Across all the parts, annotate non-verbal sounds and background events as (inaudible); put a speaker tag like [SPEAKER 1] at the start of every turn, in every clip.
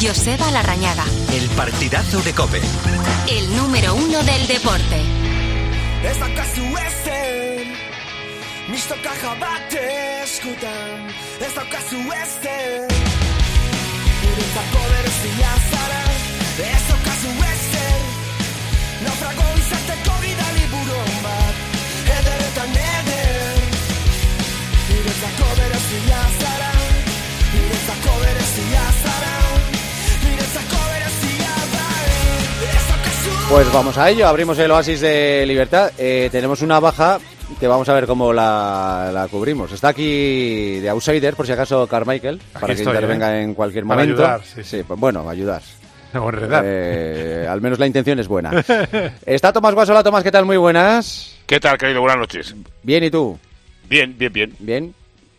[SPEAKER 1] Joseba Larrañaga,
[SPEAKER 2] El partidazo de Cope.
[SPEAKER 1] el número uno del deporte.
[SPEAKER 3] Ez daukazu ezer Mistoka jabat eskutan Ez daukazu ezer Guretzako berezia zara Ez daukazu ezer Naufrago izateko bidali buron bat Ederetan eder Guretzako berezia zara Guretzako berezia zara Guretzako berezia da Ez daukazu
[SPEAKER 4] Pues vamos a ello, abrimos el oasis de libertad. Eh, tenemos una baja que vamos a ver cómo la, la cubrimos. Está aquí de outsider, por si acaso Carmichael, para que
[SPEAKER 5] estoy,
[SPEAKER 4] intervenga
[SPEAKER 5] ¿eh?
[SPEAKER 4] en cualquier
[SPEAKER 5] Para
[SPEAKER 4] momento.
[SPEAKER 5] ayudar, sí, sí.
[SPEAKER 4] pues bueno, ayudar.
[SPEAKER 5] O enredar.
[SPEAKER 4] Eh, al menos la intención es buena. (laughs) Está Tomás Guaso, hola Tomás, ¿qué tal? Muy buenas.
[SPEAKER 6] (laughs) ¿Qué tal, querido? Buenas noches.
[SPEAKER 4] Bien, ¿y tú?
[SPEAKER 6] Bien, bien, bien.
[SPEAKER 4] Bien.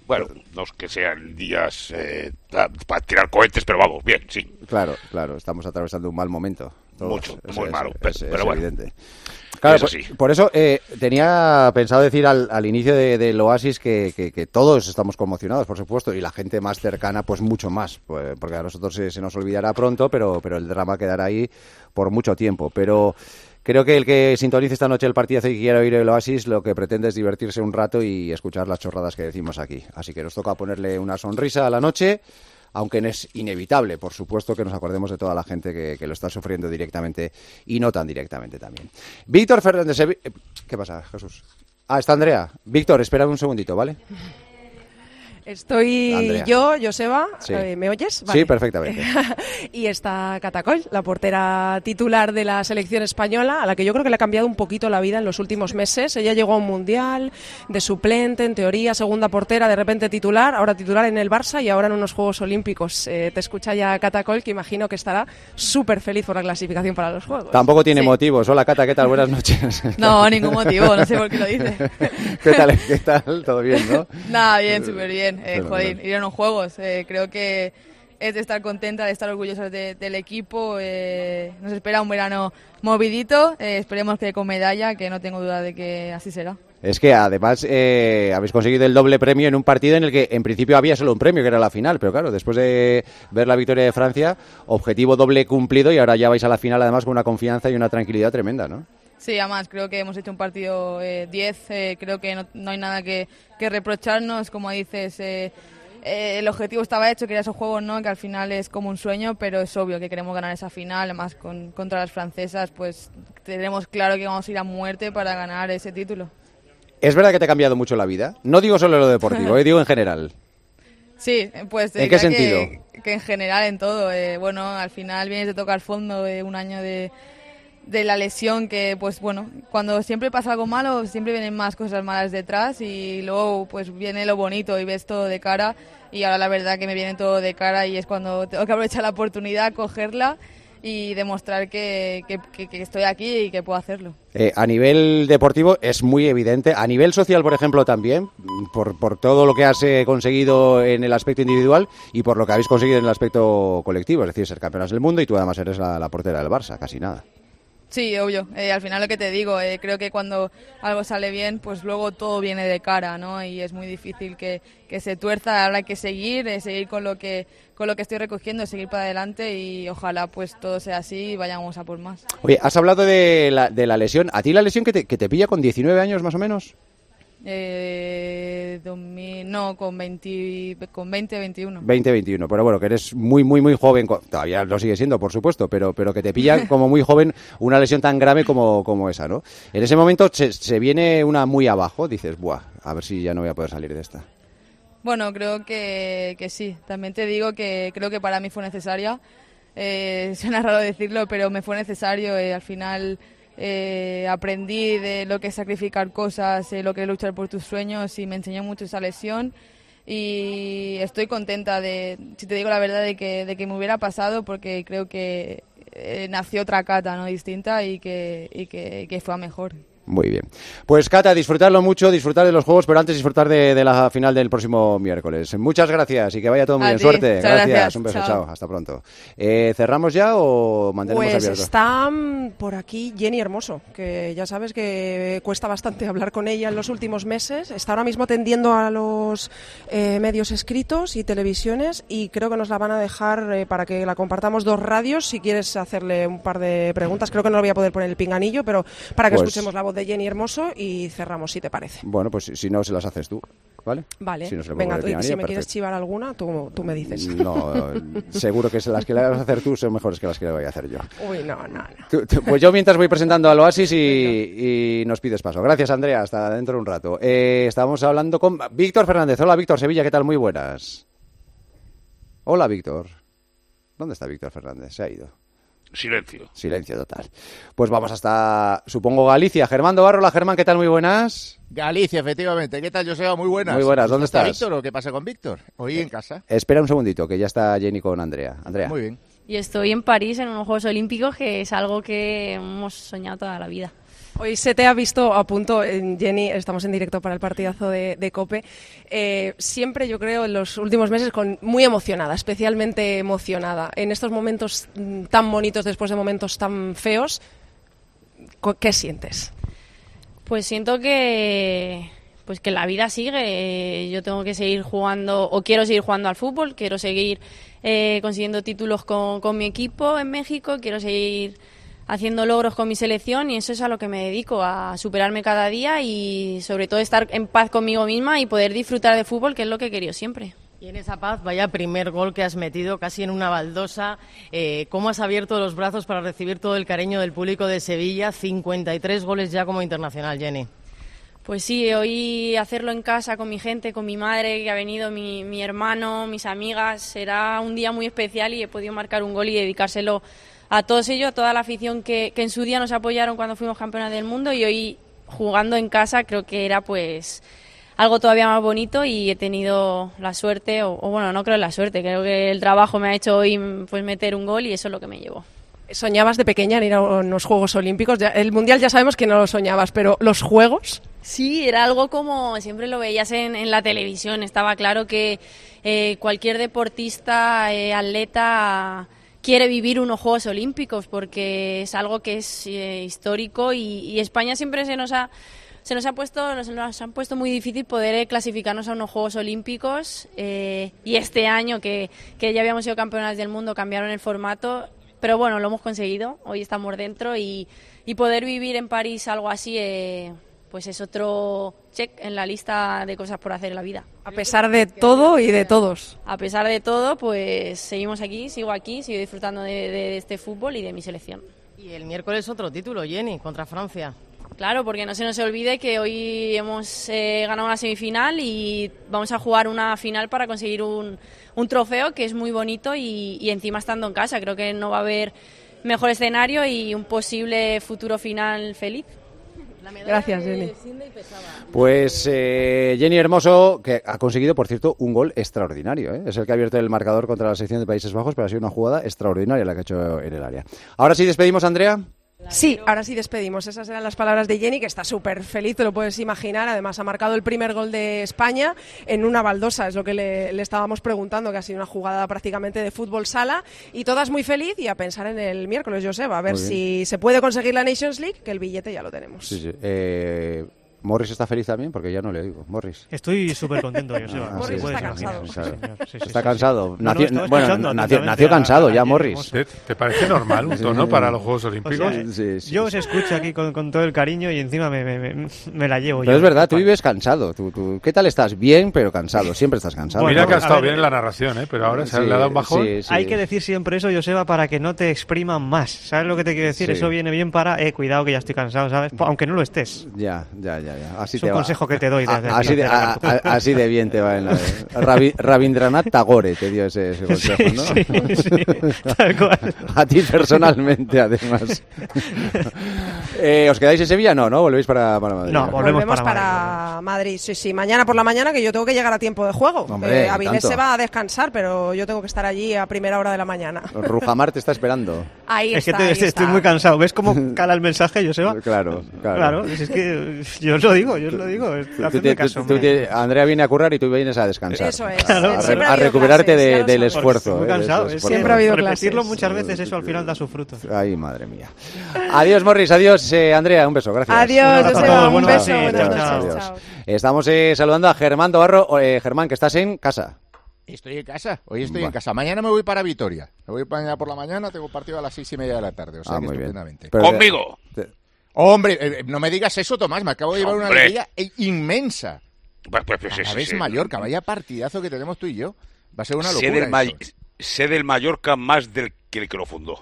[SPEAKER 6] Bueno, no es que sean días eh, ta- para tirar cohetes, pero vamos, bien, sí.
[SPEAKER 4] Claro, claro, estamos atravesando un mal momento.
[SPEAKER 6] Mucho,
[SPEAKER 4] Es-
[SPEAKER 6] muy
[SPEAKER 4] es-
[SPEAKER 6] malo,
[SPEAKER 4] es-
[SPEAKER 6] pero-
[SPEAKER 4] es
[SPEAKER 6] pero bueno.
[SPEAKER 4] evidente. Claro,
[SPEAKER 6] Es
[SPEAKER 4] por,
[SPEAKER 6] así.
[SPEAKER 4] por eso eh, tenía pensado decir al, al inicio de- del Oasis que, que- que todos estamos conmocionados, por supuesto, y la gente más cercana, pues mucho más, pues, porque a nosotros se, se nos olvidará pronto, pero, pero el drama quedará ahí por mucho tiempo. Pero creo que el que sintonice esta noche el partidazo y quiera oír el Oasis, lo que pretende es divertirse un rato y escuchar las chorradas que decimos aquí. Así que nos toca ponerle una sonrisa a la noche aunque no es inevitable, por supuesto, que nos acordemos de toda la gente que, que lo está sufriendo directamente y no tan directamente también. Víctor Fernández. Sevi- eh, ¿Qué pasa, Jesús? Ah, está Andrea. Víctor, espera un segundito, ¿vale?
[SPEAKER 7] Pues,
[SPEAKER 8] Estoy
[SPEAKER 4] Andrea.
[SPEAKER 8] yo, Joseba,
[SPEAKER 4] Sí.
[SPEAKER 8] eh, ¿me oyes?
[SPEAKER 4] Sí, perfectamente.
[SPEAKER 8] (laughs) y está Catacol, la portera titular de la selección española, a la que yo creo que le ha cambiado un poquito la vida en los últimos meses. Ella llegó a un mundial de suplente, en teoría, segunda portera, de repente titular, ahora titular en el Barça y ahora en unos Juegos Olímpicos. Eh, te escucha ya Catacol, que imagino que estará súper feliz por la clasificación para los Juegos.
[SPEAKER 4] Tampoco tiene
[SPEAKER 7] Sí.
[SPEAKER 4] motivos. Hola, Cata, ¿qué tal?
[SPEAKER 7] (laughs)
[SPEAKER 4] Buenas noches.
[SPEAKER 7] No, ningún motivo, no sé por qué lo dices.
[SPEAKER 4] (laughs) ¿Qué tal? ¿Qué tal? ¿Todo bien, no?
[SPEAKER 7] Nada, bien, súper bien. Eh,
[SPEAKER 4] Fenomenal.
[SPEAKER 7] jolín, ir a unos juegos. eh, creo que es de estar contenta, de estar orgullosa de- del equipo. eh, nos espera un verano movidito. eh, esperemos que con medalla, que no tengo duda de que así será.
[SPEAKER 4] Es que además eh, habéis conseguido el doble premio en un partido en el que en principio había solo un premio, que era la final, pero claro, después de ver la victoria de Francia, objetivo doble cumplido y ahora ya vais a la final además con una confianza y una tranquilidad tremenda, ¿no?
[SPEAKER 7] Sí, además creo que hemos hecho un partido eh, 10, eh, creo que no, no hay nada que, que reprocharnos, como dices, eh, eh, el objetivo estaba hecho, que era esos juegos, ¿no? que al final es como un sueño, pero es obvio que queremos ganar esa final, además con, contra las francesas, pues tenemos claro que vamos a ir a muerte para ganar ese título.
[SPEAKER 4] Es verdad que te ha cambiado mucho la vida. No digo solo lo deportivo, eh, digo en general.
[SPEAKER 7] Sí, eh, pues te
[SPEAKER 4] ¿En qué
[SPEAKER 7] diría que-
[SPEAKER 4] sentido?
[SPEAKER 7] Que, en general, en todo. eh, bueno, al final vienes de tocar fondo de un año de, de la lesión que, pues bueno, cuando siempre pasa algo malo, siempre vienen más cosas malas detrás y luego pues viene lo bonito y ves todo de cara y ahora la verdad que me viene todo de cara y es cuando tengo que aprovechar la oportunidad, cogerla y demostrar que- que- que- que estoy aquí y que puedo hacerlo.
[SPEAKER 4] Eh, a nivel deportivo es muy evidente. A nivel social, por ejemplo, también, mm, por, por todo lo que has eh, conseguido en el aspecto individual y por lo que habéis conseguido en el aspecto colectivo, es decir, ser campeonas del mundo y tú además eres la, la portera del Barça, casi nada.
[SPEAKER 7] Sí, obvio. Eh, al final lo que te digo, eh, creo que cuando algo sale bien, pues luego todo viene de cara, ¿no? Y es muy difícil que, que se tuerza. Ahora hay que seguir, eh, seguir con lo que con lo que estoy recogiendo, seguir para adelante y ojalá pues todo sea así y vayamos a por más.
[SPEAKER 4] Oye, has hablado de la, de la lesión. ¿A ti la lesión que te, que te pilla con 19 años más o menos?
[SPEAKER 7] Eh, 2000 no, con 20, con 20, 21.
[SPEAKER 4] 20-21, pero bueno, que eres muy, muy, muy joven, co- todavía lo sigue siendo, por supuesto, pero, pero que te
[SPEAKER 7] (laughs)
[SPEAKER 4] pilla como muy joven una lesión tan grave como, como esa, ¿no? En ese momento se, se viene una muy abajo, dices, buah, a ver si ya no voy a poder salir de esta.
[SPEAKER 7] Bueno, creo que, que sí. También te digo que creo que para mí fue necesaria. Eh, (laughs) suena raro decirlo, pero me fue necesario. eh, al final eh, aprendí de lo que es sacrificar cosas, eh, lo que es luchar por tus sueños y me enseñó mucho esa lesión. Y estoy contenta de, si te digo la verdad, de que, de que me hubiera pasado porque creo que eh, nació otra cata ¿no? distinta y que, y que, que fue a mejor.
[SPEAKER 4] Muy bien. Pues Cata, disfrutarlo mucho, disfrutar de los juegos, pero antes disfrutar de, de la final del próximo miércoles. Muchas gracias y que vaya todo muy
[SPEAKER 7] A
[SPEAKER 4] bien.
[SPEAKER 7] ti,
[SPEAKER 4] Suerte.
[SPEAKER 7] muchas gracias.
[SPEAKER 4] Un beso. Chao.
[SPEAKER 7] Chao.
[SPEAKER 4] Hasta pronto. Eh, ¿Cerramos ya o mantenemos
[SPEAKER 8] Pues
[SPEAKER 4] abierto?
[SPEAKER 8] está mm, por aquí Jenny Hermoso, que ya sabes que cuesta bastante hablar con ella en los últimos meses. Está ahora mismo atendiendo a los eh, medios escritos y televisiones y creo que nos la van a dejar eh, para que la compartamos dos radios. Si quieres hacerle un par de preguntas, creo que no le voy a poder poner el pinganillo, pero para que
[SPEAKER 4] Pues-
[SPEAKER 8] escuchemos la voz de Jenny Hermoso y cerramos, si te parece.
[SPEAKER 4] Bueno, pues si- si no, se las haces tú. ¿Vale?
[SPEAKER 8] Vale,
[SPEAKER 4] Si no se le
[SPEAKER 8] venga,
[SPEAKER 4] ocurre
[SPEAKER 8] tú- y
[SPEAKER 4] a
[SPEAKER 8] si
[SPEAKER 4] nadie,
[SPEAKER 8] me quieres
[SPEAKER 4] perfecto.
[SPEAKER 8] chivar alguna, tú, tú me dices.
[SPEAKER 4] No, eh,
[SPEAKER 8] (laughs)
[SPEAKER 4] seguro que las que le vas a hacer tú son mejores que las que le voy a hacer yo.
[SPEAKER 8] Uy, no, no, no.
[SPEAKER 4] Tú- tú- Pues yo mientras voy presentando al Oasis y, y nos pides paso. Gracias, Andrea. Hasta dentro de un rato. Eh, estábamos hablando con Víctor Fernández. Hola, Víctor Sevilla. ¿Qué tal? Muy buenas. Hola, Víctor. ¿Dónde está Víctor Fernández? Se ha ido.
[SPEAKER 6] Silencio.
[SPEAKER 4] Silencio total. Pues vamos hasta, supongo, Galicia. Germán Barro. Hola, Germán. ¿Qué tal? Muy buenas.
[SPEAKER 5] Galicia, efectivamente. ¿Qué tal, Joseba? Muy buenas.
[SPEAKER 4] Muy buenas. ¿Dónde
[SPEAKER 5] ¿Está
[SPEAKER 4] estás?
[SPEAKER 5] Víctor o qué pasa con Víctor? Hoy en casa.
[SPEAKER 4] Espera un segundito, que ya está Jenny con Andrea. Andrea.
[SPEAKER 5] Muy bien.
[SPEAKER 9] Y estoy en París en unos Juegos Olímpicos, que es algo que hemos soñado toda la vida.
[SPEAKER 8] Hoy se te ha visto a punto, eh, Jenny, estamos en directo para el partidazo de, de Cope. Eh, siempre, yo creo, en los últimos meses con muy emocionada, especialmente emocionada. En estos momentos mm, tan bonitos después de momentos tan feos, co- ¿qué sientes?
[SPEAKER 9] Pues siento que pues que la vida sigue. Yo tengo que seguir jugando, o quiero seguir jugando al fútbol, quiero seguir eh, consiguiendo títulos con, con mi equipo en México, quiero seguir haciendo logros con mi selección y eso es a lo que me dedico, a superarme cada día y sobre todo estar en paz conmigo misma y poder disfrutar de fútbol, que es lo que he querido siempre.
[SPEAKER 10] Y en esa paz, vaya primer gol que has metido casi en una baldosa. Eh, ¿Cómo has abierto los brazos para recibir todo el cariño del público de Sevilla? 53 goles ya como internacional, Jenny.
[SPEAKER 9] Pues sí, hoy hacerlo en casa con mi gente, con mi madre que ha venido, mi, mi hermano, mis amigas, será un día muy especial y he podido marcar un gol y dedicárselo a todos ellos, a toda la afición que, que en su día nos apoyaron cuando fuimos campeonas del mundo y hoy jugando en casa creo que era pues algo todavía más bonito y he tenido la suerte, o, o bueno, no creo en la suerte, creo que el trabajo me ha hecho hoy pues meter un gol y eso es lo que me llevó.
[SPEAKER 8] ¿Soñabas de pequeña en ir a unos Juegos Olímpicos? Ya- el Mundial ya sabemos que no lo soñabas, pero ¿los Juegos?
[SPEAKER 9] Sí, era algo como siempre lo veías en, en la televisión. Estaba claro que eh, cualquier deportista, eh, atleta, quiere vivir unos Juegos Olímpicos porque es algo que es eh, histórico y, y España siempre se nos ha se nos ha puesto nos, nos han puesto muy difícil poder eh, clasificarnos a unos Juegos Olímpicos eh, y este año que, que ya habíamos sido campeonas del mundo cambiaron el formato pero bueno lo hemos conseguido hoy estamos dentro y, y poder vivir en París algo así eh, pues es otro check en la lista de cosas por hacer en la vida.
[SPEAKER 8] A pesar de todo y de todos.
[SPEAKER 9] A pesar de todo, pues seguimos aquí, sigo aquí, sigo disfrutando de, de- de este fútbol y de mi selección.
[SPEAKER 10] Y el miércoles otro título, Jenny, contra Francia.
[SPEAKER 9] Claro, porque no se nos olvide que hoy hemos eh, ganado una semifinal y vamos a jugar una final para conseguir un, un trofeo que es muy bonito y, y encima estando en casa. Creo que no va a haber mejor escenario y un posible futuro final feliz.
[SPEAKER 8] Gracias, Jenny.
[SPEAKER 4] Pues eh, Jenny Hermoso, que ha conseguido, por cierto, un gol extraordinario. ¿eh? Es el que ha abierto el marcador contra la selección de Países Bajos, pero ha sido una jugada extraordinaria la que ha hecho en el área. Ahora sí, despedimos, Andrea.
[SPEAKER 8] Sí, ahora sí despedimos. Esas eran las palabras de Jenny, que está súper feliz, te lo puedes imaginar. Además, ha marcado el primer gol de España en una baldosa, es lo que le, le estábamos preguntando, que ha sido una jugada prácticamente de fútbol sala. Y todas muy feliz y a pensar en el miércoles, Joseba, a ver
[SPEAKER 4] Muy
[SPEAKER 8] si se puede conseguir la Nations League, que el billete ya lo tenemos.
[SPEAKER 4] Sí, sí. Eh, Morris está feliz también, porque ya no le digo. Morris.
[SPEAKER 11] Estoy súper contento, Joseba.
[SPEAKER 4] Ah,
[SPEAKER 11] no
[SPEAKER 8] Morris
[SPEAKER 11] te
[SPEAKER 4] sí,
[SPEAKER 11] puedes
[SPEAKER 8] está
[SPEAKER 11] imaginar,
[SPEAKER 8] cansado.
[SPEAKER 11] sí, señor. Sí, sí,
[SPEAKER 4] Está
[SPEAKER 11] sí,
[SPEAKER 4] cansado.
[SPEAKER 11] No, no,
[SPEAKER 4] Nació-
[SPEAKER 11] estaba
[SPEAKER 4] bueno,
[SPEAKER 11] escuchando
[SPEAKER 4] nació,
[SPEAKER 11] atentamente
[SPEAKER 4] nació
[SPEAKER 11] a-
[SPEAKER 4] cansado
[SPEAKER 11] a
[SPEAKER 4] ya,
[SPEAKER 11] Jenny
[SPEAKER 4] Morris.
[SPEAKER 11] Hermoso.
[SPEAKER 12] ¿Te, te parece normal
[SPEAKER 4] (laughs)
[SPEAKER 12] un tono para los Juegos
[SPEAKER 11] O
[SPEAKER 12] Olímpicos?
[SPEAKER 11] sea,
[SPEAKER 4] Sí, sí,
[SPEAKER 11] yo
[SPEAKER 4] sí.
[SPEAKER 11] os escucho aquí con, con todo el cariño y encima me, me- me- me la llevo.
[SPEAKER 4] Pero
[SPEAKER 11] yo.
[SPEAKER 4] es verdad, tú vives cansado. Tú, tú- ¿Qué tal estás? Bien, pero cansado. Siempre estás cansado.
[SPEAKER 11] Bueno,
[SPEAKER 12] Mira que ha
[SPEAKER 11] a
[SPEAKER 12] estado
[SPEAKER 11] ver,
[SPEAKER 12] bien
[SPEAKER 11] eh,
[SPEAKER 12] en la narración, ¿eh? pero ahora se
[SPEAKER 4] Sí,
[SPEAKER 12] le ha dado un bajón.
[SPEAKER 4] sí, sí.
[SPEAKER 11] Hay que decir siempre eso, Joseba, para que no te expriman más. ¿Sabes lo que te quiero decir?
[SPEAKER 4] Sí.
[SPEAKER 11] Eso viene bien para, eh, cuidado que ya estoy cansado, ¿sabes? Pa- Aunque no lo estés.
[SPEAKER 4] Ya, ya, ya. ya. Así
[SPEAKER 11] Es un
[SPEAKER 4] te va.
[SPEAKER 11] consejo que te doy. desde
[SPEAKER 4] A-
[SPEAKER 11] aquí,
[SPEAKER 4] así, de,
[SPEAKER 11] desde
[SPEAKER 4] a-
[SPEAKER 11] Marco.
[SPEAKER 4] a- así de bien te va en la. Ravi- Rabindranath Tagore te dio ese, ese
[SPEAKER 11] (laughs) Sí,
[SPEAKER 4] consejo, ¿no?
[SPEAKER 11] sí, sí, tal cual.
[SPEAKER 4] A ti personalmente, además. Eh, ¿Os quedáis en Sevilla? No, ¿no? ¿Volvéis para, para Madrid?
[SPEAKER 11] No, volvemos para
[SPEAKER 8] Madrid. Sí, sí, mañana por la mañana que yo tengo que llegar a tiempo de juego.
[SPEAKER 4] Hombre,
[SPEAKER 8] Eh, Avilés
[SPEAKER 4] tanto.
[SPEAKER 8] se va a descansar, pero yo tengo que estar allí a primera hora de la mañana. (laughs)
[SPEAKER 4] Rujamar te está esperando.
[SPEAKER 7] Ahí
[SPEAKER 11] es
[SPEAKER 7] está,
[SPEAKER 11] que te-
[SPEAKER 7] ahí
[SPEAKER 11] estoy
[SPEAKER 7] está.
[SPEAKER 11] muy cansado.
[SPEAKER 4] (laughs)
[SPEAKER 11] ¿Ves cómo cala el mensaje, Joseba?
[SPEAKER 4] Claro, claro.
[SPEAKER 11] Claro, si es que yo os lo digo, yo os lo digo.
[SPEAKER 4] Tú- tú-
[SPEAKER 11] Hacedme
[SPEAKER 4] tú-
[SPEAKER 11] caso,
[SPEAKER 4] tú-
[SPEAKER 11] hombre.
[SPEAKER 4] tú- Andrea viene a currar y tú vienes a descansar.
[SPEAKER 11] Eso
[SPEAKER 4] A-
[SPEAKER 11] es.
[SPEAKER 4] A,
[SPEAKER 11] Siempre
[SPEAKER 4] re-
[SPEAKER 11] ha
[SPEAKER 4] a
[SPEAKER 11] habido
[SPEAKER 4] recuperarte
[SPEAKER 11] classes,
[SPEAKER 4] de-
[SPEAKER 11] ya lo
[SPEAKER 4] del
[SPEAKER 11] sabes.
[SPEAKER 4] esfuerzo.
[SPEAKER 11] Muy
[SPEAKER 4] eh, de
[SPEAKER 11] cansado,
[SPEAKER 4] ese
[SPEAKER 11] es-
[SPEAKER 4] esfuerzo.
[SPEAKER 11] siempre ha habido Repetirlo clases. muchas veces, eso al final da sus frutos.
[SPEAKER 4] Ay, madre mía. Adiós, Morris. Adiós, eh, Andrea. Un beso. Gracias.
[SPEAKER 8] Adiós, Un abrazo a Joseba, todos, un buenas beso,
[SPEAKER 11] noches. buenas
[SPEAKER 4] Adiós,
[SPEAKER 11] noches,
[SPEAKER 4] adiós.
[SPEAKER 11] chao.
[SPEAKER 4] Estamos eh, saludando a Germán Dobarro. Eh, Germán, que estás en casa.
[SPEAKER 5] Estoy en casa. Hoy estoy
[SPEAKER 4] Vale.
[SPEAKER 5] en casa. Mañana me voy para Vitoria. Me voy mañana por la mañana. Tengo partido a las seis y media de la tarde. O sea
[SPEAKER 4] Ah,
[SPEAKER 5] que
[SPEAKER 4] muy bien.
[SPEAKER 5] estupendamente.
[SPEAKER 4] Pero-
[SPEAKER 6] Conmigo.
[SPEAKER 5] Hombre, eh, eh, no me digas eso, Tomás. Me acabo de llevar una
[SPEAKER 6] Hombre.
[SPEAKER 5] alegría eh, inmensa.
[SPEAKER 6] Pues, pues, pues, sí,
[SPEAKER 5] A
[SPEAKER 6] sí,
[SPEAKER 5] vez
[SPEAKER 6] sí.
[SPEAKER 5] Mallorca, vaya partidazo que tenemos tú y yo. Va a ser una
[SPEAKER 6] Sé
[SPEAKER 5] locura.
[SPEAKER 6] del, Ma-
[SPEAKER 5] eso. eh.
[SPEAKER 6] sé del Mallorca más del que el que lo fundó.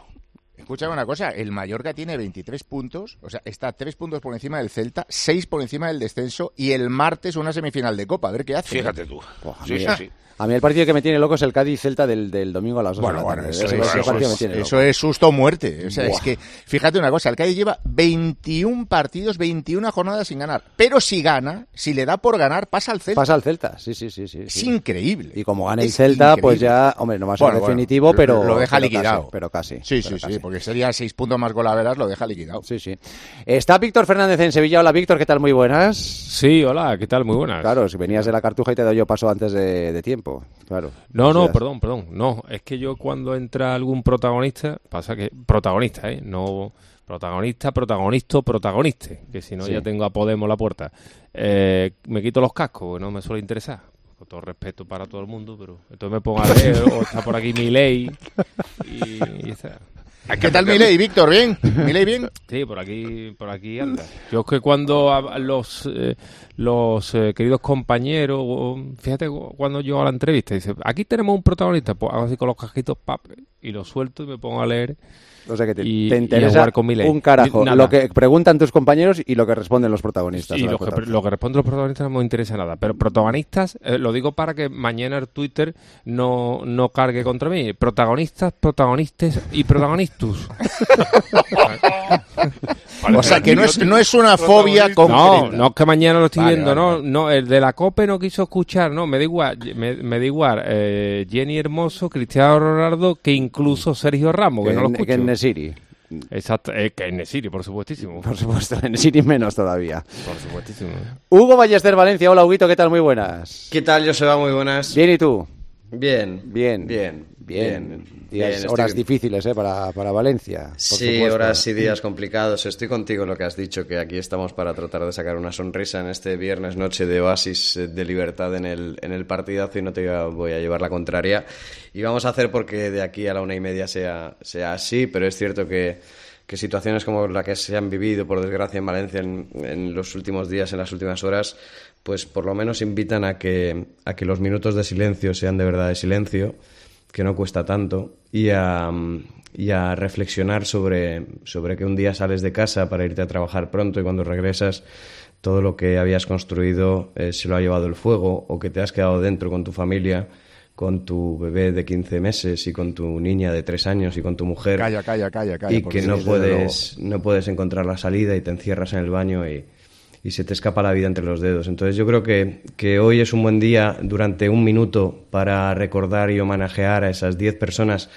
[SPEAKER 5] Escúchame una cosa, el Mallorca tiene 23 puntos, o sea, está 3 puntos por encima del Celta, 6 por encima del descenso y el martes una semifinal de Copa, a ver qué hace.
[SPEAKER 6] Fíjate tú.
[SPEAKER 4] oh, a,
[SPEAKER 5] Sí,
[SPEAKER 4] mí, eh,
[SPEAKER 5] sí, sí.
[SPEAKER 4] a mí el partido que me tiene loco es el Cádiz Celta del, del domingo a las 2
[SPEAKER 5] Bueno,
[SPEAKER 4] de la tarde.
[SPEAKER 5] bueno, eso,
[SPEAKER 4] Ese-
[SPEAKER 5] es,
[SPEAKER 4] ese
[SPEAKER 5] eso
[SPEAKER 4] partido me
[SPEAKER 5] es-
[SPEAKER 4] tiene loco.
[SPEAKER 5] eso es susto o muerte. O sea,
[SPEAKER 4] Buah.
[SPEAKER 5] es que, fíjate una cosa, el Cádiz lleva 21 partidos, 21 jornadas sin ganar. Pero si gana, si le da por ganar, pasa al Celta.
[SPEAKER 4] Pasa al Celta, sí, sí, sí. sí,
[SPEAKER 5] Es
[SPEAKER 4] sí.
[SPEAKER 5] increíble.
[SPEAKER 4] Y como gana el
[SPEAKER 5] Es
[SPEAKER 4] Celta, pues
[SPEAKER 5] increíble.
[SPEAKER 4] ya, hombre, no va a ser
[SPEAKER 5] Bueno, bueno,
[SPEAKER 4] definitivo,
[SPEAKER 5] lo-
[SPEAKER 4] pero.
[SPEAKER 5] Lo deja
[SPEAKER 4] pero casi,
[SPEAKER 5] liquidado.
[SPEAKER 4] pero casi.
[SPEAKER 5] Sí,
[SPEAKER 4] pero
[SPEAKER 5] sí,
[SPEAKER 4] casi.
[SPEAKER 5] sí, porque sería 6 puntos más golaveras, lo deja liquidado.
[SPEAKER 4] Sí, sí. Está Víctor Fernández en Sevilla. Hola, Víctor, ¿qué tal? Muy buenas.
[SPEAKER 13] Sí, hola, ¿qué tal? Muy buenas.
[SPEAKER 4] Claro, si venías de la cartuja y te doy yo paso antes de, de tiempo. Claro.
[SPEAKER 13] No,
[SPEAKER 4] O
[SPEAKER 13] no,
[SPEAKER 4] sea,
[SPEAKER 13] perdón, perdón. No, es que yo cuando entra algún protagonista, pasa que protagonista, ¿eh? No protagonista, protagonisto, protagoniste, que si no
[SPEAKER 4] Sí.
[SPEAKER 13] ya tengo a Podemos la puerta. Eh, me quito los cascos, que no me suele interesar. Con todo respeto para todo el mundo,
[SPEAKER 5] (laughs)
[SPEAKER 13] pero entonces me pongo a leer o está por aquí Milei y, y está.
[SPEAKER 5] ¿Qué tal Milei, Víctor? ¿Bien? ¿Milei bien?
[SPEAKER 13] Sí, por aquí, por aquí anda. Yo es que cuando a- a los eh, los eh, queridos compañeros, o- fíjate cu- cuando yo a la entrevista, dice, aquí tenemos un protagonista, pues hago así con los cajitos, pap, y lo suelto y me pongo a leer.
[SPEAKER 4] O sea que te,
[SPEAKER 13] y,
[SPEAKER 4] te
[SPEAKER 13] y a
[SPEAKER 4] interesa
[SPEAKER 13] jugar con Milei.
[SPEAKER 4] un carajo.
[SPEAKER 13] Nada.
[SPEAKER 4] Lo que preguntan tus compañeros y lo que responden los protagonistas.
[SPEAKER 13] Y
[SPEAKER 4] ¿no?
[SPEAKER 13] lo que, pre- lo que responden los protagonistas no me interesa nada. Pero protagonistas, eh, lo digo para que mañana el Twitter no, no cargue contra mí. Protagonistas, protagonistas
[SPEAKER 5] (laughs)
[SPEAKER 13] y protagonistus.
[SPEAKER 5] O sea, que no es- no es una fobia concreta.
[SPEAKER 13] No, no es que mañana lo estoy
[SPEAKER 5] Vale,
[SPEAKER 13] viendo, no, no, el de la COPE no quiso escuchar, no, me da igual, me, me da igual, eh, Jenny Hermoso, Cristiano Ronaldo, que incluso Sergio Ramos, que, no lo
[SPEAKER 4] Que-
[SPEAKER 13] escucho.
[SPEAKER 4] que en Nesiri.
[SPEAKER 13] Exacto, eh, que en Nesiri, por supuestísimo.
[SPEAKER 4] Por supuesto, (laughs) en Nesiri menos todavía.
[SPEAKER 13] Por supuestísimo.
[SPEAKER 4] Hugo Ballester Valencia. Hola, Huguito, ¿qué tal? Muy buenas.
[SPEAKER 14] ¿Qué tal, Joseba? Muy buenas.
[SPEAKER 4] Bien, ¿y tú?
[SPEAKER 14] Bien.
[SPEAKER 4] Bien.
[SPEAKER 14] Bien.
[SPEAKER 4] Bien.
[SPEAKER 14] Bien,
[SPEAKER 4] Días,
[SPEAKER 14] estoy
[SPEAKER 4] horas
[SPEAKER 14] bien.
[SPEAKER 4] difíciles ¿eh? para, para Valencia. por
[SPEAKER 14] Sí,
[SPEAKER 4] supuesto.
[SPEAKER 14] horas y días complicados. Estoy contigo en lo que has dicho, que aquí estamos para tratar de sacar una sonrisa en este viernes noche de oasis eh, de libertad en el, en el partidazo y no te voy a llevar la contraria. Y vamos a hacer porque de aquí a la una y media sea, sea así, pero es cierto que, que situaciones como la que se han vivido, por desgracia, en Valencia en, en los últimos días, en las últimas horas, pues por lo menos invitan a que, a que los minutos de silencio sean de verdad de silencio que no cuesta tanto, y a, y a reflexionar sobre, sobre que un día sales de casa para irte a trabajar pronto y cuando regresas todo lo que habías construido eh, se lo ha llevado el fuego o que te has quedado dentro con tu familia, con tu bebé de 15 meses y con tu niña de 3 años y con tu mujer
[SPEAKER 5] Calla, calla, calla, calla.
[SPEAKER 14] y
[SPEAKER 5] porque
[SPEAKER 14] que no
[SPEAKER 5] desde
[SPEAKER 14] puedes, no puedes encontrar la salida y te encierras en el baño y, y se te escapa la vida entre los dedos. Entonces yo creo que, que hoy es un buen día durante un minuto para recordar y homenajear a esas 10 personas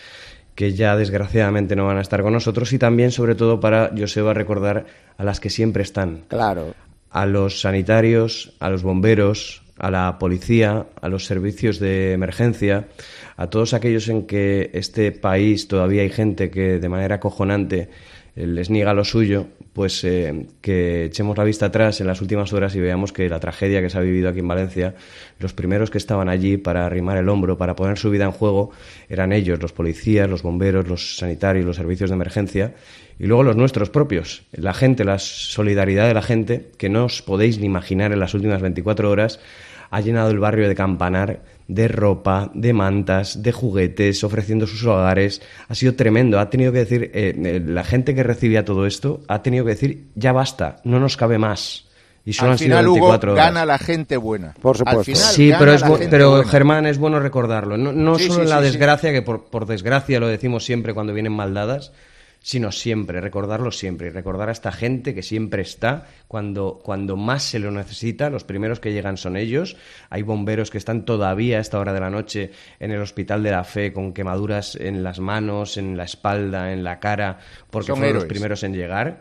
[SPEAKER 14] que ya desgraciadamente no van a estar con nosotros y también sobre todo para Joseba recordar a las que siempre están.
[SPEAKER 4] Claro.
[SPEAKER 14] A los sanitarios, a los bomberos, a la policía, a los servicios de emergencia, a todos aquellos en que este país todavía hay gente que de manera cojonante les niega lo suyo, pues eh, que echemos la vista atrás en las últimas horas y veamos que la tragedia que se ha vivido aquí en Valencia, los primeros que estaban allí para arrimar el hombro, para poner su vida en juego, eran ellos, los policías, los bomberos, los sanitarios, los servicios de emergencia, y luego los nuestros propios, la gente, la solidaridad de la gente, que no os podéis ni imaginar en las últimas 24 horas, ha llenado el barrio de Campanar de ropa, de mantas, de juguetes, ofreciendo sus hogares. Ha sido tremendo. Ha tenido que decir, eh, eh, la gente que recibía todo esto ha tenido que decir, ya basta, no nos cabe más. Y solo
[SPEAKER 5] Al
[SPEAKER 14] han sido
[SPEAKER 5] final, Hugo,
[SPEAKER 14] 24 horas.
[SPEAKER 5] gana la gente buena. Por Al final,
[SPEAKER 14] sí, pero,
[SPEAKER 5] gana
[SPEAKER 14] es
[SPEAKER 5] la
[SPEAKER 14] bu-
[SPEAKER 5] gente
[SPEAKER 14] pero
[SPEAKER 5] buena.
[SPEAKER 14] Germán, es bueno recordarlo. No, no
[SPEAKER 5] Sí,
[SPEAKER 14] solo
[SPEAKER 5] sí,
[SPEAKER 14] en la
[SPEAKER 5] sí, sí.
[SPEAKER 14] desgracia, que por, por desgracia lo decimos siempre cuando vienen mal dadas, sino siempre, recordarlo siempre y recordar a esta gente que siempre está cuando, cuando más se lo necesita. Los primeros que llegan son ellos. Hay bomberos que están todavía a esta hora de la noche en el Hospital de la Fe con quemaduras en las manos, en la espalda, en la cara, porque
[SPEAKER 5] Son
[SPEAKER 14] fueron los
[SPEAKER 5] héroes.
[SPEAKER 14] primeros en llegar.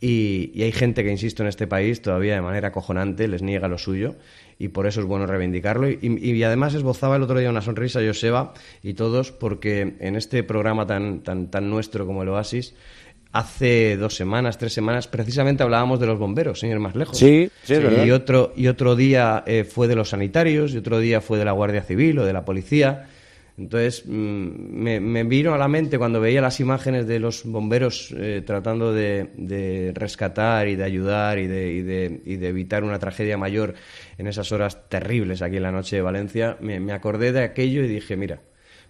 [SPEAKER 14] Y, y hay gente que, insisto, en este país todavía de manera acojonante les niega lo suyo y por eso es bueno reivindicarlo. Y, y- y además esbozaba el otro día una sonrisa Joseba y todos porque en este programa tan, tan, tan nuestro como el Oasis, hace dos semanas, tres semanas, precisamente hablábamos de los bomberos, señor más lejos.
[SPEAKER 4] Sí, sí, es verdad.
[SPEAKER 14] Y otro, y otro día eh, fue de los sanitarios y otro día fue de la Guardia Civil o de la policía. Entonces mm, me, me vino a la mente cuando veía las imágenes de los bomberos eh, tratando de, de rescatar y de ayudar y de, y de- y de evitar una tragedia mayor en esas horas terribles aquí en la noche de Valencia, me, me acordé de aquello y dije, mira,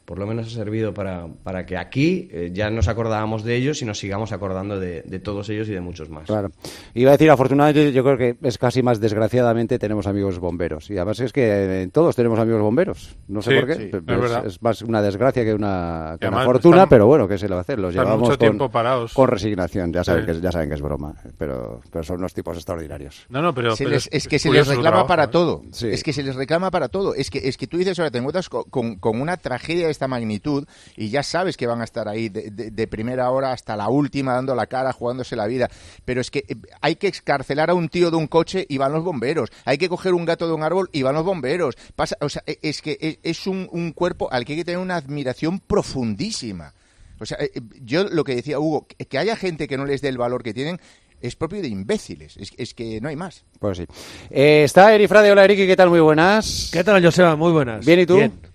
[SPEAKER 14] por lo menos ha servido para, para que aquí eh, ya nos acordábamos de ellos y nos sigamos acordando de, de todos ellos y de muchos más.
[SPEAKER 4] Claro. Iba a decir, afortunadamente, yo creo que es casi más desgraciadamente tenemos amigos bomberos. Y además es que eh, todos tenemos amigos bomberos. No sé
[SPEAKER 12] Sí,
[SPEAKER 4] por qué.
[SPEAKER 12] sí, es
[SPEAKER 4] pero es,
[SPEAKER 12] verdad.
[SPEAKER 4] es más una desgracia que una, que una
[SPEAKER 12] además
[SPEAKER 4] fortuna,
[SPEAKER 12] están-
[SPEAKER 4] pero bueno, ¿qué se le va a hacer? Los
[SPEAKER 12] están
[SPEAKER 4] llevamos
[SPEAKER 12] mucho
[SPEAKER 4] con,
[SPEAKER 12] tiempo parados.
[SPEAKER 4] con resignación. Ya saben,
[SPEAKER 12] Sí.
[SPEAKER 4] que, ya saben que es broma, pero, pero son unos tipos extraordinarios.
[SPEAKER 12] No, no, pero,
[SPEAKER 5] Se
[SPEAKER 12] pero
[SPEAKER 5] les- es que se les
[SPEAKER 12] curioso su
[SPEAKER 5] reclama
[SPEAKER 12] trabajo,
[SPEAKER 5] para
[SPEAKER 12] ¿eh?
[SPEAKER 5] todo. Es que se les reclama para todo. Es que, es que tú dices, ahora te encuentras co- con, con una tragedia de esta magnitud y ya sabes que van a estar ahí de, de- de primera hora hasta la última, dando la cara, jugándose la vida. Pero es que eh, hay que excarcelar a un tío de un coche y van los bomberos. Hay que coger un gato de un árbol y van los bomberos. Pasa, o sea, e- es que es, es un, un cuerpo al que hay que tener una admiración profundísima. O sea, eh, eh, yo lo que decía Hugo, que que haya gente que no les dé el valor que tienen, es propio de imbéciles. Es- es que no hay más.
[SPEAKER 4] Pues sí. Eh, está Erifrade. Hola, Eriki, ¿qué tal? Muy buenas.
[SPEAKER 15] ¿Qué tal, Joseba? Muy buenas.
[SPEAKER 4] ¿Bien y tú?
[SPEAKER 15] Bien, bien,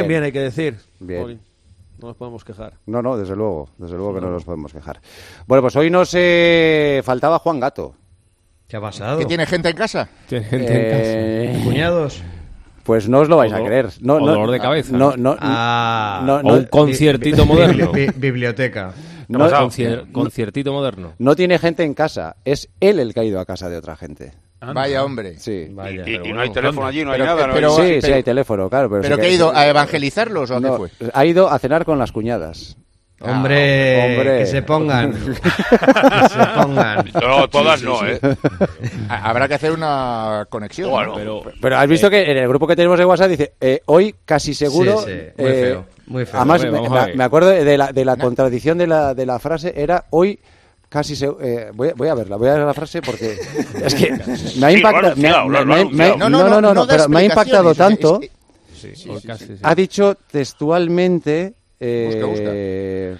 [SPEAKER 4] Bien.
[SPEAKER 15] bien, hay que decir.
[SPEAKER 4] Bien.
[SPEAKER 15] Jolín, No nos podemos quejar.
[SPEAKER 4] No, no, desde luego, desde luego que no nos podemos quejar. Bueno, pues hoy nos eh, faltaba Juan Gato.
[SPEAKER 14] ¿Qué ha pasado?
[SPEAKER 5] ¿Que tiene gente en casa?
[SPEAKER 13] Tiene
[SPEAKER 4] Eh,
[SPEAKER 5] (laughs)
[SPEAKER 14] Cuñados.
[SPEAKER 4] Pues no os lo vais a
[SPEAKER 14] Odor-
[SPEAKER 4] creer. No, no,
[SPEAKER 13] odor de cabeza.
[SPEAKER 4] No, no,
[SPEAKER 14] Ah,
[SPEAKER 4] no,
[SPEAKER 13] o
[SPEAKER 4] no-
[SPEAKER 13] un conciertito moderno.
[SPEAKER 14] Bi- biblioteca.
[SPEAKER 13] No,
[SPEAKER 4] No,
[SPEAKER 13] concier-
[SPEAKER 4] no.
[SPEAKER 13] conciertito moderno.
[SPEAKER 4] No tiene gente en casa. Es él el que ha ido a casa de otra gente.
[SPEAKER 13] Ah,
[SPEAKER 5] Vaya hombre.
[SPEAKER 4] Sí.
[SPEAKER 14] Vaya,
[SPEAKER 6] Y- y pero no hay bueno. teléfono allí, no hay nada, no hay-
[SPEAKER 4] sí,
[SPEAKER 5] Eh, pero-
[SPEAKER 4] sí hay teléfono, claro. Pero,
[SPEAKER 5] ¿Pero
[SPEAKER 4] sí
[SPEAKER 5] qué ha ido? ¿A evangelizarlos o a qué
[SPEAKER 4] No,
[SPEAKER 5] fue?
[SPEAKER 4] Ha ido a cenar con las cuñadas.
[SPEAKER 14] Ah, Hombre,
[SPEAKER 4] Hombre.
[SPEAKER 14] que se
[SPEAKER 4] (laughs)
[SPEAKER 14] pongan. que se pongan.
[SPEAKER 6] (laughs) No, todas no, ¿eh?
[SPEAKER 4] (laughs)
[SPEAKER 5] Ha- Habrá que hacer una conexión. ¿no?
[SPEAKER 6] Bueno, eh,
[SPEAKER 4] Pero has visto que en el grupo que tenemos de WhatsApp dice, eh, hoy casi seguro...
[SPEAKER 14] Sí, sí, muy
[SPEAKER 4] eh,
[SPEAKER 14] feo, muy feo.
[SPEAKER 4] Además,
[SPEAKER 14] Hombre,
[SPEAKER 4] me,
[SPEAKER 14] vamos a
[SPEAKER 4] me-
[SPEAKER 14] ver.
[SPEAKER 4] me acuerdo de la, de la contradicción de la, de la frase, era hoy casi seguro... voy, a- voy a verla, voy a ver la frase
[SPEAKER 6] (laughs)
[SPEAKER 4] porque es que me ha
[SPEAKER 6] Sí, lo ha
[SPEAKER 4] impactado... me ha-
[SPEAKER 6] anunciado, lo ha
[SPEAKER 4] me ha- me ha-
[SPEAKER 6] anunciado.
[SPEAKER 4] No,
[SPEAKER 6] No,
[SPEAKER 4] no, no,
[SPEAKER 6] no, no,
[SPEAKER 4] no,
[SPEAKER 6] no da
[SPEAKER 4] pero me ha impactado
[SPEAKER 6] explicaciones, es
[SPEAKER 4] tanto...
[SPEAKER 6] que- Sí,
[SPEAKER 13] o casi, sí.
[SPEAKER 4] Ha dicho textualmente... eh,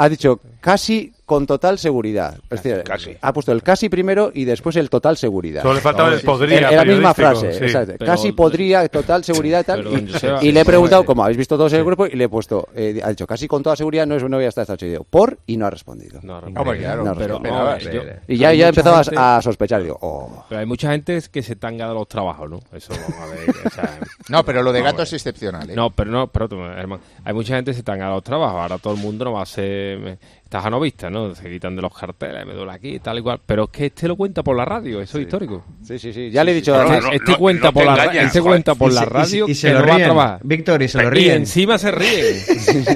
[SPEAKER 4] ha dicho casi con total seguridad. Es decir, Ha puesto el casi primero y después el total seguridad.
[SPEAKER 12] Solo le faltaba el podría
[SPEAKER 4] Era la misma
[SPEAKER 12] periodístico,
[SPEAKER 4] frase.
[SPEAKER 12] sí.
[SPEAKER 4] exacto.
[SPEAKER 12] Pero-
[SPEAKER 4] casi podría, total seguridad. Tal,
[SPEAKER 12] Perdón,
[SPEAKER 4] y, (laughs)
[SPEAKER 12] Joseba,
[SPEAKER 4] y
[SPEAKER 12] sí,
[SPEAKER 4] le he
[SPEAKER 12] sí,
[SPEAKER 4] preguntado,
[SPEAKER 12] sí.
[SPEAKER 4] como habéis visto todos en el grupo, y le he puesto, eh, ha dicho casi con toda seguridad, no es no voy a estar esta noche. Y digo, por y no ha respondido. No,
[SPEAKER 5] Hombre, claro,
[SPEAKER 4] ha
[SPEAKER 5] pero-
[SPEAKER 4] respondido.
[SPEAKER 5] pero-
[SPEAKER 13] Hombre, yo-
[SPEAKER 12] eh.
[SPEAKER 4] y ya,
[SPEAKER 13] hay
[SPEAKER 4] ya
[SPEAKER 13] mucha
[SPEAKER 4] empezaba
[SPEAKER 13] gente-
[SPEAKER 4] a sospechar. Digo, oh.
[SPEAKER 13] Pero hay mucha gente que se tanga de los trabajos, ¿no? Eso, vamos a ver. o sea,
[SPEAKER 5] (laughs) No, pero lo de
[SPEAKER 13] vamos a
[SPEAKER 5] gato
[SPEAKER 13] ver.
[SPEAKER 5] es excepcional, ¿eh?
[SPEAKER 13] No, pero no, pero tú, hermano, hay mucha gente que se tanga de los trabajos. Ahora todo el mundo no va a ser. Estás a novista, ¿no? Se quitan de los carteles, me duele aquí, tal y cual. Pero es que este lo cuenta por la radio, eso es histórico.
[SPEAKER 4] Sí, sí, sí. Ya le he dicho a
[SPEAKER 13] Este,
[SPEAKER 4] Dani-
[SPEAKER 13] este
[SPEAKER 4] no,
[SPEAKER 13] cuenta
[SPEAKER 4] no
[SPEAKER 13] por
[SPEAKER 4] te
[SPEAKER 13] la ra-
[SPEAKER 4] engañas,
[SPEAKER 13] este
[SPEAKER 4] joder.
[SPEAKER 13] cuenta por
[SPEAKER 4] Y
[SPEAKER 13] la
[SPEAKER 4] se- y se-
[SPEAKER 13] radio
[SPEAKER 4] y se
[SPEAKER 13] que
[SPEAKER 4] lo
[SPEAKER 13] no va a
[SPEAKER 4] ríen,
[SPEAKER 13] trabajar.
[SPEAKER 14] Víctor, y se lo
[SPEAKER 13] Y
[SPEAKER 14] ríen.
[SPEAKER 13] encima
[SPEAKER 4] (laughs)
[SPEAKER 13] se ríen.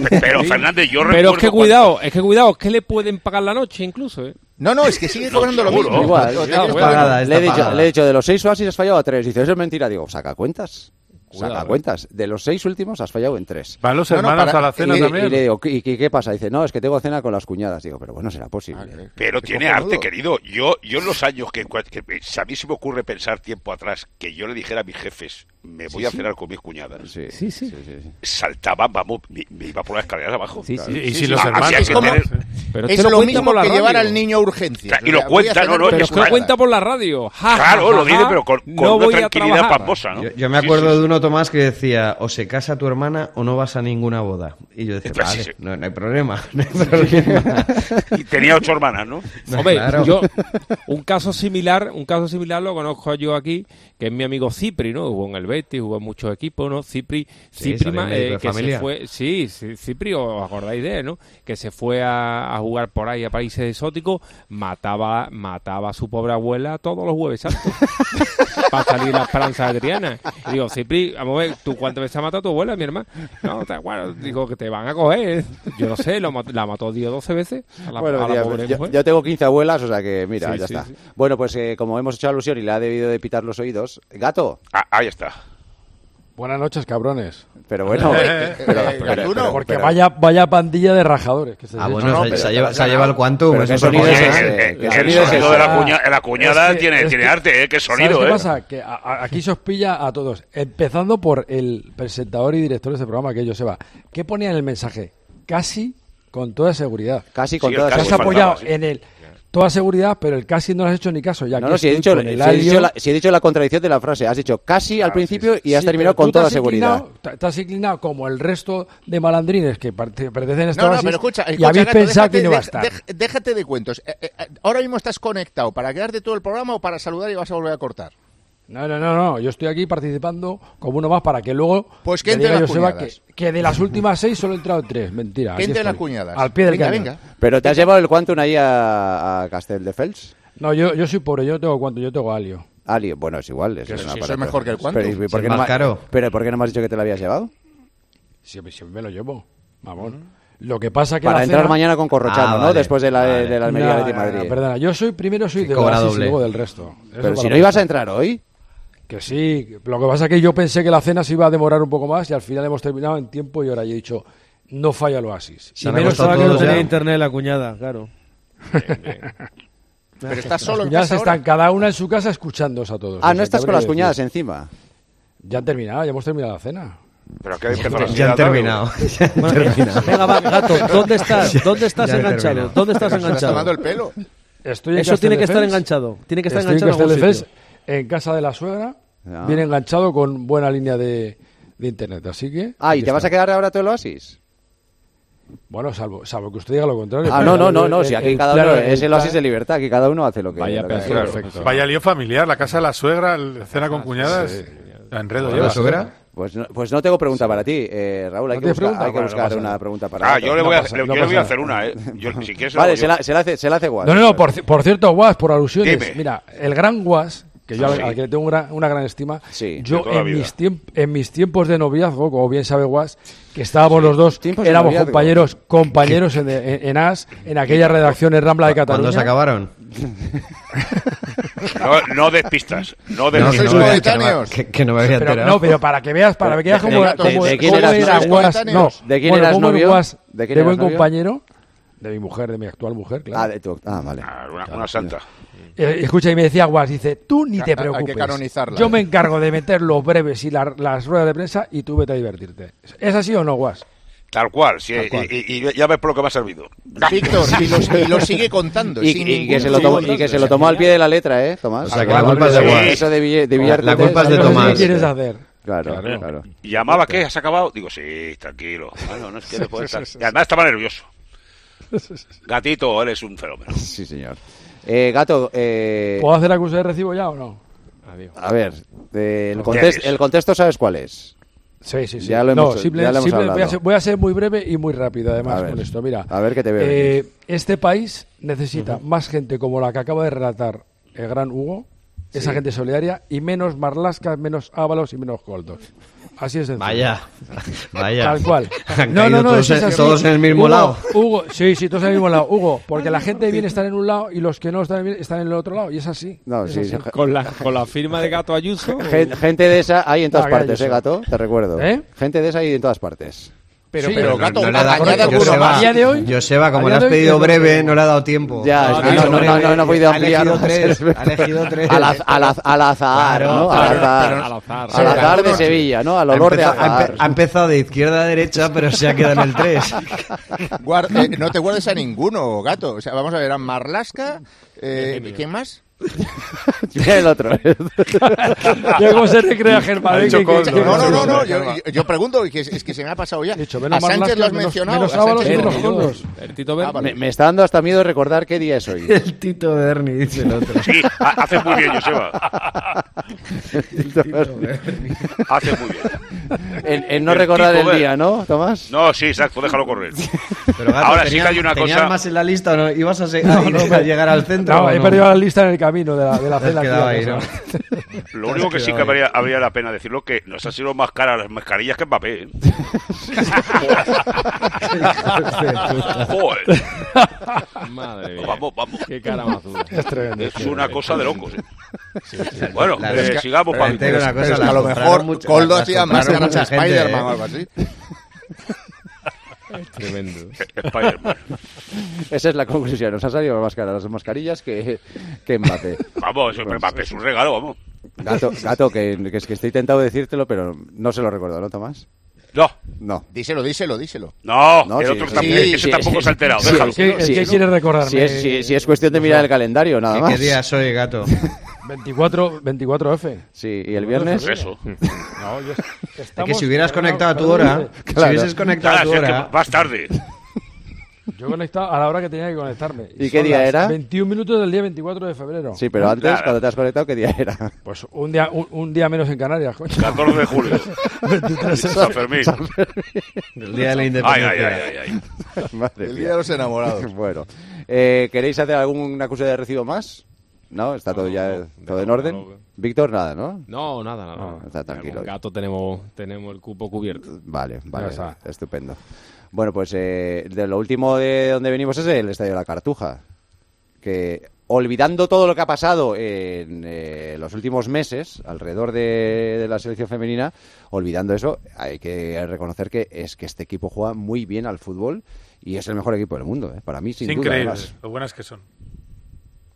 [SPEAKER 6] Pero,
[SPEAKER 13] Sí.
[SPEAKER 6] Fernández, yo
[SPEAKER 13] Pero es
[SPEAKER 6] recuerdo
[SPEAKER 13] que
[SPEAKER 6] cuando-
[SPEAKER 13] cuidado, es que cuidado, es que le pueden pagar la noche incluso, ¿eh?
[SPEAKER 5] No, no, es que sigue cobrando lo
[SPEAKER 13] seguro.
[SPEAKER 5] mismo.
[SPEAKER 13] Igual,
[SPEAKER 5] Lo
[SPEAKER 13] igual,
[SPEAKER 5] tienes
[SPEAKER 13] igual.
[SPEAKER 5] pagado.
[SPEAKER 13] Pagada,
[SPEAKER 4] le, he
[SPEAKER 13] está
[SPEAKER 4] dicho,
[SPEAKER 13] pagada.
[SPEAKER 4] le he dicho, de los seis oasis has fallado a tres. Dice, eso es mentira. Digo, saca cuentas. Saca
[SPEAKER 12] Cuidado, eh.
[SPEAKER 4] cuentas. De los seis últimos has fallado en tres.
[SPEAKER 12] ¿Van los hermanos a la cena
[SPEAKER 4] y, le-
[SPEAKER 12] también?
[SPEAKER 4] Y le digo, ¿y qué, qué pasa? Dice, no, es que tengo cena con las cuñadas. Digo, pero bueno, será
[SPEAKER 12] Ah,
[SPEAKER 4] posible.
[SPEAKER 6] Pero tiene
[SPEAKER 4] cojonudo.
[SPEAKER 6] arte, querido. Yo, yo en los años que, cua- que- si a mí se me ocurre pensar tiempo atrás que yo le dijera a mis jefes, me voy
[SPEAKER 13] Sí,
[SPEAKER 6] a
[SPEAKER 13] sí.
[SPEAKER 6] cenar con mis cuñadas.
[SPEAKER 13] Sí, sí.
[SPEAKER 6] Saltaba, vamos, me, me iba por las escaleras abajo.
[SPEAKER 13] Sí, sí.
[SPEAKER 6] Claro.
[SPEAKER 13] Y si los
[SPEAKER 6] Ah,
[SPEAKER 13] hermanos-
[SPEAKER 6] había que
[SPEAKER 13] ¿Cómo?
[SPEAKER 6] tener-
[SPEAKER 13] Pero
[SPEAKER 5] es
[SPEAKER 13] este lo
[SPEAKER 5] lo
[SPEAKER 13] cuenta
[SPEAKER 5] mismo
[SPEAKER 13] por la
[SPEAKER 5] que
[SPEAKER 13] radio.
[SPEAKER 5] llevar al niño a urgencias.
[SPEAKER 6] Y lo
[SPEAKER 5] O sea, voy a
[SPEAKER 6] cuenta,
[SPEAKER 5] cenar
[SPEAKER 6] no, no,
[SPEAKER 5] con
[SPEAKER 13] Pero
[SPEAKER 6] es
[SPEAKER 13] es que lo
[SPEAKER 6] una-
[SPEAKER 13] cuenta por la radio. Ja,
[SPEAKER 6] Claro,
[SPEAKER 13] ja,
[SPEAKER 6] lo
[SPEAKER 13] ja,
[SPEAKER 6] dice,
[SPEAKER 13] ja.
[SPEAKER 6] pero con- con
[SPEAKER 13] No
[SPEAKER 6] una
[SPEAKER 13] voy a
[SPEAKER 6] tranquilidad
[SPEAKER 13] trabajar.
[SPEAKER 6] pasmosa, ¿no?
[SPEAKER 14] Yo, yo me acuerdo de uno, Tomás, que decía, o se casa tu hermana o no vas a ninguna boda. Y yo decía,
[SPEAKER 6] Pero Pues sí,
[SPEAKER 14] vale,
[SPEAKER 6] sí.
[SPEAKER 14] no, no hay problema, (laughs) no hay problema.
[SPEAKER 6] Y tenía ocho hermanas, ¿no?
[SPEAKER 14] No,
[SPEAKER 13] Hombre,
[SPEAKER 14] claro.
[SPEAKER 13] yo un caso similar, un caso similar lo conozco yo aquí, que es mi amigo Cipri, ¿no? Hubo en el Betis, jugó en muchos equipos, ¿no? Cipri,
[SPEAKER 14] Sí,
[SPEAKER 13] Cipri
[SPEAKER 14] salió
[SPEAKER 13] ma-
[SPEAKER 14] en médico
[SPEAKER 13] eh,
[SPEAKER 14] de
[SPEAKER 13] que se
[SPEAKER 14] familia.
[SPEAKER 13] fue, sí, sí, Cipri, os acordáis de él, ¿no? Que se fue a, a jugar por ahí a países exóticos, mataba, mataba a su pobre abuela todos los jueves santos para salir la esperanza adriana. Y digo, Cipri, vamos a ver, ¿tú cuántas veces has matado a tu abuela, mi hermano? No, te acuerdas. Digo, que te van a coger. Yo no sé, lo mat- la mató 10 o 12 veces a la,
[SPEAKER 4] Bueno,
[SPEAKER 13] a la
[SPEAKER 4] tía,
[SPEAKER 13] pobre
[SPEAKER 4] yo,
[SPEAKER 13] mujer.
[SPEAKER 4] yo tengo 15 abuelas, o sea que mira,
[SPEAKER 13] Sí,
[SPEAKER 4] ya
[SPEAKER 13] sí,
[SPEAKER 4] está.
[SPEAKER 13] sí.
[SPEAKER 4] Bueno, pues eh, como hemos hecho alusión y le ha debido de pitar los oídos, gato.
[SPEAKER 6] ahí está.
[SPEAKER 16] Buenas noches, cabrones.
[SPEAKER 4] Pero bueno, pero- pero- pero-
[SPEAKER 16] porque
[SPEAKER 4] pero-
[SPEAKER 16] vaya, vaya pandilla de rajadores. Que se
[SPEAKER 14] Ah, bueno, se- se lleva- se ha llevado el Quantum,
[SPEAKER 16] cuanto
[SPEAKER 14] Pero eso qué es otra sonido cosa. es ese,
[SPEAKER 6] qué eh, sonido de la cuña- de la cuñada tiene- tiene arte, ¿eh? Qué sonido,
[SPEAKER 16] ¿Qué
[SPEAKER 6] ¿eh?
[SPEAKER 16] pasa? Que a- a- aquí se os pilla a todos. Empezando por el presentador y director de este programa, que es Joseba. ¿Qué ponía en el mensaje? Casi con toda seguridad.
[SPEAKER 4] Casi
[SPEAKER 16] con
[SPEAKER 4] Sí, el toda casi
[SPEAKER 16] Te has apoyado
[SPEAKER 4] faltaba, sí.
[SPEAKER 16] en el toda seguridad, pero el casi no lo has hecho ni caso. Ya
[SPEAKER 4] No, no, si he, dicho, si he dicho la, si he dicho la contradicción de la frase, has dicho casi al principio y has terminado con toda seguridad.
[SPEAKER 16] Estás inclinado como el resto de malandrines que parte- pertenecen a esta
[SPEAKER 5] No, no,
[SPEAKER 16] oasis
[SPEAKER 5] pero escucha,
[SPEAKER 16] y
[SPEAKER 5] escucha,
[SPEAKER 16] habéis
[SPEAKER 5] Gato,
[SPEAKER 16] pensado
[SPEAKER 5] déjate-
[SPEAKER 16] que no va a
[SPEAKER 5] dej-
[SPEAKER 16] estar.
[SPEAKER 5] dej- déjate de cuentos. Eh, eh, eh, ahora mismo estás conectado para quedarte todo el programa o para saludar y vas a volver a cortar.
[SPEAKER 16] No, no, no, no. Yo estoy aquí participando como uno más para que luego.
[SPEAKER 5] Pues que
[SPEAKER 16] me
[SPEAKER 5] entre
[SPEAKER 16] diga
[SPEAKER 5] las
[SPEAKER 16] Joseba
[SPEAKER 5] cuñadas.
[SPEAKER 16] que, que
[SPEAKER 4] (laughs)
[SPEAKER 16] de las últimas seis solo he entrado en tres. Mentira.
[SPEAKER 5] Que
[SPEAKER 16] así
[SPEAKER 5] entre las
[SPEAKER 16] estoy.
[SPEAKER 5] cuñadas.
[SPEAKER 16] Al pie del
[SPEAKER 5] Venga,
[SPEAKER 16] cañón.
[SPEAKER 5] venga.
[SPEAKER 4] Pero te has llevado el quantum ahí a, a Castel de Fels.
[SPEAKER 16] No, yo, yo soy pobre, yo no tengo cuánto, yo tengo alio.
[SPEAKER 4] Alio, bueno, es igual. Es
[SPEAKER 16] Que
[SPEAKER 4] una
[SPEAKER 16] si soy
[SPEAKER 4] barata.
[SPEAKER 16] mejor que el Quantum.
[SPEAKER 4] Pero, ¿y
[SPEAKER 16] Si
[SPEAKER 4] por
[SPEAKER 16] es
[SPEAKER 4] qué no
[SPEAKER 16] más
[SPEAKER 4] me-
[SPEAKER 16] caro.
[SPEAKER 4] pero ¿por qué no me has dicho que te lo habías llevado?
[SPEAKER 16] Si, si me lo llevo. Vamos. Mm. Lo que pasa que.
[SPEAKER 4] Para
[SPEAKER 16] la
[SPEAKER 4] entrar
[SPEAKER 16] cena-
[SPEAKER 4] mañana con Corrochano,
[SPEAKER 14] Ah,
[SPEAKER 4] ¿no?
[SPEAKER 14] vale,
[SPEAKER 4] Después de la,
[SPEAKER 14] vale.
[SPEAKER 4] de la Almería
[SPEAKER 16] No,
[SPEAKER 4] Athletic
[SPEAKER 16] no, no,
[SPEAKER 4] Madrid.
[SPEAKER 16] Perdona, yo soy primero soy de
[SPEAKER 4] cobra
[SPEAKER 16] Oasis y
[SPEAKER 4] doble.
[SPEAKER 16] luego del resto. Eso
[SPEAKER 4] Pero
[SPEAKER 16] para
[SPEAKER 4] si no
[SPEAKER 16] mí.
[SPEAKER 4] ibas a entrar hoy.
[SPEAKER 16] Que sí, lo que pasa es que yo pensé que la cena se iba a demorar un poco más y al final hemos terminado en tiempo y ahora yo he dicho, no falla el oasis.
[SPEAKER 11] Y menos ahora que no tenía internet la cuñada, claro.
[SPEAKER 5] (laughs) Pero estás solo
[SPEAKER 16] Las
[SPEAKER 5] en
[SPEAKER 16] cuñadas
[SPEAKER 5] casa
[SPEAKER 16] están
[SPEAKER 5] ahora.
[SPEAKER 16] cada una en su casa escuchándos a todos.
[SPEAKER 4] Ah,
[SPEAKER 16] O
[SPEAKER 4] no
[SPEAKER 16] sea,
[SPEAKER 4] estás
[SPEAKER 16] que
[SPEAKER 4] con las
[SPEAKER 16] habría que decir.
[SPEAKER 4] cuñadas encima.
[SPEAKER 16] Ya han terminado, ya hemos terminado la cena.
[SPEAKER 6] Pero
[SPEAKER 16] que
[SPEAKER 6] habéis empezado a las
[SPEAKER 14] Ya han terminado.
[SPEAKER 11] (laughs)
[SPEAKER 14] Ya han terminado.
[SPEAKER 11] Venga, va, (laughs) gato, ¿dónde estás? ¿Dónde estás
[SPEAKER 14] Ya han
[SPEAKER 11] enganchado?
[SPEAKER 14] terminado.
[SPEAKER 11] ¿Dónde estás
[SPEAKER 14] Pero si le
[SPEAKER 11] enganchado?
[SPEAKER 14] estás tomando el pelo.
[SPEAKER 16] Estoy en
[SPEAKER 11] Eso tiene que estar
[SPEAKER 16] Castelldefels.
[SPEAKER 11] enganchado. Tiene que estar
[SPEAKER 16] Estoy
[SPEAKER 11] enganchado en algún
[SPEAKER 16] Castelldefels,
[SPEAKER 11] sitio.
[SPEAKER 16] en casa de la suegra,
[SPEAKER 11] Ya.
[SPEAKER 16] bien enganchado con buena línea de, de internet, así que...
[SPEAKER 4] Ah, ¿y
[SPEAKER 16] aquí
[SPEAKER 4] te vas a
[SPEAKER 16] está.
[SPEAKER 4] quedar ahora tú el Oasis?
[SPEAKER 16] Bueno, salvo, salvo que usted diga lo contrario.
[SPEAKER 4] Ah,
[SPEAKER 16] pero
[SPEAKER 4] no,
[SPEAKER 16] claro,
[SPEAKER 4] no, no,
[SPEAKER 16] el-
[SPEAKER 4] no.
[SPEAKER 16] el-
[SPEAKER 4] Si aquí
[SPEAKER 16] el
[SPEAKER 4] cada
[SPEAKER 16] plan-
[SPEAKER 4] uno es el
[SPEAKER 16] plan-
[SPEAKER 4] Oasis de libertad, aquí cada uno hace lo que lo que-
[SPEAKER 12] Vaya lío familiar, la casa de la suegra, la cena con cuñadas. La enredo
[SPEAKER 4] Ah, ¿La
[SPEAKER 12] lleva.
[SPEAKER 4] suegra? Pues no, pues no tengo pregunta para ti, eh, Raúl. Hay
[SPEAKER 12] ¿No
[SPEAKER 4] que buscar,
[SPEAKER 12] tienes pregunta?
[SPEAKER 4] hay que
[SPEAKER 12] Bueno, no
[SPEAKER 4] buscar
[SPEAKER 12] pasa
[SPEAKER 4] una
[SPEAKER 12] nada.
[SPEAKER 4] pregunta para
[SPEAKER 6] Ah, yo le
[SPEAKER 4] No
[SPEAKER 6] voy a
[SPEAKER 4] pasa-
[SPEAKER 6] yo le
[SPEAKER 4] no
[SPEAKER 6] voy
[SPEAKER 4] pasa
[SPEAKER 6] a
[SPEAKER 4] nada.
[SPEAKER 6] hacer una, ¿eh? Yo, si quieres,
[SPEAKER 4] Vale,
[SPEAKER 6] hago
[SPEAKER 4] se
[SPEAKER 6] yo.
[SPEAKER 4] la, se la hace, se la hace Guas.
[SPEAKER 16] No, no, no, por, ci- por cierto, Guas, por alusiones.
[SPEAKER 4] Dime.
[SPEAKER 16] Mira, el gran Guas, que yo
[SPEAKER 4] Ah,
[SPEAKER 16] al-
[SPEAKER 4] sí.
[SPEAKER 16] al que le tengo un gran- una gran estima, yo
[SPEAKER 4] de toda la
[SPEAKER 16] en
[SPEAKER 4] vida.
[SPEAKER 16] mis, tiemp- en mis tiempos de noviazgo, como bien sabe Guas, que estábamos los dos,
[SPEAKER 4] de
[SPEAKER 16] éramos
[SPEAKER 4] noviazgo. (laughs)
[SPEAKER 16] compañeros compañeros en, en- en AS, en aquellas redacciones Rambla de Cataluña.
[SPEAKER 14] ¿Cuándo se acabaron?
[SPEAKER 6] No, no despistas, no
[SPEAKER 14] No, que
[SPEAKER 6] despistas.
[SPEAKER 14] no me había- que no me- que- que no me había
[SPEAKER 16] Pero,
[SPEAKER 14] enterado.
[SPEAKER 16] no, pero para que veas, para que veas cómo, era- cómo- cómo era Guas. No,
[SPEAKER 4] ¿De quién
[SPEAKER 16] bueno,
[SPEAKER 4] eras
[SPEAKER 16] cómo era
[SPEAKER 4] novio?
[SPEAKER 16] Guas
[SPEAKER 4] ¿De quién
[SPEAKER 16] de
[SPEAKER 4] eras
[SPEAKER 16] buen
[SPEAKER 4] novio?
[SPEAKER 16] compañero, de mi mujer, de mi actual mujer, claro.
[SPEAKER 4] Ah, de tu- ah, vale.
[SPEAKER 6] una, una santa.
[SPEAKER 16] Eh, escucha, y me decía Guas, dice, tú ni
[SPEAKER 5] Ha-
[SPEAKER 16] te
[SPEAKER 5] hay que
[SPEAKER 16] preocupes.
[SPEAKER 5] canonizarla,
[SPEAKER 16] Yo
[SPEAKER 5] eh.
[SPEAKER 16] me encargo de meter los breves y la- las ruedas de prensa y tú vete a divertirte. ¿Es así o no, Guas?
[SPEAKER 4] Eh.
[SPEAKER 6] Tal cual, sí,
[SPEAKER 16] Tal cual.
[SPEAKER 6] Y, y- y ya ves por lo que me ha servido.
[SPEAKER 5] Víctor, y lo- y lo sigue contando,
[SPEAKER 4] Y,
[SPEAKER 5] sin
[SPEAKER 4] y que
[SPEAKER 5] ningún
[SPEAKER 4] se lo tomó,
[SPEAKER 5] tipo
[SPEAKER 4] y que
[SPEAKER 5] de-
[SPEAKER 4] se lo tomó al pie de la letra, ¿eh, Tomás?
[SPEAKER 14] O sea, que la culpa es de Guas.
[SPEAKER 4] Eso de Ville- de
[SPEAKER 14] La-
[SPEAKER 4] Villar-
[SPEAKER 14] la culpa es de
[SPEAKER 4] No sé qué
[SPEAKER 14] Tomás.
[SPEAKER 4] quieres
[SPEAKER 16] hacer.
[SPEAKER 4] Claro, claro.
[SPEAKER 6] Y llamaba, ¿qué? ¿Has acabado? Digo, sí, tranquilo. Bueno, no es
[SPEAKER 4] (laughs)
[SPEAKER 6] que después estar- Y además estaba nervioso. Gatito, eres un fenómeno.
[SPEAKER 4] Sí, señor. Eh, gato, eh,
[SPEAKER 16] ¿Puedo hacer acuse de recibo ya o no?
[SPEAKER 4] a ver, eh, el,
[SPEAKER 14] Pues
[SPEAKER 16] Ya
[SPEAKER 4] context-
[SPEAKER 16] ves.
[SPEAKER 4] el contexto sabes cuál es.
[SPEAKER 16] Sí, sí, sí.
[SPEAKER 4] Ya lo hemos,
[SPEAKER 16] no, simple-
[SPEAKER 4] ya lo hemos
[SPEAKER 16] simple- voy, a
[SPEAKER 4] hablado.
[SPEAKER 16] ser, voy a ser muy breve y muy rápido,
[SPEAKER 4] A
[SPEAKER 16] además,
[SPEAKER 4] ver.
[SPEAKER 16] con esto. Mira,
[SPEAKER 4] A ver qué te veo.
[SPEAKER 16] eh, este país necesita más gente como la que acaba de relatar el gran Hugo, esa
[SPEAKER 14] Sí.
[SPEAKER 16] gente solidaria, y menos marlascas, menos ábalos y menos coldos. Así es.
[SPEAKER 15] (laughs)
[SPEAKER 14] Vaya, vaya.
[SPEAKER 16] Tal
[SPEAKER 14] (laughs)
[SPEAKER 16] cual.
[SPEAKER 14] Han caído todos,
[SPEAKER 16] eso es
[SPEAKER 14] en-
[SPEAKER 16] así.
[SPEAKER 14] todos en el mismo
[SPEAKER 16] Hugo,
[SPEAKER 14] lado.
[SPEAKER 16] Hugo, sí, sí, todos en el mismo lado. Hugo, porque la gente de bien está en un lado y los que no están bien están en el otro lado. Y es así.
[SPEAKER 4] No,
[SPEAKER 16] es
[SPEAKER 4] sí,
[SPEAKER 16] así.
[SPEAKER 4] sí.
[SPEAKER 13] Con la, con la firma de Gato Ayuso.
[SPEAKER 4] (laughs) Gen- Gente de esa hay en todas
[SPEAKER 16] Ah,
[SPEAKER 4] partes,
[SPEAKER 16] gallo,
[SPEAKER 4] ¿eh,
[SPEAKER 16] sí.
[SPEAKER 4] gato? Te recuerdo.
[SPEAKER 16] ¿Eh?
[SPEAKER 4] Gente de esa hay en todas partes.
[SPEAKER 16] Pero,
[SPEAKER 14] Sí, pero no le ha dado-
[SPEAKER 16] apañada
[SPEAKER 14] Joseba-
[SPEAKER 16] alguno más. A día de hoy-
[SPEAKER 14] Joseba, como
[SPEAKER 16] a
[SPEAKER 14] le
[SPEAKER 16] día
[SPEAKER 14] has
[SPEAKER 16] de hoy
[SPEAKER 14] pedido
[SPEAKER 16] es lo
[SPEAKER 14] breve,
[SPEAKER 16] que-
[SPEAKER 14] no le ha dado tiempo.
[SPEAKER 4] Ya,
[SPEAKER 14] Ah,
[SPEAKER 4] es
[SPEAKER 14] ha
[SPEAKER 4] que no,
[SPEAKER 14] dicho
[SPEAKER 4] no, no,
[SPEAKER 14] breve.
[SPEAKER 4] no, no he podido ampliar.
[SPEAKER 14] Ha elegido
[SPEAKER 4] no (laughs) sé.
[SPEAKER 14] tres. Ha elegido tres.
[SPEAKER 4] Al, az- al az- al azar,
[SPEAKER 14] Claro,
[SPEAKER 4] ¿no? Al
[SPEAKER 14] claro,
[SPEAKER 4] azar.
[SPEAKER 14] pero-
[SPEAKER 4] Al azar.
[SPEAKER 14] Sí, algunos-
[SPEAKER 4] de Sevilla, ¿no? Al
[SPEAKER 14] Ha
[SPEAKER 4] olor de
[SPEAKER 14] empezado- ha empe-
[SPEAKER 4] azar.
[SPEAKER 14] Ha empezado de izquierda a derecha, pero se ha quedado en el 3.
[SPEAKER 5] Guard- eh, no te guardes a ninguno, gato. O sea, vamos a ver, a Marlaska. Eh, ¿Quién más?
[SPEAKER 4] (laughs) El otro.
[SPEAKER 16] (laughs) Ya cómo se recrea Germán, Ha eh, dicho que- Coldo, que-
[SPEAKER 5] No, no, no,
[SPEAKER 16] ¿no?
[SPEAKER 5] no,
[SPEAKER 16] Sí,
[SPEAKER 5] yo,
[SPEAKER 16] Germán.
[SPEAKER 5] yo- yo pregunto, que es, es que se me ha pasado ya. a
[SPEAKER 16] menos
[SPEAKER 5] Sánchez lo
[SPEAKER 16] Marlaska,
[SPEAKER 5] has
[SPEAKER 16] menos-
[SPEAKER 5] mencionado.
[SPEAKER 16] menos
[SPEAKER 5] a Sánchez Ah,
[SPEAKER 16] Ábalos y
[SPEAKER 5] lo has
[SPEAKER 16] menos
[SPEAKER 5] mencionado.
[SPEAKER 16] Coldos.
[SPEAKER 13] El Tito Berni.
[SPEAKER 4] me, me está dando hasta miedo
[SPEAKER 16] (laughs)
[SPEAKER 4] recordar qué día es hoy.
[SPEAKER 14] El Tito Berni, dice el otro.
[SPEAKER 6] Sí, ha- haces muy bien, Joseba.
[SPEAKER 14] eh,
[SPEAKER 6] Hace muy bien.
[SPEAKER 4] En, en no recordar
[SPEAKER 6] tipo
[SPEAKER 4] el
[SPEAKER 6] de-
[SPEAKER 4] día, ¿no, Tomás?
[SPEAKER 6] No, sí, exacto, déjalo correr.
[SPEAKER 14] Pero Gato,
[SPEAKER 6] Ahora sí
[SPEAKER 14] ¿tenías-
[SPEAKER 6] que hay una
[SPEAKER 14] ¿tenías
[SPEAKER 6] cosa.
[SPEAKER 14] más en la lista o no? ¿Ibas a, se- a ir- a
[SPEAKER 16] me-
[SPEAKER 14] llegar al centro?
[SPEAKER 16] No,
[SPEAKER 14] o
[SPEAKER 16] he
[SPEAKER 14] no?
[SPEAKER 16] perdido la lista en el camino de
[SPEAKER 14] (laughs)
[SPEAKER 16] la, de la
[SPEAKER 14] Te has
[SPEAKER 16] cena.
[SPEAKER 14] quedado
[SPEAKER 16] tía,
[SPEAKER 14] ahí, ¿no?
[SPEAKER 16] cosa.
[SPEAKER 6] (laughs) Lo único que sí que habría, habría la pena decirlo que nos han sido más caras las mascarillas
[SPEAKER 5] (laughs)
[SPEAKER 6] que Mbappé. ¿eh? Joder.
[SPEAKER 13] Madre mía.
[SPEAKER 6] Vamos, vamos.
[SPEAKER 13] Qué cara más dura.
[SPEAKER 6] Es,
[SPEAKER 13] tremendo, sí,
[SPEAKER 6] una
[SPEAKER 13] sí.
[SPEAKER 6] cosa de locos. ¿eh?
[SPEAKER 13] Sí, sí.
[SPEAKER 6] Bueno,
[SPEAKER 13] La
[SPEAKER 6] eh,
[SPEAKER 13] verdad es que-
[SPEAKER 6] sigamos
[SPEAKER 13] pero
[SPEAKER 6] para
[SPEAKER 13] te digo una cosa,
[SPEAKER 5] a lo mejor Coldo hacía más ganas a
[SPEAKER 16] ¿eh?
[SPEAKER 5] Spider-Man
[SPEAKER 13] ¿eh?
[SPEAKER 5] o algo así.
[SPEAKER 13] Tremendo.
[SPEAKER 6] Spider-Man.
[SPEAKER 4] Esa es la conclusión. Nos han salido más caras las mascarillas que, que Mbappé.
[SPEAKER 6] Vamos, eso, Mbappé es un regalo, vamos.
[SPEAKER 4] Gato, gato que, que es que estoy tentado de decírtelo, pero no se lo recuerdo, ¿no, Tomás?
[SPEAKER 6] No.
[SPEAKER 4] No.
[SPEAKER 5] Díselo, díselo, díselo.
[SPEAKER 6] No,
[SPEAKER 4] No,
[SPEAKER 6] el
[SPEAKER 4] sí,
[SPEAKER 6] otro
[SPEAKER 4] sí,
[SPEAKER 6] tampoco,
[SPEAKER 4] sí,
[SPEAKER 6] ese
[SPEAKER 4] sí,
[SPEAKER 6] tampoco
[SPEAKER 4] sí.
[SPEAKER 6] se ha alterado.
[SPEAKER 4] Sí,
[SPEAKER 6] déjalo.
[SPEAKER 4] sí, sí, sí. Si es, si- si es cuestión de mirar el calendario, nada
[SPEAKER 14] ¿Qué-
[SPEAKER 4] más.
[SPEAKER 14] ¿Qué día soy,
[SPEAKER 16] (laughs)
[SPEAKER 14] gato?
[SPEAKER 16] 24, 24F.
[SPEAKER 4] Sí, ¿y el viernes?
[SPEAKER 6] Eso.
[SPEAKER 16] No, yo-
[SPEAKER 14] Es
[SPEAKER 16] estamos-
[SPEAKER 14] que si hubieras
[SPEAKER 16] perdona,
[SPEAKER 14] conectado a tu
[SPEAKER 16] perdona.
[SPEAKER 14] hora, si hubieses conectado a tu
[SPEAKER 6] Claro, si es
[SPEAKER 14] hora,
[SPEAKER 6] que más tarde.
[SPEAKER 16] Yo he conectado a la hora que tenía que conectarme.
[SPEAKER 4] ¿Y
[SPEAKER 16] son
[SPEAKER 4] qué día
[SPEAKER 16] las
[SPEAKER 4] era?
[SPEAKER 16] 21 minutos del día 24 de febrero.
[SPEAKER 4] Sí, pero antes, cuando te has conectado, ¿qué día era?
[SPEAKER 16] Pues un día, un, un día menos en Canarias, coño.
[SPEAKER 6] 14 de
[SPEAKER 4] (laughs)
[SPEAKER 16] (laughs)
[SPEAKER 6] julio.
[SPEAKER 16] 23
[SPEAKER 6] San Fermín.
[SPEAKER 16] San
[SPEAKER 14] El día de la independencia.
[SPEAKER 6] Ay, ay, ay, ay, ay.
[SPEAKER 4] (laughs) Madre
[SPEAKER 5] El
[SPEAKER 4] mía.
[SPEAKER 5] día de los enamorados.
[SPEAKER 4] (laughs) bueno, eh, ¿queréis hacer alguna acusación de recibo más? No, está todo ya todo en orden. Víctor, nada, ¿no?
[SPEAKER 13] No, nada, nada.
[SPEAKER 4] No, está tranquilo.
[SPEAKER 13] Con gato tenemos, tenemos el cupo cubierto.
[SPEAKER 4] Vale, vale,
[SPEAKER 13] Ya está.
[SPEAKER 4] estupendo. Bueno, pues eh, de lo último de donde venimos es el Estadio de la Cartuja, que olvidando todo lo que ha pasado en eh, los últimos meses alrededor de, de la selección femenina, olvidando eso, hay que reconocer que es que este equipo juega muy bien al fútbol y es el mejor equipo del mundo, ¿eh? para mí sin
[SPEAKER 12] Es
[SPEAKER 4] duda.
[SPEAKER 12] increíble
[SPEAKER 4] además.
[SPEAKER 12] lo buenas
[SPEAKER 4] (laughs)
[SPEAKER 12] que son.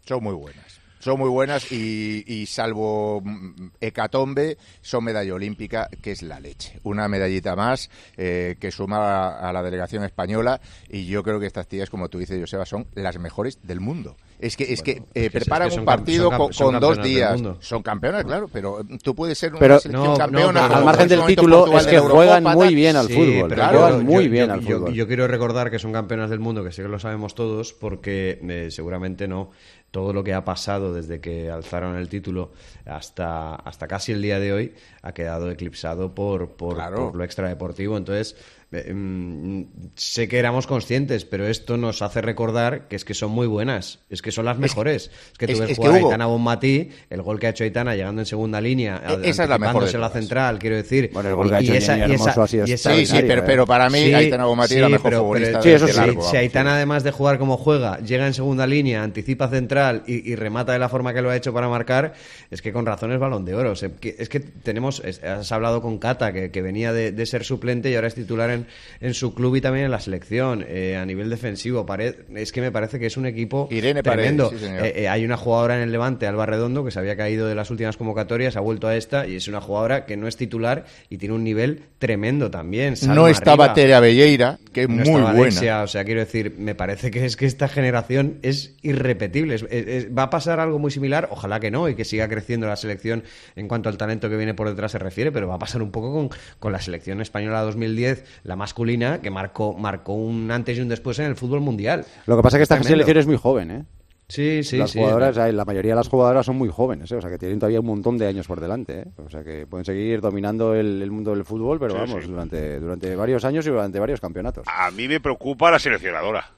[SPEAKER 5] Son muy buenas. Son muy buenas y, y salvo mm, hecatombe, son medalla olímpica, que es la leche. Una medallita más eh, que suma a, a la delegación española y yo creo que estas tías, como tú dices, Joseba, son las mejores del mundo. Es que, es que eh,
[SPEAKER 14] es que
[SPEAKER 5] preparan
[SPEAKER 14] son
[SPEAKER 5] un
[SPEAKER 14] cam-
[SPEAKER 5] partido
[SPEAKER 14] son cam-
[SPEAKER 5] con,
[SPEAKER 14] son
[SPEAKER 5] con dos
[SPEAKER 14] campeonas del
[SPEAKER 5] días.
[SPEAKER 14] mundo.
[SPEAKER 5] Son campeonas, claro, pero eh, tú puedes ser una
[SPEAKER 4] Pero-
[SPEAKER 5] selección
[SPEAKER 4] No, no,
[SPEAKER 5] campeona.
[SPEAKER 4] pero-
[SPEAKER 5] como
[SPEAKER 4] al margen
[SPEAKER 5] en su
[SPEAKER 4] del
[SPEAKER 5] momento
[SPEAKER 4] título,
[SPEAKER 5] Portugal
[SPEAKER 4] es
[SPEAKER 5] de
[SPEAKER 4] que
[SPEAKER 5] la
[SPEAKER 4] juegan
[SPEAKER 5] Eurocopa,
[SPEAKER 4] muy
[SPEAKER 5] tal.
[SPEAKER 4] bien al
[SPEAKER 14] Sí,
[SPEAKER 4] fútbol,
[SPEAKER 14] pero
[SPEAKER 4] juegan muy
[SPEAKER 14] yo-
[SPEAKER 4] bien
[SPEAKER 14] yo-
[SPEAKER 4] al
[SPEAKER 14] yo-
[SPEAKER 4] fútbol.
[SPEAKER 14] Yo quiero recordar que son campeonas del mundo, que sé que lo sabemos todos, porque eh, seguramente no. Todo lo que ha pasado desde que alzaron el título hasta, hasta casi el día de hoy ha quedado eclipsado por, por,
[SPEAKER 5] Claro.
[SPEAKER 14] por lo extradeportivo. Entonces, eh, mm, sé que éramos conscientes, pero esto nos hace recordar que es que son muy buenas, es que son las mejores. Es que tú
[SPEAKER 5] es-
[SPEAKER 14] ves
[SPEAKER 5] es que
[SPEAKER 14] jugar a
[SPEAKER 5] hubo-
[SPEAKER 14] Aitana Bonmatí, el gol que ha hecho Aitana llegando en segunda línea,
[SPEAKER 5] E- esa es la mejor de
[SPEAKER 14] anticipándose a la
[SPEAKER 5] todas.
[SPEAKER 14] central, quiero decir.
[SPEAKER 4] Bueno, el gol que ha hecho Jenny Hermoso ha sido
[SPEAKER 5] Sí, sí, pero, pero para mí
[SPEAKER 14] Sí,
[SPEAKER 5] Aitana Bonmatí es la
[SPEAKER 14] sí,
[SPEAKER 5] mejor
[SPEAKER 14] pero-
[SPEAKER 5] futbolista
[SPEAKER 14] pero-
[SPEAKER 5] del-
[SPEAKER 14] sí,
[SPEAKER 5] del
[SPEAKER 14] sí,
[SPEAKER 5] largo,
[SPEAKER 14] Si
[SPEAKER 5] vamos.
[SPEAKER 14] Aitana, además de jugar como juega, llega en segunda línea, anticipa central y, y remata de la forma que lo ha hecho para marcar, es que con razón es balón de oro. O sea, que- es que tenemos, es- has hablado con Cata, que, que venía de, de ser suplente y ahora es titular en, en su club y también en la selección. Eh, a nivel defensivo, pare- es que me parece que es un equipo
[SPEAKER 5] Irene Paredes,
[SPEAKER 14] tremendo.
[SPEAKER 5] sí, señor.
[SPEAKER 14] Eh, eh, hay una jugadora en el Levante, Alba Redondo, que se había caído de las últimas convocatorias, ha vuelto a esta y es una jugadora que no es titular y tiene un nivel tremendo también. Salma
[SPEAKER 5] No estaba
[SPEAKER 14] arriba.
[SPEAKER 5] Terea Belleira, que es
[SPEAKER 14] No
[SPEAKER 5] muy
[SPEAKER 14] estaba
[SPEAKER 5] buena.
[SPEAKER 14] Alexia, o sea, quiero decir, me parece que es que esta generación es irrepetible. Es- es- es- va a pasar algo muy similar, ojalá que no, y que siga creciendo la selección en cuanto al talento que viene por detrás se refiere, pero va a pasar un poco con, con la selección española 2010, la masculina, que marcó, marcó un antes y un después en el fútbol mundial.
[SPEAKER 4] Lo que pasa es que esta
[SPEAKER 14] Tremendo.
[SPEAKER 4] selección es muy joven, ¿eh?
[SPEAKER 14] Sí, sí,
[SPEAKER 4] las
[SPEAKER 14] sí.
[SPEAKER 4] jugadoras, o sea, la mayoría de las jugadoras son muy jóvenes, ¿eh? o sea que tienen todavía un montón de años por delante, ¿eh? o sea que pueden seguir dominando el, el mundo del fútbol, pero
[SPEAKER 6] Sí,
[SPEAKER 4] vamos,
[SPEAKER 6] sí. Ah,
[SPEAKER 4] durante durante varios años y durante varios campeonatos.
[SPEAKER 6] A mí me preocupa la seleccionadora.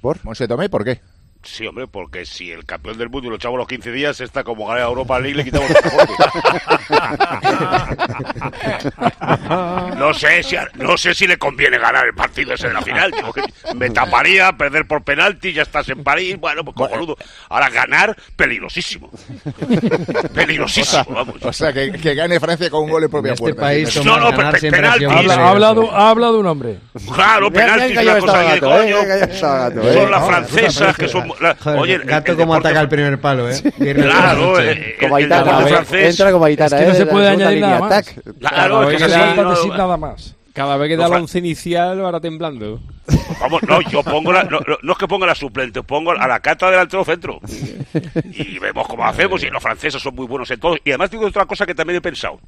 [SPEAKER 4] ¿Por?
[SPEAKER 5] Monse Tomé, ¿por qué?
[SPEAKER 6] Sí, hombre, porque si el campeón del mundo lo echamos los 15 días, está como gana Europa League, le quitamos los cojones. no, sé si, a- no sé si le conviene ganar el partido ese de la final. tío, que me taparía, perder por penalti, ya estás en París. Bueno, pues cojonudo. Ahora ganar, peligrosísimo. peligrosísimo, vamos.
[SPEAKER 5] O sea, que, que gane Francia con un gol en propia
[SPEAKER 14] este
[SPEAKER 5] puerta.
[SPEAKER 14] país,
[SPEAKER 5] Sí.
[SPEAKER 14] Tomás,
[SPEAKER 6] No, no,
[SPEAKER 14] ganar
[SPEAKER 6] pe-
[SPEAKER 14] siempre ha sido
[SPEAKER 6] penaltis.
[SPEAKER 14] muy
[SPEAKER 6] Habla-
[SPEAKER 14] peligroso.
[SPEAKER 16] Hablado, ha hablado un hombre.
[SPEAKER 6] Claro,
[SPEAKER 4] Bien,
[SPEAKER 6] penalti
[SPEAKER 4] bien
[SPEAKER 6] es
[SPEAKER 4] que yo
[SPEAKER 6] Ah, una cosa
[SPEAKER 4] estaba
[SPEAKER 6] ahí de
[SPEAKER 4] gato, ¿eh?
[SPEAKER 6] coño.
[SPEAKER 4] Bien que yo estaba gato, ¿eh?
[SPEAKER 6] Son las
[SPEAKER 4] No,
[SPEAKER 6] francesas que son. la-
[SPEAKER 14] Joder,
[SPEAKER 6] oye, el-
[SPEAKER 14] gato
[SPEAKER 6] el
[SPEAKER 14] como
[SPEAKER 6] deporte
[SPEAKER 14] ataca el primer palo, ¿eh? Viernes por la
[SPEAKER 6] Claro,
[SPEAKER 14] noche.
[SPEAKER 6] eh,
[SPEAKER 4] Como
[SPEAKER 6] el- el
[SPEAKER 4] Aitana,
[SPEAKER 6] deporte
[SPEAKER 4] ¿eh?
[SPEAKER 6] francés.
[SPEAKER 4] entra como Aitana,
[SPEAKER 16] Es que
[SPEAKER 4] ¿eh?
[SPEAKER 16] no se
[SPEAKER 4] Desde
[SPEAKER 16] puede
[SPEAKER 4] la segunda
[SPEAKER 16] añadir nada
[SPEAKER 4] línea,
[SPEAKER 16] más.
[SPEAKER 4] tac.
[SPEAKER 6] Claro,
[SPEAKER 16] Porque
[SPEAKER 6] es que
[SPEAKER 16] no
[SPEAKER 6] sí,
[SPEAKER 16] falta
[SPEAKER 6] no,
[SPEAKER 16] decir nada más.
[SPEAKER 13] Cada vez que
[SPEAKER 6] Los
[SPEAKER 13] da
[SPEAKER 6] fra-
[SPEAKER 13] once inicial, ahora temblando.
[SPEAKER 6] Vamos, no, yo pongo la, no, no- no es que ponga la suplente, pongo a la cata delantero centro. Y vemos cómo hacemos, y los franceses son muy buenos en todo. Y además digo otra cosa que también he pensado.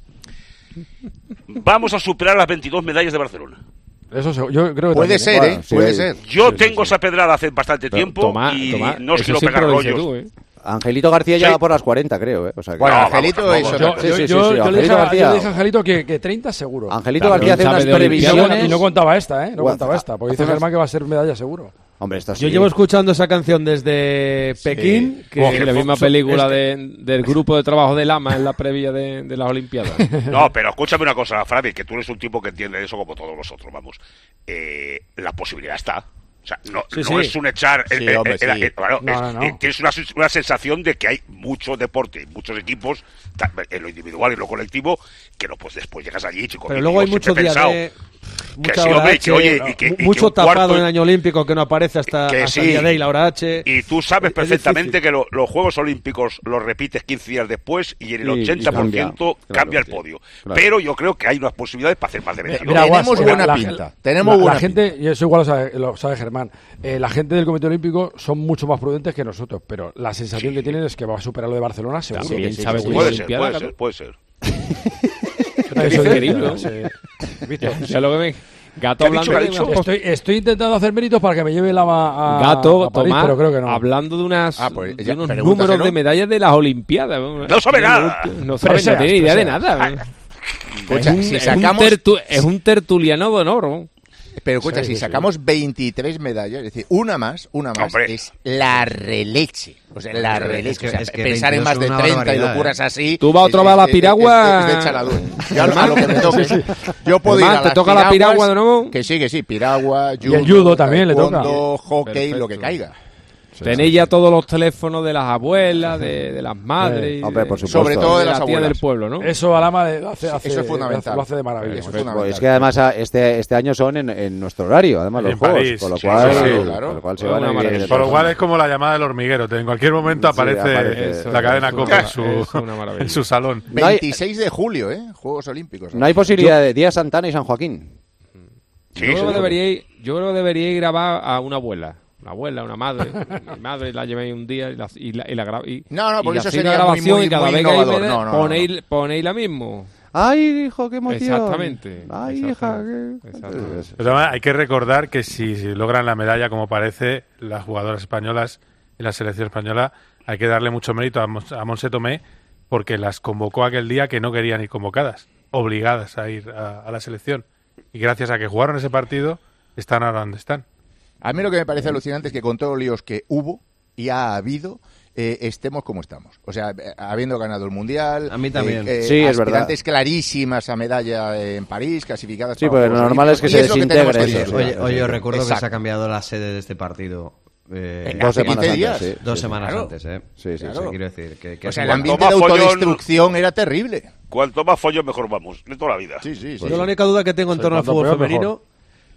[SPEAKER 6] Vamos a superar las 22 medallas de Barcelona.
[SPEAKER 16] Eso se- yo creo que
[SPEAKER 5] Puede
[SPEAKER 16] también,
[SPEAKER 5] ser,
[SPEAKER 4] Bueno,
[SPEAKER 5] ¿eh?
[SPEAKER 4] sí,
[SPEAKER 5] Puede
[SPEAKER 4] ahí.
[SPEAKER 5] ser.
[SPEAKER 6] Yo tengo esa pedrada hace bastante
[SPEAKER 13] Pero
[SPEAKER 6] tiempo
[SPEAKER 13] Tomás,
[SPEAKER 6] y
[SPEAKER 13] Tomás,
[SPEAKER 6] no
[SPEAKER 13] eso
[SPEAKER 6] quiero
[SPEAKER 13] siempre
[SPEAKER 6] pegar
[SPEAKER 13] lo dices
[SPEAKER 6] rollos.
[SPEAKER 13] tú, ¿eh?
[SPEAKER 4] Angelito García ya
[SPEAKER 16] Sí.
[SPEAKER 4] va por las 40, creo. ¿eh? O sea que-
[SPEAKER 5] Bueno, Angelito
[SPEAKER 4] vamos,
[SPEAKER 5] eso-
[SPEAKER 4] vamos.
[SPEAKER 5] yo-
[SPEAKER 4] Sí, sí, sí, sí,
[SPEAKER 16] yo, yo le dije
[SPEAKER 4] Angelito
[SPEAKER 16] a, yo le
[SPEAKER 4] García.
[SPEAKER 16] dije a Angelito que, que 30 seguro.
[SPEAKER 4] Angelito García hace unas previsiones.
[SPEAKER 16] Y no contaba esta, ¿eh? No
[SPEAKER 4] Guau,
[SPEAKER 16] contaba esta, porque
[SPEAKER 4] hace
[SPEAKER 16] dice
[SPEAKER 4] unas-
[SPEAKER 16] Germán que va a ser medalla seguro.
[SPEAKER 4] Hombre, esto
[SPEAKER 13] Yo
[SPEAKER 4] sí.
[SPEAKER 13] llevo escuchando esa canción desde Pekín,
[SPEAKER 15] Eh,
[SPEAKER 13] que
[SPEAKER 6] Ojo,
[SPEAKER 13] la misma
[SPEAKER 6] so-
[SPEAKER 13] película
[SPEAKER 6] este-
[SPEAKER 13] de- del grupo de trabajo de Lama en la previa de, de las Olimpiadas.
[SPEAKER 6] No, pero escúchame una cosa, Freddy, que tú eres un tipo que entiende eso como todos nosotros, vamos. Eh, la posibilidad está. O sea, no,
[SPEAKER 13] Sí,
[SPEAKER 6] no
[SPEAKER 13] sí.
[SPEAKER 6] es un echar. eh,
[SPEAKER 13] Sí,
[SPEAKER 6] eh,
[SPEAKER 13] hombre,
[SPEAKER 6] eh,
[SPEAKER 13] sí.
[SPEAKER 6] eh, bueno,
[SPEAKER 13] No,
[SPEAKER 6] es-
[SPEAKER 13] no, no.
[SPEAKER 6] eh, tienes una, sus- una sensación de que hay mucho deporte, muchos equipos, ta- en lo individual y en lo colectivo, que no, pues después llegas allí, chicos.
[SPEAKER 15] Pero
[SPEAKER 6] y
[SPEAKER 15] luego hay
[SPEAKER 6] yo siempre
[SPEAKER 15] muchos
[SPEAKER 6] he
[SPEAKER 15] días
[SPEAKER 6] pensado
[SPEAKER 15] de...
[SPEAKER 6] Que
[SPEAKER 15] Mucha
[SPEAKER 6] sí,
[SPEAKER 15] hora
[SPEAKER 6] hombre, y
[SPEAKER 15] H,
[SPEAKER 6] que, oye, y que- y que
[SPEAKER 15] mucho
[SPEAKER 6] un cuarto-
[SPEAKER 15] tapado en el año olímpico que no aparece
[SPEAKER 5] Ah,
[SPEAKER 15] hasta,
[SPEAKER 6] que
[SPEAKER 15] hasta
[SPEAKER 6] sí.
[SPEAKER 15] el día de hoy, la hora H.
[SPEAKER 6] Y tú
[SPEAKER 15] Es-
[SPEAKER 6] sabes
[SPEAKER 15] es
[SPEAKER 6] perfectamente que lo- los Juegos Olímpicos los repites 15 días después y en el
[SPEAKER 15] Y- y
[SPEAKER 6] 80% cambia,
[SPEAKER 15] cambia,
[SPEAKER 6] el podio. Pero yo creo que hay unas posibilidades para hacer más de 22.
[SPEAKER 16] Guas, la- la- la,
[SPEAKER 6] buena
[SPEAKER 16] la gente, y eso igual lo sabe, lo sabe Germán, eh, la gente del Comité Olímpico son mucho más prudentes que nosotros, pero la sensación que tienen es que va a superar lo de Barcelona seguro.
[SPEAKER 6] También sabe que Puede es ser, Olimpiada, puede claro. ser, puede ser.
[SPEAKER 13] Eso es
[SPEAKER 16] dice?
[SPEAKER 13] increíble. ¿no?
[SPEAKER 16] Sí.
[SPEAKER 13] Ya- ya lo que me- Gato
[SPEAKER 16] ¿Qué ha
[SPEAKER 13] hablando
[SPEAKER 16] dicho? ¿Qué ha
[SPEAKER 13] de
[SPEAKER 16] dicho?
[SPEAKER 13] unas
[SPEAKER 16] Estoy, estoy intentando hacer méritos para que me lleve la a,
[SPEAKER 13] Gato,
[SPEAKER 16] a París,
[SPEAKER 13] Tomás,
[SPEAKER 16] pero creo que no.
[SPEAKER 13] hablando de, unas,
[SPEAKER 16] Ah, pues,
[SPEAKER 13] de
[SPEAKER 16] ya,
[SPEAKER 13] unos
[SPEAKER 16] pregúntaselo.
[SPEAKER 13] números de medallas de las Olimpiadas. No
[SPEAKER 6] sabe nada.
[SPEAKER 13] No sabe, no
[SPEAKER 6] Preseas,
[SPEAKER 13] tiene idea de
[SPEAKER 6] preseas.
[SPEAKER 17] Ah,
[SPEAKER 13] nada.
[SPEAKER 5] Escucha,
[SPEAKER 13] es, un,
[SPEAKER 5] si
[SPEAKER 13] es
[SPEAKER 5] sacamos-
[SPEAKER 13] un tertu- es un tertuliano de honor. ¿no?
[SPEAKER 5] Pero escucha,
[SPEAKER 13] Sí,
[SPEAKER 5] si
[SPEAKER 13] sí,
[SPEAKER 5] sacamos 23 medallas, es decir, una más, una más,
[SPEAKER 6] Hombre.
[SPEAKER 5] es la releche. O sea, la
[SPEAKER 6] Es que-
[SPEAKER 5] releche. o sea,
[SPEAKER 6] es que
[SPEAKER 5] pensar en
[SPEAKER 6] 22
[SPEAKER 5] más de
[SPEAKER 6] es una
[SPEAKER 5] 30 y
[SPEAKER 6] barbaridad,
[SPEAKER 5] locuras
[SPEAKER 6] ¿eh?
[SPEAKER 5] así.
[SPEAKER 13] Tú vas a
[SPEAKER 5] es-
[SPEAKER 13] otro va a la
[SPEAKER 5] es- es-
[SPEAKER 13] piragua.
[SPEAKER 5] Es, es de chaladura.
[SPEAKER 13] (laughs)
[SPEAKER 5] Yo a lo- a lo que me toque.
[SPEAKER 13] Sí, sí.
[SPEAKER 5] Yo puedo ir
[SPEAKER 13] Hermano,
[SPEAKER 5] a
[SPEAKER 13] ¿te
[SPEAKER 5] las
[SPEAKER 13] toca la piragua
[SPEAKER 5] piraguas,
[SPEAKER 13] de nuevo?
[SPEAKER 5] Que sí, que sí. Piragua,
[SPEAKER 13] el
[SPEAKER 5] judo.
[SPEAKER 13] judo también le
[SPEAKER 5] taekwondo,
[SPEAKER 13] toca.
[SPEAKER 5] hockey,
[SPEAKER 13] Perfecto.
[SPEAKER 5] lo que caiga.
[SPEAKER 13] Tenéis ya todos los teléfonos de las abuelas, de, de las madres. y
[SPEAKER 4] Hombre,
[SPEAKER 13] de-
[SPEAKER 4] por supuesto. Sobre todo de las
[SPEAKER 13] la tía
[SPEAKER 4] abuelas.
[SPEAKER 13] del pueblo, ¿no?
[SPEAKER 16] Eso Alama de- hace,
[SPEAKER 5] Eso
[SPEAKER 16] hace-
[SPEAKER 5] es fundamental.
[SPEAKER 16] Lo hace de maravilla.
[SPEAKER 5] Eso es
[SPEAKER 4] Pues,
[SPEAKER 5] fundamental.
[SPEAKER 4] pues, es que además ah, este, este año son en, en nuestro horario, además los
[SPEAKER 12] En
[SPEAKER 4] juegos,
[SPEAKER 12] París,
[SPEAKER 4] con lo
[SPEAKER 12] sí,
[SPEAKER 4] cual,
[SPEAKER 12] sí, sí,
[SPEAKER 4] con
[SPEAKER 12] claro.
[SPEAKER 4] lo cual se
[SPEAKER 12] Una
[SPEAKER 4] van a
[SPEAKER 12] maravilla. Con lo cual es como la llamada del hormiguero. En cualquier momento aparece,
[SPEAKER 4] aparece. Eso,
[SPEAKER 12] la cadena
[SPEAKER 4] eso,
[SPEAKER 12] Copa en
[SPEAKER 4] es
[SPEAKER 12] su,
[SPEAKER 4] una maravilla.
[SPEAKER 12] (laughs) en su salón.
[SPEAKER 5] 26 de julio, ¿eh? Juegos Olímpicos.
[SPEAKER 4] No hay posibilidad de Día Santana y San Joaquín.
[SPEAKER 13] yo, creo que deberíais, yo creo que deberíais grabar a una abuela. Una abuela, una madre. (laughs) Mi madre la llevéis un día y la, y la, y la gra- y-
[SPEAKER 5] No, no,
[SPEAKER 13] y
[SPEAKER 5] porque
[SPEAKER 13] la
[SPEAKER 5] eso
[SPEAKER 13] hacéis
[SPEAKER 5] sería muy,
[SPEAKER 13] la grabación
[SPEAKER 5] muy,
[SPEAKER 13] y cada
[SPEAKER 5] muy
[SPEAKER 13] vez que hay
[SPEAKER 5] innovador.
[SPEAKER 13] vez-
[SPEAKER 5] No, no, no,
[SPEAKER 13] ponéis, ponéis la mismo.
[SPEAKER 4] ¡Ay, hijo, qué emoción!
[SPEAKER 13] Exactamente.
[SPEAKER 4] ¡Ay, hija! qué-
[SPEAKER 12] De todas maneras, hay que recordar que si, si logran la medalla, como parece, las jugadoras españolas y la selección española, hay que darle mucho mérito a, Mons- a Monse Tomé porque las convocó aquel día que no querían ir convocadas, obligadas a ir a, a la selección. Y gracias a que jugaron ese partido, están ahora donde están.
[SPEAKER 5] A mí lo que me parece alucinante es que con todos los líos que hubo y ha habido, eh, estemos como estamos. O sea, eh, habiendo ganado el Mundial. A mí
[SPEAKER 4] también. Sí, es verdad.
[SPEAKER 5] clarísimas a medalla en París, clasificadas.
[SPEAKER 4] Sí,
[SPEAKER 5] para
[SPEAKER 4] porque lo
[SPEAKER 5] Juegos
[SPEAKER 4] normal es que
[SPEAKER 5] Olímpicos, y
[SPEAKER 4] se
[SPEAKER 5] es lo tenemos
[SPEAKER 4] desintegre
[SPEAKER 5] que
[SPEAKER 4] eso,
[SPEAKER 5] hacer.
[SPEAKER 4] sí.
[SPEAKER 14] Oye, oye, os recuerdo que se
[SPEAKER 5] Exacto.
[SPEAKER 14] ha cambiado la sede de este partido. eh,
[SPEAKER 5] Venga, Dos hace semanas 15 antes, días. sí,
[SPEAKER 14] Dos
[SPEAKER 5] sí,
[SPEAKER 14] semanas
[SPEAKER 5] claro.
[SPEAKER 14] antes, ¿eh?
[SPEAKER 4] Sí, sí,
[SPEAKER 14] O sea,
[SPEAKER 5] claro.
[SPEAKER 14] Quiero decir que, que
[SPEAKER 5] O
[SPEAKER 14] es
[SPEAKER 5] sea, el
[SPEAKER 14] igual.
[SPEAKER 5] ambiente de
[SPEAKER 6] Toma follón.
[SPEAKER 5] autodestrucción era terrible.
[SPEAKER 6] Cuanto más follón, mejor vamos. De toda la vida.
[SPEAKER 5] Sí, sí,
[SPEAKER 15] Pues Yo la única duda que tengo en
[SPEAKER 5] Sí,
[SPEAKER 15] torno al
[SPEAKER 5] cuanto
[SPEAKER 15] fútbol
[SPEAKER 5] peor,
[SPEAKER 15] femenino
[SPEAKER 5] mejor.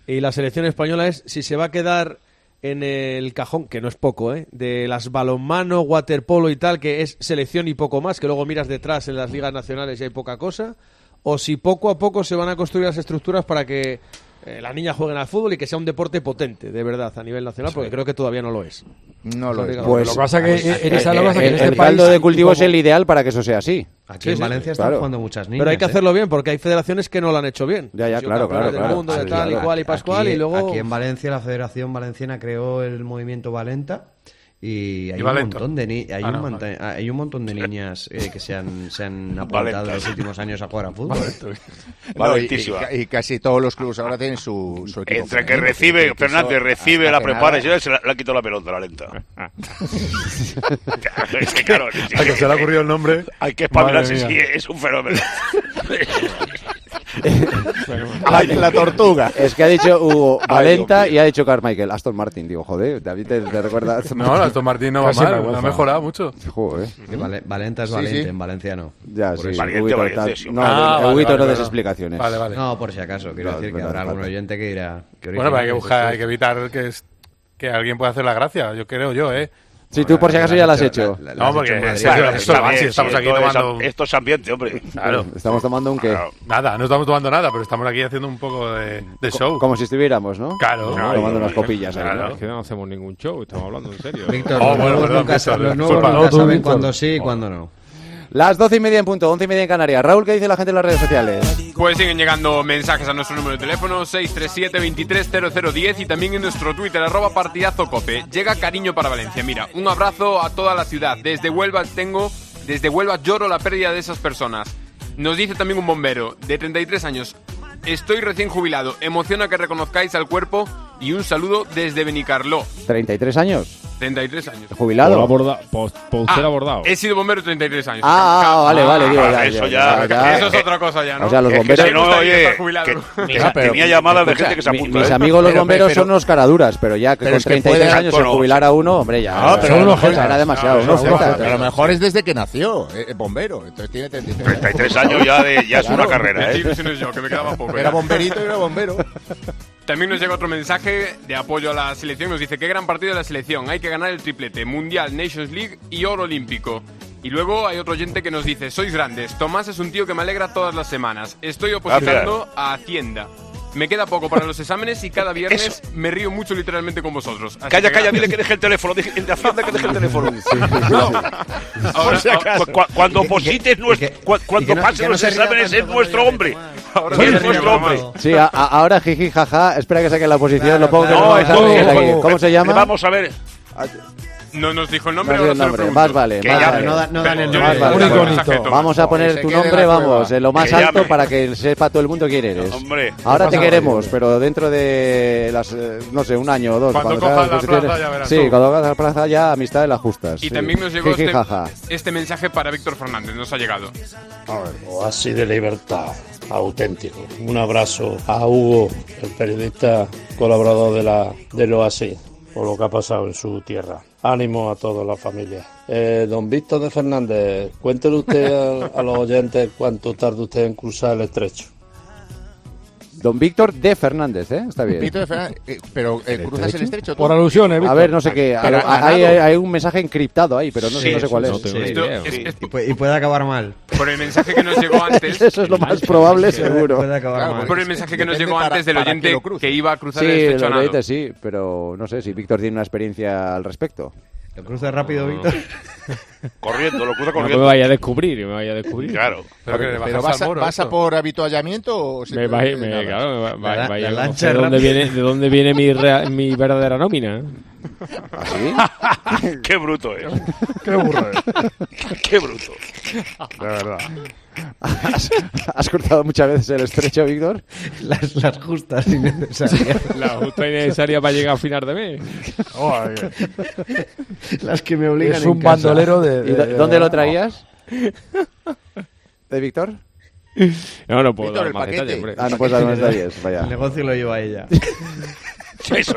[SPEAKER 15] y la selección española es si se va a quedar en el cajón, que no es poco, ¿eh? de las balonmano, waterpolo y tal, que es selección y poco más, que luego miras detrás en las ligas nacionales y hay poca cosa, o si poco a poco se van a construir las estructuras para que eh, las niñas jueguen al fútbol y que sea un deporte potente, de verdad, a nivel nacional, porque creo que todavía no lo es.
[SPEAKER 5] No
[SPEAKER 15] lo es.
[SPEAKER 4] Pues,
[SPEAKER 15] Lo que pasa que, eh,
[SPEAKER 4] el,
[SPEAKER 15] eres a la base que
[SPEAKER 4] el-
[SPEAKER 15] en este
[SPEAKER 4] el caldo
[SPEAKER 15] país-
[SPEAKER 4] de cultivo es
[SPEAKER 15] como-
[SPEAKER 4] el ideal para que eso sea así.
[SPEAKER 14] Aquí en Valencia están jugando muchas niñas.
[SPEAKER 15] Pero hay que
[SPEAKER 14] ¿eh?
[SPEAKER 15] hacerlo bien, porque hay federaciones que no lo han hecho bien.
[SPEAKER 4] Ya, ya,
[SPEAKER 15] Han sido
[SPEAKER 4] claro,
[SPEAKER 15] campeonas
[SPEAKER 4] claro,
[SPEAKER 15] del
[SPEAKER 4] claro.
[SPEAKER 15] mundo de
[SPEAKER 4] Sí,
[SPEAKER 15] tal
[SPEAKER 4] claro.
[SPEAKER 15] y cual y Pascual,
[SPEAKER 14] aquí,
[SPEAKER 15] y luego...
[SPEAKER 14] aquí en Valencia la Federación Valenciana creó el movimiento Valenta y hay
[SPEAKER 12] Y
[SPEAKER 14] un
[SPEAKER 12] Valento.
[SPEAKER 14] montón de ni- hay,
[SPEAKER 12] Ah,
[SPEAKER 14] un
[SPEAKER 12] no,
[SPEAKER 14] monta- hay un montón de niñas eh, que se han, se han apuntado
[SPEAKER 5] Valenta.
[SPEAKER 14] en los últimos años a jugar a
[SPEAKER 6] (laughs)
[SPEAKER 14] fútbol.
[SPEAKER 5] Valento.
[SPEAKER 14] (laughs)
[SPEAKER 5] No, y-
[SPEAKER 6] Valentísima.
[SPEAKER 5] y, y casi todos los clubes ahora tienen su, su equipo.
[SPEAKER 6] Entre que
[SPEAKER 5] femenino,
[SPEAKER 6] recibe,
[SPEAKER 5] porque eso
[SPEAKER 6] Fernández recibe,
[SPEAKER 5] hace
[SPEAKER 6] la
[SPEAKER 5] nada-
[SPEAKER 6] prepara y se la- le ha quitado la pelota,
[SPEAKER 5] (laughs)
[SPEAKER 6] la lenta. (laughs) es que (laughs) claro, es
[SPEAKER 12] A que se le ha ocurrido el nombre.
[SPEAKER 6] Hay que espabilarse,
[SPEAKER 12] Madre
[SPEAKER 6] sí,
[SPEAKER 12] mía.
[SPEAKER 6] es un fenómeno.
[SPEAKER 14] ¿eh?
[SPEAKER 5] Ay, la tortuga.
[SPEAKER 4] (laughs) Es que ha dicho Hugo
[SPEAKER 12] Ay,
[SPEAKER 4] Valenta y ha dicho Carmichael. Aston Martin, digo, joder, David te, te recuerdas.
[SPEAKER 12] No, el Aston Martin no va Casi mal, vergüenza. ha mejorado mucho.
[SPEAKER 4] Joder.
[SPEAKER 14] Que Vale- Valenta es
[SPEAKER 4] Sí,
[SPEAKER 14] Valente,
[SPEAKER 4] sí.
[SPEAKER 14] en Valencia no.
[SPEAKER 4] Ya,
[SPEAKER 14] Por
[SPEAKER 4] sí.
[SPEAKER 14] eso.
[SPEAKER 4] Valiente, Huguito, valiente, tal- sí, hombre. no, Ah, Huguito vale, no vale, des vale. explicaciones. Vale, vale.
[SPEAKER 14] No, por si acaso, quiero
[SPEAKER 4] No,
[SPEAKER 14] decir que
[SPEAKER 4] no,
[SPEAKER 14] habrá
[SPEAKER 4] no,
[SPEAKER 14] algún
[SPEAKER 4] no.
[SPEAKER 14] oyente que dirá... que
[SPEAKER 12] Bueno, pero hay que
[SPEAKER 14] originales
[SPEAKER 12] buscar,
[SPEAKER 14] estos.
[SPEAKER 12] hay que evitar que, es- que alguien pueda hacer la gracia, yo creo yo, ¿eh?
[SPEAKER 4] Sí, tú por si acaso ya la has hecho.
[SPEAKER 12] No, porque
[SPEAKER 6] Madre,
[SPEAKER 12] sí,
[SPEAKER 6] claro,
[SPEAKER 12] pero esto
[SPEAKER 6] está
[SPEAKER 12] va,
[SPEAKER 6] bien,
[SPEAKER 12] sí,
[SPEAKER 6] sí,
[SPEAKER 12] estamos aquí
[SPEAKER 6] esto es-
[SPEAKER 12] tomando...
[SPEAKER 6] Esto es ambiente, hombre.
[SPEAKER 12] Claro.
[SPEAKER 4] Estamos tomando un qué.
[SPEAKER 12] Nada, no estamos tomando nada, pero estamos aquí haciendo un poco de, de show.
[SPEAKER 4] Como si estuviéramos, ¿no?
[SPEAKER 12] Claro.
[SPEAKER 4] Tomando
[SPEAKER 12] Claro.
[SPEAKER 4] unas copillas. ahí,
[SPEAKER 12] Claro. Oh,
[SPEAKER 4] ¿no?
[SPEAKER 13] Es que no hacemos ningún
[SPEAKER 5] (laughs)
[SPEAKER 6] Oh,
[SPEAKER 13] show, estamos hablando en serio.
[SPEAKER 14] Víctor, los nuevos nunca, sa- los nuevos nunca saben cuándo sí y cuándo no.
[SPEAKER 4] Las doce y media en punto, once y media en Canarias. Raúl, ¿qué dice la gente en las redes sociales?
[SPEAKER 18] Pues siguen llegando mensajes a nuestro número de teléfono 637-230010 y también en nuestro Twitter, arroba partidazo cope. Llega cariño para Valencia. Mira, un abrazo a toda la ciudad. Desde Huelva tengo, desde Huelva lloro la pérdida de esas personas. Nos dice también un bombero de 33 años. Estoy recién jubilado. Emociona que reconozcáis al cuerpo y un saludo desde Benicarló.
[SPEAKER 4] 33 años.
[SPEAKER 18] 33 años.
[SPEAKER 4] Jubilado.
[SPEAKER 13] Por aborda- por- por
[SPEAKER 18] Ah,
[SPEAKER 13] ser abordado.
[SPEAKER 18] He sido bombero 33 años.
[SPEAKER 4] Ah, ah, ah, vale, vale, digo, ya,
[SPEAKER 18] eso
[SPEAKER 4] ya,
[SPEAKER 18] ya.
[SPEAKER 4] ya.
[SPEAKER 18] Eso es otra cosa ya, ¿no?
[SPEAKER 4] O sea, los
[SPEAKER 18] Es que
[SPEAKER 4] bomberos-
[SPEAKER 18] si no, oye, que- que-
[SPEAKER 4] Ah, pero-
[SPEAKER 6] tenía llamadas de
[SPEAKER 4] escucha,
[SPEAKER 6] gente que se
[SPEAKER 4] mi-
[SPEAKER 6] apuntó.
[SPEAKER 4] Mis
[SPEAKER 6] ¿eh?
[SPEAKER 4] amigos los
[SPEAKER 6] Pero-
[SPEAKER 4] bomberos
[SPEAKER 6] pero-
[SPEAKER 4] son unos caraduras, pero ya que
[SPEAKER 6] pero
[SPEAKER 4] con
[SPEAKER 6] es que
[SPEAKER 4] 33
[SPEAKER 6] puede-
[SPEAKER 4] años
[SPEAKER 6] bueno,
[SPEAKER 4] el jubilar Ah, a uno, hombre, ya.
[SPEAKER 5] No, Ah, pero
[SPEAKER 4] ya
[SPEAKER 5] a lo mejor-
[SPEAKER 4] era demasiado.
[SPEAKER 5] a
[SPEAKER 4] unos
[SPEAKER 5] lo mejor-
[SPEAKER 4] jetas.
[SPEAKER 5] a lo mejor es desde que nació, eh, bombero. Entonces tiene 33
[SPEAKER 6] 33 años ya de- ya es una carrera,
[SPEAKER 18] Qué
[SPEAKER 6] ¿eh?
[SPEAKER 18] ilusiones yo, que me quedaba poco. ¿eh?
[SPEAKER 5] Era bomberito y era bombero.
[SPEAKER 18] También nos llega otro mensaje de apoyo a la selección. Nos dice, qué gran partido de la selección. Hay que ganar el triplete. Mundial, Nations League y oro olímpico. Y luego hay otro oyente que nos dice, sois grandes. Tomás es un tío que me alegra todas las semanas. Estoy opositando a Hacienda. Me queda poco para los exámenes y
[SPEAKER 6] (laughs)
[SPEAKER 18] cada viernes me río mucho literalmente con vosotros. Así
[SPEAKER 6] Calla,
[SPEAKER 18] que
[SPEAKER 6] calla,
[SPEAKER 18] gracias".
[SPEAKER 6] dile que deje el teléfono. dije- El de Hacienda que deje el teléfono.
[SPEAKER 18] Ahora,
[SPEAKER 6] Por si acasu-
[SPEAKER 18] cu- cu-
[SPEAKER 6] ah, cuando
[SPEAKER 18] y que-
[SPEAKER 6] posites nuestro, cua-
[SPEAKER 18] y que
[SPEAKER 6] cuando
[SPEAKER 18] no- y
[SPEAKER 6] pasen
[SPEAKER 18] que no
[SPEAKER 6] los
[SPEAKER 18] se ría
[SPEAKER 6] exámenes es nuestro hombre. Ahora
[SPEAKER 4] Sí,
[SPEAKER 6] es
[SPEAKER 4] sí,
[SPEAKER 6] nuestro hombre.
[SPEAKER 4] Sí,
[SPEAKER 18] ah.
[SPEAKER 4] a- a- ahora jiji, jaja. Espera que saquen la posición. Lo pongo que
[SPEAKER 6] no,
[SPEAKER 4] no,
[SPEAKER 6] es
[SPEAKER 4] vamos a
[SPEAKER 6] como-
[SPEAKER 4] ver aquí.
[SPEAKER 6] como-
[SPEAKER 4] ¿Cómo se
[SPEAKER 6] le
[SPEAKER 4] llama?
[SPEAKER 6] Vamos a ver.
[SPEAKER 18] No nos dijo el
[SPEAKER 4] No
[SPEAKER 18] nombre,
[SPEAKER 4] digo
[SPEAKER 18] ahora
[SPEAKER 4] el
[SPEAKER 18] se lo
[SPEAKER 4] nombre.
[SPEAKER 18] pregunto.
[SPEAKER 4] Más vale,
[SPEAKER 18] Que
[SPEAKER 4] más
[SPEAKER 18] llame.
[SPEAKER 4] vale.
[SPEAKER 18] Yo-
[SPEAKER 4] Más
[SPEAKER 18] yo-
[SPEAKER 4] vale.
[SPEAKER 18] yo- yo- mensaje, Tomás.
[SPEAKER 4] Vamos a
[SPEAKER 18] Que
[SPEAKER 4] poner
[SPEAKER 18] se
[SPEAKER 4] tu
[SPEAKER 18] quede en
[SPEAKER 4] nombre,
[SPEAKER 18] la cueva.
[SPEAKER 4] vamos, en lo más
[SPEAKER 18] Que
[SPEAKER 4] alto
[SPEAKER 18] llame.
[SPEAKER 4] para que sepa todo el mundo quién eres.
[SPEAKER 18] Hombre.
[SPEAKER 4] Ahora
[SPEAKER 18] Qué
[SPEAKER 4] te
[SPEAKER 18] pasada,
[SPEAKER 4] queremos, pero dentro de las, eh, no sé, un año o dos.
[SPEAKER 18] Cuando
[SPEAKER 4] salgan
[SPEAKER 18] cojas
[SPEAKER 4] las
[SPEAKER 18] la
[SPEAKER 4] posiciones.
[SPEAKER 18] plaza ya verás
[SPEAKER 4] Sí,
[SPEAKER 18] tú.
[SPEAKER 4] cuando cojas la plaza ya amistades las justas.
[SPEAKER 18] Y
[SPEAKER 4] sí.
[SPEAKER 18] también nos llegó
[SPEAKER 4] Jiji,
[SPEAKER 18] este,
[SPEAKER 4] jaja.
[SPEAKER 18] este mensaje para Víctor Fernández, nos ha llegado.
[SPEAKER 19] Oasis de libertad, auténtico. Un abrazo a Hugo, el periodista colaborador de la, del Oasis, por lo que ha pasado en su tierra. Ánimo a toda la familia. Eh, don Víctor de Fernández, cuéntele usted a, a los oyentes cuánto tarda usted en cruzar el estrecho.
[SPEAKER 4] Don Víctor de Fernández, ¿eh? Está bien.
[SPEAKER 5] Víctor de Fernández, eh, pero eh, cruzas el estrecho. tú.
[SPEAKER 4] A ver, no sé qué.
[SPEAKER 5] Pero
[SPEAKER 4] hay-
[SPEAKER 5] ha
[SPEAKER 4] hay,
[SPEAKER 5] ganado.
[SPEAKER 4] hay un mensaje encriptado ahí, pero no, sé, no sé cuál es.
[SPEAKER 14] Y, puede, y puede acabar mal.
[SPEAKER 18] Por el mensaje que nos llegó antes.
[SPEAKER 4] Eso (laughs) es lo más probable,
[SPEAKER 14] Puede-
[SPEAKER 4] seguro.
[SPEAKER 14] Puede acabar mal.
[SPEAKER 18] Por el mensaje que nos
[SPEAKER 14] Depende
[SPEAKER 18] llegó
[SPEAKER 14] para-
[SPEAKER 18] antes del
[SPEAKER 14] para que
[SPEAKER 18] oyente
[SPEAKER 14] lo cruce.
[SPEAKER 18] que iba a cruzar
[SPEAKER 4] Sí,
[SPEAKER 18] el
[SPEAKER 4] lo
[SPEAKER 18] estrecho a nado.
[SPEAKER 4] leíste, sí, pero no sé si Víctor tiene una experiencia al respecto.
[SPEAKER 14] Lo cruza
[SPEAKER 4] (laughs)
[SPEAKER 14] rápido,
[SPEAKER 4] No.
[SPEAKER 14] Víctor.
[SPEAKER 6] Corriendo, lo cruza
[SPEAKER 13] No me vaya a descubrir, me vaya a descubrir.
[SPEAKER 6] Claro.
[SPEAKER 5] Pero, vas, a, vas a por habituallamiento o
[SPEAKER 13] Me va, me-
[SPEAKER 5] nada.
[SPEAKER 13] claro, me va-
[SPEAKER 5] La-
[SPEAKER 13] va-
[SPEAKER 5] la
[SPEAKER 13] va-
[SPEAKER 5] lancha
[SPEAKER 13] ¿de, dónde
[SPEAKER 5] rápida.
[SPEAKER 13] viene, ¿De dónde viene
[SPEAKER 5] (laughs)
[SPEAKER 13] mi, rea- mi verdadera nómina?
[SPEAKER 6] (laughs) ¿Ah,
[SPEAKER 13] (laughs)
[SPEAKER 6] Qué bruto es.
[SPEAKER 13] Qué burro
[SPEAKER 6] es. Qué bruto.
[SPEAKER 4] De verdad. ¿Has, has cruzado muchas veces el estrecho, Víctor?
[SPEAKER 14] Las, las justas innecesarias.
[SPEAKER 13] (laughs) La justa y necesaria para llegar a final de mes.
[SPEAKER 6] Oh,
[SPEAKER 14] Las que me obligan
[SPEAKER 16] Es un
[SPEAKER 14] en casa.
[SPEAKER 16] bandolero
[SPEAKER 13] (laughs)
[SPEAKER 16] de-
[SPEAKER 4] ¿Y do- dónde lo traías? (laughs)
[SPEAKER 5] (laughs)
[SPEAKER 4] ¿De Víctor?
[SPEAKER 13] No, no puedo
[SPEAKER 4] Víctor,
[SPEAKER 13] dar
[SPEAKER 4] el
[SPEAKER 13] más
[SPEAKER 4] paquete.
[SPEAKER 13] detalles, hombre.
[SPEAKER 4] Ah, no puedes dar más detalles, vaya.
[SPEAKER 14] El negocio lo lleva
[SPEAKER 4] (laughs)
[SPEAKER 14] ella.
[SPEAKER 6] Eso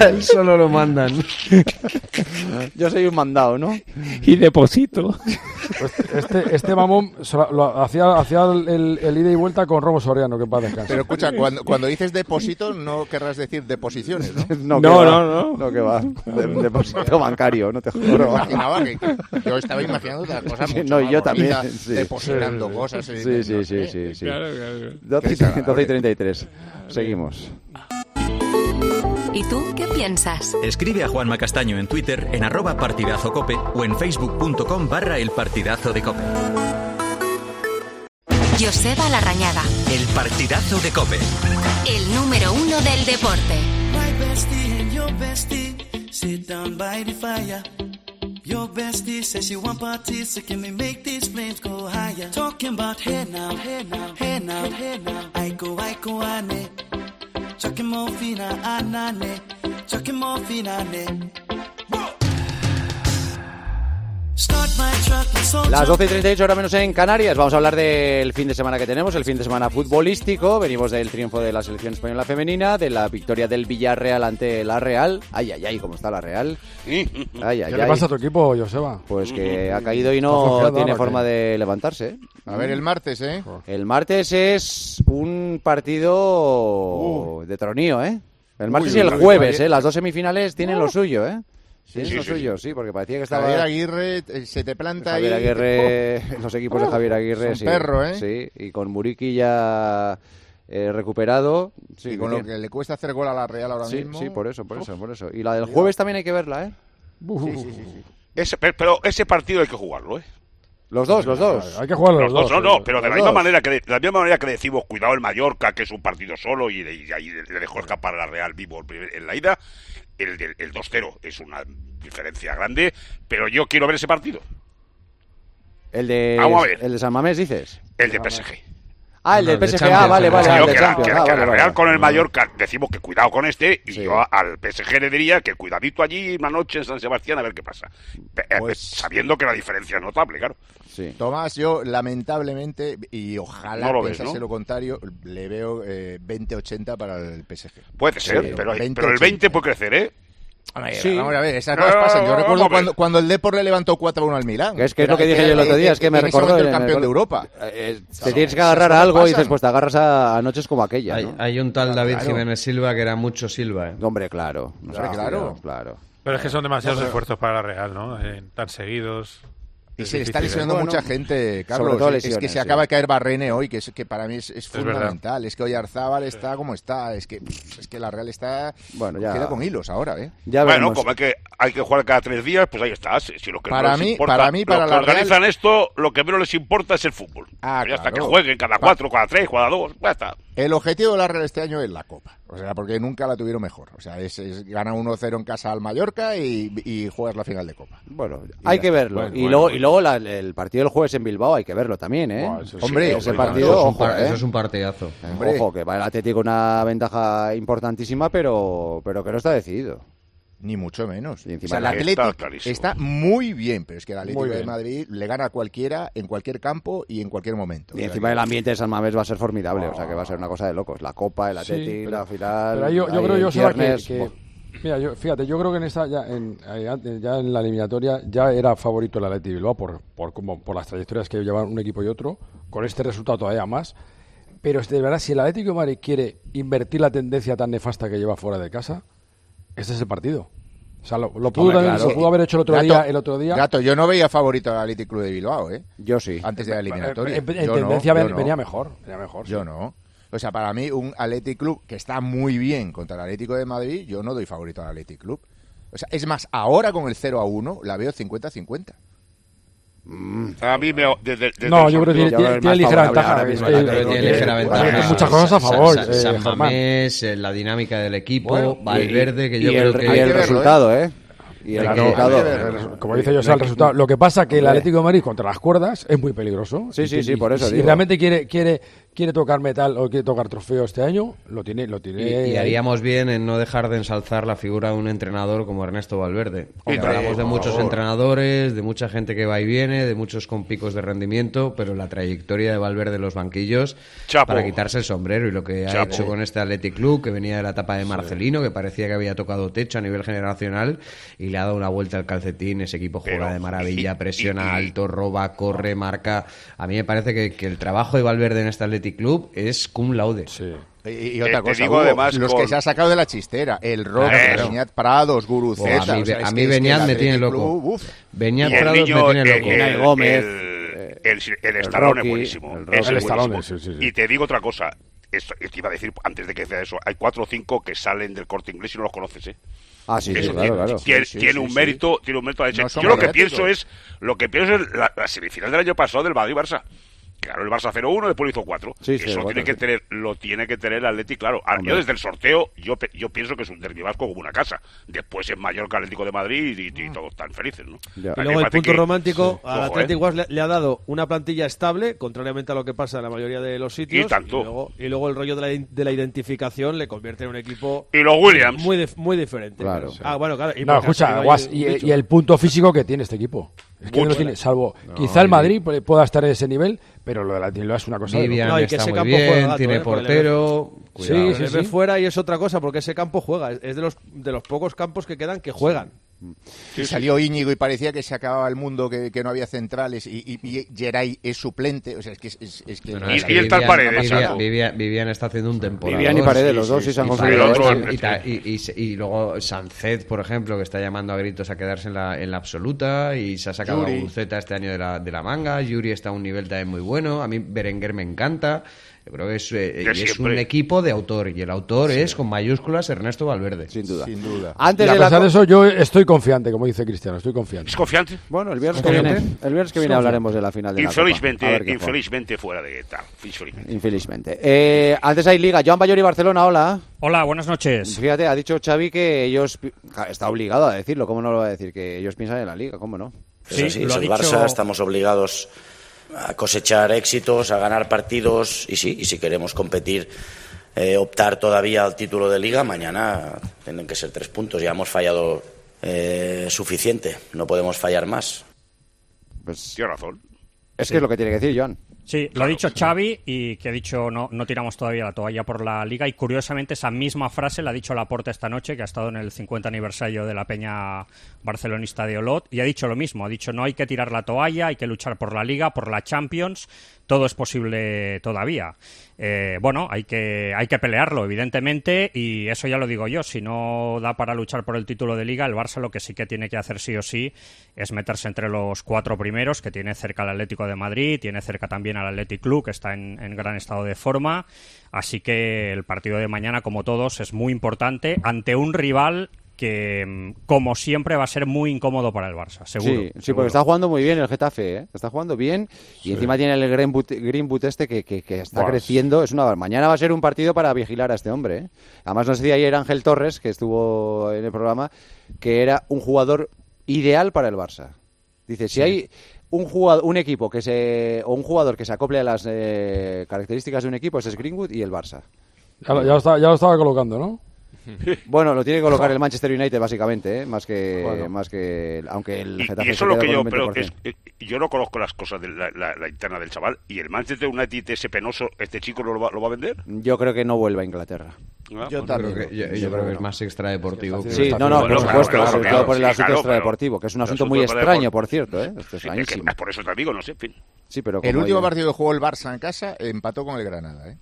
[SPEAKER 14] A (laughs) él solo lo mandan.
[SPEAKER 4] (laughs) Yo soy un mandado, ¿no?
[SPEAKER 13] Y deposito.
[SPEAKER 16] Este, este mamón se lo- lo hacía, hacía el, el- el ida y vuelta con Robo Soriano, que en paz descanse.
[SPEAKER 5] Pero escucha, cuando, cuando dices depósito no querrás decir deposiciones, ¿no?
[SPEAKER 4] que va. (laughs) No, que va. De- Pues, depósito bancario, no te
[SPEAKER 5] Yo me
[SPEAKER 4] juro.
[SPEAKER 5] imaginaba que, yo estaba imaginando otras cosas
[SPEAKER 4] Sí,
[SPEAKER 5] mucho
[SPEAKER 4] no,
[SPEAKER 5] más
[SPEAKER 4] yo también.
[SPEAKER 5] bonitas,
[SPEAKER 4] sí.
[SPEAKER 5] depositando cosas. y-
[SPEAKER 4] Sí, sí,
[SPEAKER 5] no
[SPEAKER 4] sí,
[SPEAKER 5] sé.
[SPEAKER 4] sí. sí.
[SPEAKER 5] Claro, claro.
[SPEAKER 4] 12 y
[SPEAKER 5] Qué desagradable.
[SPEAKER 4] 12 y 33. Seguimos.
[SPEAKER 1] ¿Y tú qué piensas?
[SPEAKER 2] Escribe a Juanma Castaño en Twitter en arroba partidazo cope o en facebook.com barra el partidazo de cope.
[SPEAKER 1] Joseba Larrañaga,
[SPEAKER 2] El partidazo de cope.
[SPEAKER 1] el número uno del deporte.
[SPEAKER 20] My bestie and your bestie sit down by the fire. Your bestie says she want parties, so can we make these flames go higher? Talking about hey now, hey now, hey now, hey now. I go, I go, ane. Chucking more fina, anane. Chucking more fina, ane. Start my truck, it's all
[SPEAKER 4] Las 12 y 38 horas menos en Canarias. Vamos a hablar del fin de semana que tenemos, el fin de semana futbolístico. Venimos del triunfo de la selección española femenina, de la victoria del Villarreal ante la Real. Ay, ay, ay, cómo está la Real. Ay, ay,
[SPEAKER 16] ¿Qué
[SPEAKER 4] ay.
[SPEAKER 16] le pasa a tu equipo, Joseba?
[SPEAKER 4] Pues que ha caído y
[SPEAKER 16] Está
[SPEAKER 4] no
[SPEAKER 16] flojeando,
[SPEAKER 4] tiene
[SPEAKER 16] ¿no?
[SPEAKER 4] forma de levantarse. ¿eh?
[SPEAKER 5] A ver el martes, ¿eh?
[SPEAKER 4] El martes es un partido de tronío, ¿eh? El martes
[SPEAKER 5] Uy,
[SPEAKER 4] y el
[SPEAKER 5] uy, uy.
[SPEAKER 4] jueves,
[SPEAKER 5] Ayer-
[SPEAKER 4] ¿eh? Las dos semifinales tienen lo suyo, ¿eh? Tienen
[SPEAKER 5] sí,
[SPEAKER 4] lo
[SPEAKER 5] sí,
[SPEAKER 4] suyo, sí, porque parecía que estaba...
[SPEAKER 5] Javier Aguirre eh, se te planta
[SPEAKER 4] Javier
[SPEAKER 5] ahí.
[SPEAKER 4] Aguirre, (laughs) los equipos de Javier Aguirre,
[SPEAKER 5] Son
[SPEAKER 4] sí.
[SPEAKER 5] perro, ¿eh?
[SPEAKER 4] Sí, y con Muriki ya eh, recuperado. Sí,
[SPEAKER 5] y con lo que le cuesta hacer gol a la Real ahora
[SPEAKER 4] sí,
[SPEAKER 5] mismo.
[SPEAKER 4] sí, por eso, por eso, por eso. Y la del jueves también hay que verla, ¿eh?
[SPEAKER 5] Sí, sí, sí, sí.
[SPEAKER 6] Ese, pe- pero ese partido hay que jugarlo, ¿eh?
[SPEAKER 4] Los dos, los dos.
[SPEAKER 16] Hay que jugar
[SPEAKER 6] Los dos, no, no, pero de la, misma manera que de, de la misma manera que decimos cuidado el Mallorca, que es un partido solo y, de- y ahí le dejó escapar a la Real vivo el primer- en la ida, el, el- el 2-0 es una diferencia grande, pero yo quiero ver ese partido,
[SPEAKER 4] El de,
[SPEAKER 6] Vamos a ver.
[SPEAKER 4] el de San Mamés, dices.
[SPEAKER 6] el de PSG.
[SPEAKER 4] Ah, el del PSG. Ah, vale, vale.
[SPEAKER 6] Yo
[SPEAKER 4] el de
[SPEAKER 6] que la-
[SPEAKER 4] Champions.
[SPEAKER 6] que
[SPEAKER 4] Ah,
[SPEAKER 6] la- que
[SPEAKER 4] vale,
[SPEAKER 6] la
[SPEAKER 4] vale.
[SPEAKER 6] Real con el Mallorca decimos que cuidado con este y yo a- al PSG le diría que cuidadito allí una noche en San Sebastián a ver qué pasa. Pe- eh, Sabiendo que la diferencia es notable, claro.
[SPEAKER 5] Tomás, yo lamentablemente, y ojalá
[SPEAKER 6] No lo ves,
[SPEAKER 5] pensase
[SPEAKER 6] ¿no?
[SPEAKER 5] lo contrario, le veo eh, 20-80 para el PSG.
[SPEAKER 6] Puede ser,
[SPEAKER 5] Sí,
[SPEAKER 6] pero, pero el 20 puede crecer, ¿eh?
[SPEAKER 5] Hombre, Vamos a ver, esas cosas pasan. Yo recuerdo cuando, cuando el Depor le levantó 4-1 al Milán.
[SPEAKER 4] Que es que es lo que dije yo el otro día, es que me
[SPEAKER 5] en ese
[SPEAKER 4] recordó
[SPEAKER 5] momento el
[SPEAKER 4] en el
[SPEAKER 5] campeón
[SPEAKER 4] gol- Eh,
[SPEAKER 5] de Europa.
[SPEAKER 4] Te tienes que agarrar a algo y dices, pues te agarras a, a noches como aquella.
[SPEAKER 14] Hay,
[SPEAKER 4] ¿no?
[SPEAKER 14] hay un tal David
[SPEAKER 4] Claro.
[SPEAKER 14] Jiménez Silva que era mucho Silva. ¿eh?
[SPEAKER 4] Hombre, claro. No
[SPEAKER 14] Claro,
[SPEAKER 4] sé,
[SPEAKER 14] claro.
[SPEAKER 4] claro.
[SPEAKER 12] Pero es que son demasiados
[SPEAKER 14] No, pero-
[SPEAKER 12] esfuerzos para la Real, ¿no? Eh, tan seguidos.
[SPEAKER 5] Y
[SPEAKER 12] Es
[SPEAKER 5] se le está
[SPEAKER 12] difícil, ¿eh?
[SPEAKER 5] lesionando mucha gente, Carlos.
[SPEAKER 12] Sobre todo
[SPEAKER 5] Es- es que
[SPEAKER 12] lesiones,
[SPEAKER 5] se
[SPEAKER 12] sí.
[SPEAKER 5] acaba de caer Barrene hoy, que, es, que para mí es, es
[SPEAKER 12] verdad.
[SPEAKER 5] fundamental. Es, que hoy Arzábal está como está. Es que, es que la Real está.
[SPEAKER 4] Bueno,
[SPEAKER 6] ya-
[SPEAKER 5] Queda con hilos ahora, ¿eh?
[SPEAKER 6] bueno, como hay que, hay que jugar cada tres días, pues ahí está. Si si lo que
[SPEAKER 5] Para
[SPEAKER 6] no les
[SPEAKER 5] mí-
[SPEAKER 6] importa-
[SPEAKER 5] para mí, para
[SPEAKER 6] los que
[SPEAKER 5] la Real-
[SPEAKER 6] organizan esto, lo que menos les importa es el fútbol.
[SPEAKER 5] Ah,
[SPEAKER 6] Pues ya está, que
[SPEAKER 5] claro.
[SPEAKER 6] jueguen cada cuatro, cada tres, cada dos, ya está.
[SPEAKER 5] El objetivo de la Real este año es la Copa. O sea, porque nunca la tuvieron mejor. O sea, es, es gana 1-0 en casa al Mallorca y, y juegas la final de Copa.
[SPEAKER 4] Bueno,
[SPEAKER 5] Y
[SPEAKER 4] Hay
[SPEAKER 5] ya
[SPEAKER 4] que
[SPEAKER 5] está.
[SPEAKER 4] verlo.
[SPEAKER 5] Bueno,
[SPEAKER 4] y,
[SPEAKER 5] bueno,
[SPEAKER 4] luego,
[SPEAKER 5] bueno.
[SPEAKER 4] y luego la- el partido del jueves en Bilbao hay que verlo también, ¿eh?
[SPEAKER 14] Hombre,
[SPEAKER 4] ese
[SPEAKER 14] sí,
[SPEAKER 4] partido,
[SPEAKER 14] eso es un
[SPEAKER 4] ojo,
[SPEAKER 14] par-
[SPEAKER 4] ¿eh?
[SPEAKER 14] eso es un partidazo. Hombre.
[SPEAKER 4] Ojo, que va el Atlético una ventaja importantísima, pero, pero que no está decidido.
[SPEAKER 5] Ni mucho menos.
[SPEAKER 4] Y
[SPEAKER 5] O
[SPEAKER 4] encima
[SPEAKER 5] sea, el
[SPEAKER 4] que-
[SPEAKER 5] Atlético está, muy bien, pero es que el Atlético
[SPEAKER 4] Muy
[SPEAKER 5] de
[SPEAKER 4] bien.
[SPEAKER 5] Madrid le gana a cualquiera en cualquier campo y en cualquier momento.
[SPEAKER 4] Y
[SPEAKER 5] O sea,
[SPEAKER 4] encima el ambiente de San Mamés va a ser formidable, o sea que va a ser una cosa de locos. La Copa, el
[SPEAKER 16] Sí,
[SPEAKER 4] Atlético,
[SPEAKER 16] pero-
[SPEAKER 4] la final.
[SPEAKER 16] Pero ahí yo, yo
[SPEAKER 4] ahí
[SPEAKER 16] creo
[SPEAKER 4] el
[SPEAKER 16] yo Seba, que-
[SPEAKER 4] viernes,
[SPEAKER 16] que-
[SPEAKER 4] buah.
[SPEAKER 16] mira, yo, fíjate, yo creo que en esta ya en, eh, antes, ya en la eliminatoria ya era favorito el Atleti Bilbao por por como- por las trayectorias que llevan un equipo y otro. Con este resultado todavía más. Pero este, de verdad, si el Atlético de Madrid quiere invertir la tendencia tan nefasta que lleva fuera de casa, este es el partido. O sea, lo, lo pudo,
[SPEAKER 5] Hombre,
[SPEAKER 16] también-
[SPEAKER 5] claro.
[SPEAKER 16] lo pudo haber hecho el otro
[SPEAKER 5] Gato,
[SPEAKER 16] día. El otro día.
[SPEAKER 5] Gato, yo no veía favorito al Athletic Club de Bilbao, ¿eh?
[SPEAKER 4] Yo sí.
[SPEAKER 5] Antes de la eliminatoria.
[SPEAKER 16] eh, En- en- en
[SPEAKER 5] Yo no,
[SPEAKER 16] tendencia ven-
[SPEAKER 5] yo no.
[SPEAKER 16] venía mejor, venía mejor, sí.
[SPEAKER 5] Yo no. O sea, para mí, un Athletic Club que está muy bien contra el Atlético de Madrid, yo no doy favorito al Athletic Club. O sea, es más, ahora con el 0 a 1 la veo 50-50. Mm.
[SPEAKER 6] A mí me. desde- desde
[SPEAKER 16] No,
[SPEAKER 6] el
[SPEAKER 16] yo creo que
[SPEAKER 6] sorteo-
[SPEAKER 16] tiene- tiene- tiene ligera ventaja.
[SPEAKER 14] Yo creo que tiene ligera
[SPEAKER 16] Hay
[SPEAKER 14] ventaja.
[SPEAKER 16] muchas cosas a
[SPEAKER 14] San-
[SPEAKER 16] favor,
[SPEAKER 14] San,
[SPEAKER 16] eh,
[SPEAKER 14] San
[SPEAKER 16] Germán.
[SPEAKER 14] Mamés, eh, la dinámica del equipo,
[SPEAKER 16] Bueno,
[SPEAKER 14] Valverde,
[SPEAKER 16] y-
[SPEAKER 14] que yo
[SPEAKER 16] y
[SPEAKER 14] creo
[SPEAKER 16] el-
[SPEAKER 14] que.
[SPEAKER 16] y el Hay que verlo, resultado,
[SPEAKER 4] ¿eh? Y el
[SPEAKER 14] Hay que-
[SPEAKER 4] resultado.
[SPEAKER 14] hay que verlo.
[SPEAKER 16] Como dice yo, el resultado. Lo que pasa que el Atlético de Madrid contra las cuerdas es muy peligroso.
[SPEAKER 4] Sí,
[SPEAKER 16] Y
[SPEAKER 4] sí,
[SPEAKER 16] que-
[SPEAKER 4] sí,
[SPEAKER 16] y-
[SPEAKER 4] por eso
[SPEAKER 16] y Si
[SPEAKER 4] digo.
[SPEAKER 16] realmente quiere, quiere, quiere tocar metal o quiere tocar trofeo este año, lo tiene, lo tiene.
[SPEAKER 14] Y, y haríamos bien en no dejar de ensalzar la figura de un entrenador como Ernesto Valverde.
[SPEAKER 16] Hombre,
[SPEAKER 14] Hablamos de
[SPEAKER 16] por
[SPEAKER 14] muchos
[SPEAKER 16] favor.
[SPEAKER 14] entrenadores, de mucha gente que va y viene, de muchos con picos de rendimiento, pero la trayectoria de Valverde en los banquillos
[SPEAKER 6] Chapo.
[SPEAKER 14] para quitarse el sombrero y lo que ha
[SPEAKER 6] Chapo.
[SPEAKER 14] hecho con este Athletic Club, que venía de la etapa de Marcelino, que parecía que había tocado techo a nivel generacional y le ha dado una vuelta al calcetín. Ese equipo juega de maravilla, presiona alto, roba, corre, marca. A mí me parece que, que el trabajo de Valverde en este Athletic Club es cum laude.
[SPEAKER 5] Y, y
[SPEAKER 14] Te-
[SPEAKER 5] otra
[SPEAKER 14] te
[SPEAKER 5] cosa,
[SPEAKER 14] digo
[SPEAKER 5] Hugo,
[SPEAKER 14] además
[SPEAKER 5] los
[SPEAKER 14] con-
[SPEAKER 5] que se ha sacado de la chistera, el Rock,
[SPEAKER 14] Claro.
[SPEAKER 5] Beñat Prados, Guruceta.
[SPEAKER 14] Buah, a mí,
[SPEAKER 5] o sea, es
[SPEAKER 14] a
[SPEAKER 5] que-
[SPEAKER 14] mí
[SPEAKER 5] es que
[SPEAKER 14] Beñat
[SPEAKER 5] el
[SPEAKER 14] me tiene
[SPEAKER 5] Athletic
[SPEAKER 14] loco.
[SPEAKER 5] Club, uf.
[SPEAKER 14] Beñat
[SPEAKER 6] Y el
[SPEAKER 14] Prados
[SPEAKER 6] niño,
[SPEAKER 14] me tiene
[SPEAKER 6] eh,
[SPEAKER 14] loco.
[SPEAKER 6] el, el,
[SPEAKER 14] Gómez.
[SPEAKER 6] el- el- el Stallone
[SPEAKER 14] Rocky,
[SPEAKER 6] es buenísimo.
[SPEAKER 14] el
[SPEAKER 6] Ese
[SPEAKER 14] Rocky.
[SPEAKER 6] es
[SPEAKER 14] Stallone,
[SPEAKER 6] buenísimo.
[SPEAKER 14] sí, sí, sí.
[SPEAKER 6] Y te digo otra cosa. Esto, te iba a decir antes de que sea eso. Hay cuatro o cinco que salen del corte inglés y no los conoces, ¿eh?
[SPEAKER 4] Ah, sí, sí,
[SPEAKER 6] Eso
[SPEAKER 4] claro,
[SPEAKER 6] tiene,
[SPEAKER 4] claro.
[SPEAKER 6] Tiene,
[SPEAKER 4] Sí, sí,
[SPEAKER 6] tiene
[SPEAKER 4] sí,
[SPEAKER 6] un
[SPEAKER 4] sí.
[SPEAKER 6] mérito, tiene un mérito. a ese.
[SPEAKER 4] No son
[SPEAKER 6] Yo lo que
[SPEAKER 4] mediáticos.
[SPEAKER 6] pienso es lo que pienso es la, la semifinal del año pasado del Madrid Barça. Ganó el Barça 0-1, después lo hizo 4.
[SPEAKER 4] Sí, sí,
[SPEAKER 6] Eso
[SPEAKER 4] cuatro,
[SPEAKER 6] tiene que
[SPEAKER 4] sí.
[SPEAKER 6] tener, lo tiene que tener el Atlético, claro. Ahora,
[SPEAKER 4] Hombre.
[SPEAKER 6] yo desde el sorteo, yo, pe- yo pienso que es un derbi vasco como una casa. Después es Mallorca Atlético de Madrid y, y todos están felices, ¿no? A
[SPEAKER 15] Y
[SPEAKER 6] mí
[SPEAKER 15] luego el
[SPEAKER 6] me parece
[SPEAKER 15] punto
[SPEAKER 6] que-
[SPEAKER 15] romántico al
[SPEAKER 6] Ojo, ¿eh?
[SPEAKER 15] Atlético Guas le, le ha dado una plantilla estable, contrariamente a lo que pasa en la mayoría de los sitios.
[SPEAKER 6] Y tanto.
[SPEAKER 15] luego, y luego el rollo de la, in- de la identificación le convierte en un equipo
[SPEAKER 6] Y los Williams.
[SPEAKER 15] muy, dif- muy diferente.
[SPEAKER 16] Claro.
[SPEAKER 15] Ah, bueno, claro. y
[SPEAKER 16] No,
[SPEAKER 15] porque
[SPEAKER 16] escucha,
[SPEAKER 15] arriba hay
[SPEAKER 16] Guas,
[SPEAKER 15] un
[SPEAKER 16] y,
[SPEAKER 15] bicho.
[SPEAKER 16] y el punto físico que tiene este equipo. Es que no lo
[SPEAKER 15] Mucho.
[SPEAKER 16] tiene, salvo
[SPEAKER 14] No,
[SPEAKER 16] quizá el
[SPEAKER 14] y-
[SPEAKER 16] Madrid puede- pueda estar en ese nivel, pero lo de la Bilbao es una cosa. de
[SPEAKER 14] Vivian
[SPEAKER 16] locura.
[SPEAKER 14] está muy bien, tiene portero.
[SPEAKER 15] Sí,
[SPEAKER 14] Cuidado,
[SPEAKER 15] se
[SPEAKER 14] ¿eh?
[SPEAKER 15] ve fuera y es otra cosa, porque ese campo juega. Es- Es de los, de los pocos campos que quedan que juegan.
[SPEAKER 5] Y salió Íñigo y parecía que se acababa el mundo, que, que no había centrales y, y, y Geray es suplente. O sea, es que. Es, es que
[SPEAKER 14] Bueno, es que Vivian- Vivian, Vivian- Vivian está haciendo un temporada.
[SPEAKER 4] Vivian y Paredes, los dos sí se han conseguido eso.
[SPEAKER 14] Y, ta- y- y se- y luego Sancet, por ejemplo, que está llamando a gritos a quedarse en la, en la absoluta. Y se ha sacado
[SPEAKER 5] Yuri.
[SPEAKER 14] a Guruceta este año de la, de la manga. Yuri está a un nivel también muy bueno. A mí Berenguer me encanta. Yo creo que es, eh,
[SPEAKER 4] De
[SPEAKER 14] y es
[SPEAKER 4] siempre.
[SPEAKER 14] un equipo de autor y el autor es con mayúsculas Ernesto Valverde.
[SPEAKER 4] Sin duda.
[SPEAKER 14] Sin duda.
[SPEAKER 4] Antes
[SPEAKER 16] y a
[SPEAKER 4] de la
[SPEAKER 16] pesar
[SPEAKER 4] co-
[SPEAKER 16] de eso, yo estoy confiante, como dice Cristiano, estoy confiante.
[SPEAKER 6] confiante?
[SPEAKER 4] Bueno, el viernes que viene, el viernes que viene hablaremos de la final de la Copa. A
[SPEAKER 6] Infelizmente,
[SPEAKER 4] ver qué juega.
[SPEAKER 6] infelizmente fuera de tal. Infelizmente.
[SPEAKER 4] Infelizmente. Eh, antes hay liga. Joan Bayori, Barcelona, hola.
[SPEAKER 21] Hola, buenas noches.
[SPEAKER 4] Fíjate, ha dicho Xavi que ellos... pi- Ja, Está obligado a decirlo, ¿cómo no lo va a decir? Que ellos piensan en la liga, ¿cómo no?
[SPEAKER 22] Es así, es el Barça, estamos obligados a cosechar éxitos, a ganar partidos y si, y si queremos competir, eh, optar todavía al título de liga, mañana tendrán que ser tres puntos. Ya hemos fallado eh, suficiente, no podemos fallar más.
[SPEAKER 6] Tienes razón.
[SPEAKER 4] Pues Es que es lo que tiene que decir Joan.
[SPEAKER 21] Sí, lo ha dicho Xavi y que ha dicho no, no tiramos todavía la toalla por la liga y curiosamente esa misma frase la ha dicho Laporta esta noche que ha estado en el 50 aniversario de la peña barcelonista de Olot y ha dicho lo mismo, ha dicho no hay que tirar la toalla, hay que luchar por la liga, por la Champions, todo es posible todavía. Eh, bueno, hay que, hay que pelearlo, evidentemente, y eso ya lo digo yo. Si no da para luchar por el título de liga, el Barça lo que sí que tiene que hacer sí o sí es meterse entre los cuatro primeros, que tiene cerca al Atlético de Madrid, tiene cerca también al Athletic Club, que está en, en gran estado de forma. Así que el partido de mañana, como todos, es muy importante ante un rival que, mm, como siempre, va a ser muy incómodo para el Barça, seguro.
[SPEAKER 4] Sí, sí,
[SPEAKER 21] seguro.
[SPEAKER 4] porque está jugando muy bien el Getafe, ¿eh? Está jugando bien y encima tiene el Greenwood, Greenwood este que, que- que está
[SPEAKER 21] Buah.
[SPEAKER 4] creciendo. Es una Mañana va a ser un partido para vigilar a este hombre, ¿eh? Además, nos decía ayer Ángel Torres, que estuvo en el programa, que era un jugador ideal para el Barça. Dice, si hay un jugador, un equipo que se o un jugador que se acople a las eh, características de un equipo, ese es Greenwood y el
[SPEAKER 6] (laughs)
[SPEAKER 4] Barça.
[SPEAKER 16] Ya, lo- ya lo estaba, ya lo estaba colocando, ¿no?
[SPEAKER 4] Bueno, lo tiene que colocar el Manchester United básicamente, ¿eh? más que
[SPEAKER 16] Bueno.
[SPEAKER 4] más que aunque el
[SPEAKER 6] Y,
[SPEAKER 4] Getafe
[SPEAKER 6] y eso
[SPEAKER 4] se
[SPEAKER 6] es lo
[SPEAKER 4] queda
[SPEAKER 6] que yo
[SPEAKER 4] con un
[SPEAKER 6] creo que
[SPEAKER 4] 20%.
[SPEAKER 6] es, eh, yo no conozco las cosas de la, la- la interna del chaval y el Manchester United ese penoso, este chico no lo va, lo va a vender.
[SPEAKER 4] Yo creo que no vuelve a Inglaterra.
[SPEAKER 6] Ah,
[SPEAKER 14] Yo
[SPEAKER 6] pues
[SPEAKER 14] también.
[SPEAKER 6] creo
[SPEAKER 14] Creo
[SPEAKER 6] que-
[SPEAKER 14] que- yo- yo creo que es más extradeportivo. que-
[SPEAKER 4] Sí, no, no, por supuesto, sobre todo por el asunto extradeportivo, que es un
[SPEAKER 6] el
[SPEAKER 4] asunto muy
[SPEAKER 6] asunto
[SPEAKER 4] extraño,
[SPEAKER 6] deport-
[SPEAKER 4] por cierto, ¿eh? Esto es
[SPEAKER 6] Sí, es que
[SPEAKER 4] rarísimo.
[SPEAKER 6] por eso te digo, no sé, en fin.
[SPEAKER 4] Sí, pero
[SPEAKER 5] El
[SPEAKER 4] como
[SPEAKER 5] último
[SPEAKER 4] digo-
[SPEAKER 5] partido que jugó el Barça en casa empató con el Granada, ¿eh?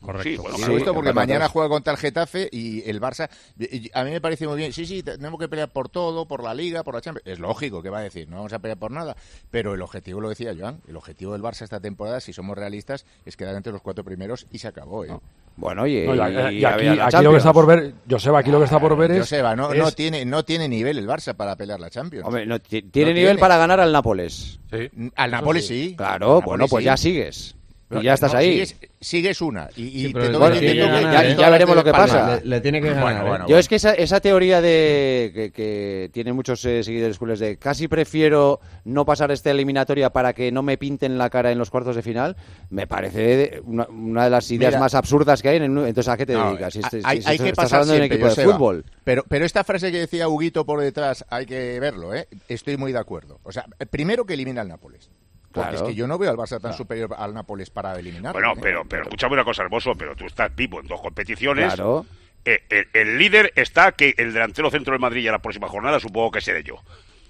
[SPEAKER 6] Correcto. Sí, bueno,
[SPEAKER 5] Por
[SPEAKER 6] claro.
[SPEAKER 5] supuesto, porque
[SPEAKER 6] empató
[SPEAKER 5] mañana
[SPEAKER 6] tres.
[SPEAKER 5] juega contra el Getafe y el Barça. y- y a mí me parece muy bien. Sí, sí, tenemos que pelear por todo, por la Liga, por la Champions. Es lógico que va a decir, no vamos a pelear por nada. Pero el objetivo, lo decía Joan, el objetivo del Barça esta temporada, si somos realistas, es quedar entre los cuatro primeros y se acabó, ¿eh?
[SPEAKER 4] Bueno, y, y-
[SPEAKER 16] No, y- y
[SPEAKER 4] y
[SPEAKER 16] aquí,
[SPEAKER 4] había la
[SPEAKER 16] aquí lo que está
[SPEAKER 4] Champions.
[SPEAKER 16] por ver, Joseba, aquí lo que está por ver es.
[SPEAKER 5] Joseba, no,
[SPEAKER 16] es-
[SPEAKER 5] no, tiene, no tiene nivel el Barça para pelear la Champions.
[SPEAKER 4] Hombre, no, ti- tiene nivel para ganar al Nápoles.
[SPEAKER 5] Al Nápoles sí.
[SPEAKER 4] Claro,
[SPEAKER 5] Al Nápoles
[SPEAKER 4] bueno, pues
[SPEAKER 5] sí.
[SPEAKER 4] ya sigues.
[SPEAKER 5] Pero,
[SPEAKER 4] y ya estás
[SPEAKER 5] no,
[SPEAKER 4] ahí.
[SPEAKER 5] Sigues, sigues una. Y, y
[SPEAKER 14] Sí, pero
[SPEAKER 5] te
[SPEAKER 14] le
[SPEAKER 5] toca
[SPEAKER 14] tiene
[SPEAKER 5] el
[SPEAKER 14] que
[SPEAKER 5] intento
[SPEAKER 14] ganar,
[SPEAKER 5] que-
[SPEAKER 14] ¿eh?
[SPEAKER 5] todas
[SPEAKER 4] ya veremos
[SPEAKER 5] las
[SPEAKER 4] lo que
[SPEAKER 5] de Palma.
[SPEAKER 4] pasa.
[SPEAKER 14] Le- le tiene que ganar, ¿eh?
[SPEAKER 4] Yo es que esa, esa teoría de que, que tienen muchos eh, seguidores culés de casi prefiero no pasar esta eliminatoria para que no me pinten la cara en los cuartos de final, me parece de- una, una de las ideas
[SPEAKER 5] Mira.
[SPEAKER 4] más absurdas que hay. En, un- entonces, ¿a qué te
[SPEAKER 5] No,
[SPEAKER 4] dedicas? Si este-
[SPEAKER 5] hay,
[SPEAKER 4] si
[SPEAKER 5] hay
[SPEAKER 4] estás
[SPEAKER 5] que pasar
[SPEAKER 4] hablando de un
[SPEAKER 5] siempre,
[SPEAKER 4] equipo de
[SPEAKER 5] Joseba.
[SPEAKER 4] fútbol.
[SPEAKER 5] Pero, pero esta frase que decía Huguito por detrás, hay que verlo, ¿eh? Estoy muy de acuerdo. O sea, primero que elimina al Nápoles. Porque
[SPEAKER 6] Claro.
[SPEAKER 5] es que yo no veo al Barça tan
[SPEAKER 4] Ah.
[SPEAKER 6] Claro.
[SPEAKER 5] superior al Nápoles para ¿eh? eliminar.
[SPEAKER 6] Bueno, pero, pero escúchame una cosa, hermoso, pero tú estás vivo en dos competiciones.
[SPEAKER 5] Claro.
[SPEAKER 6] Eh, el, el líder está que el delantero centro del Madrid ya la próxima jornada supongo que seré yo.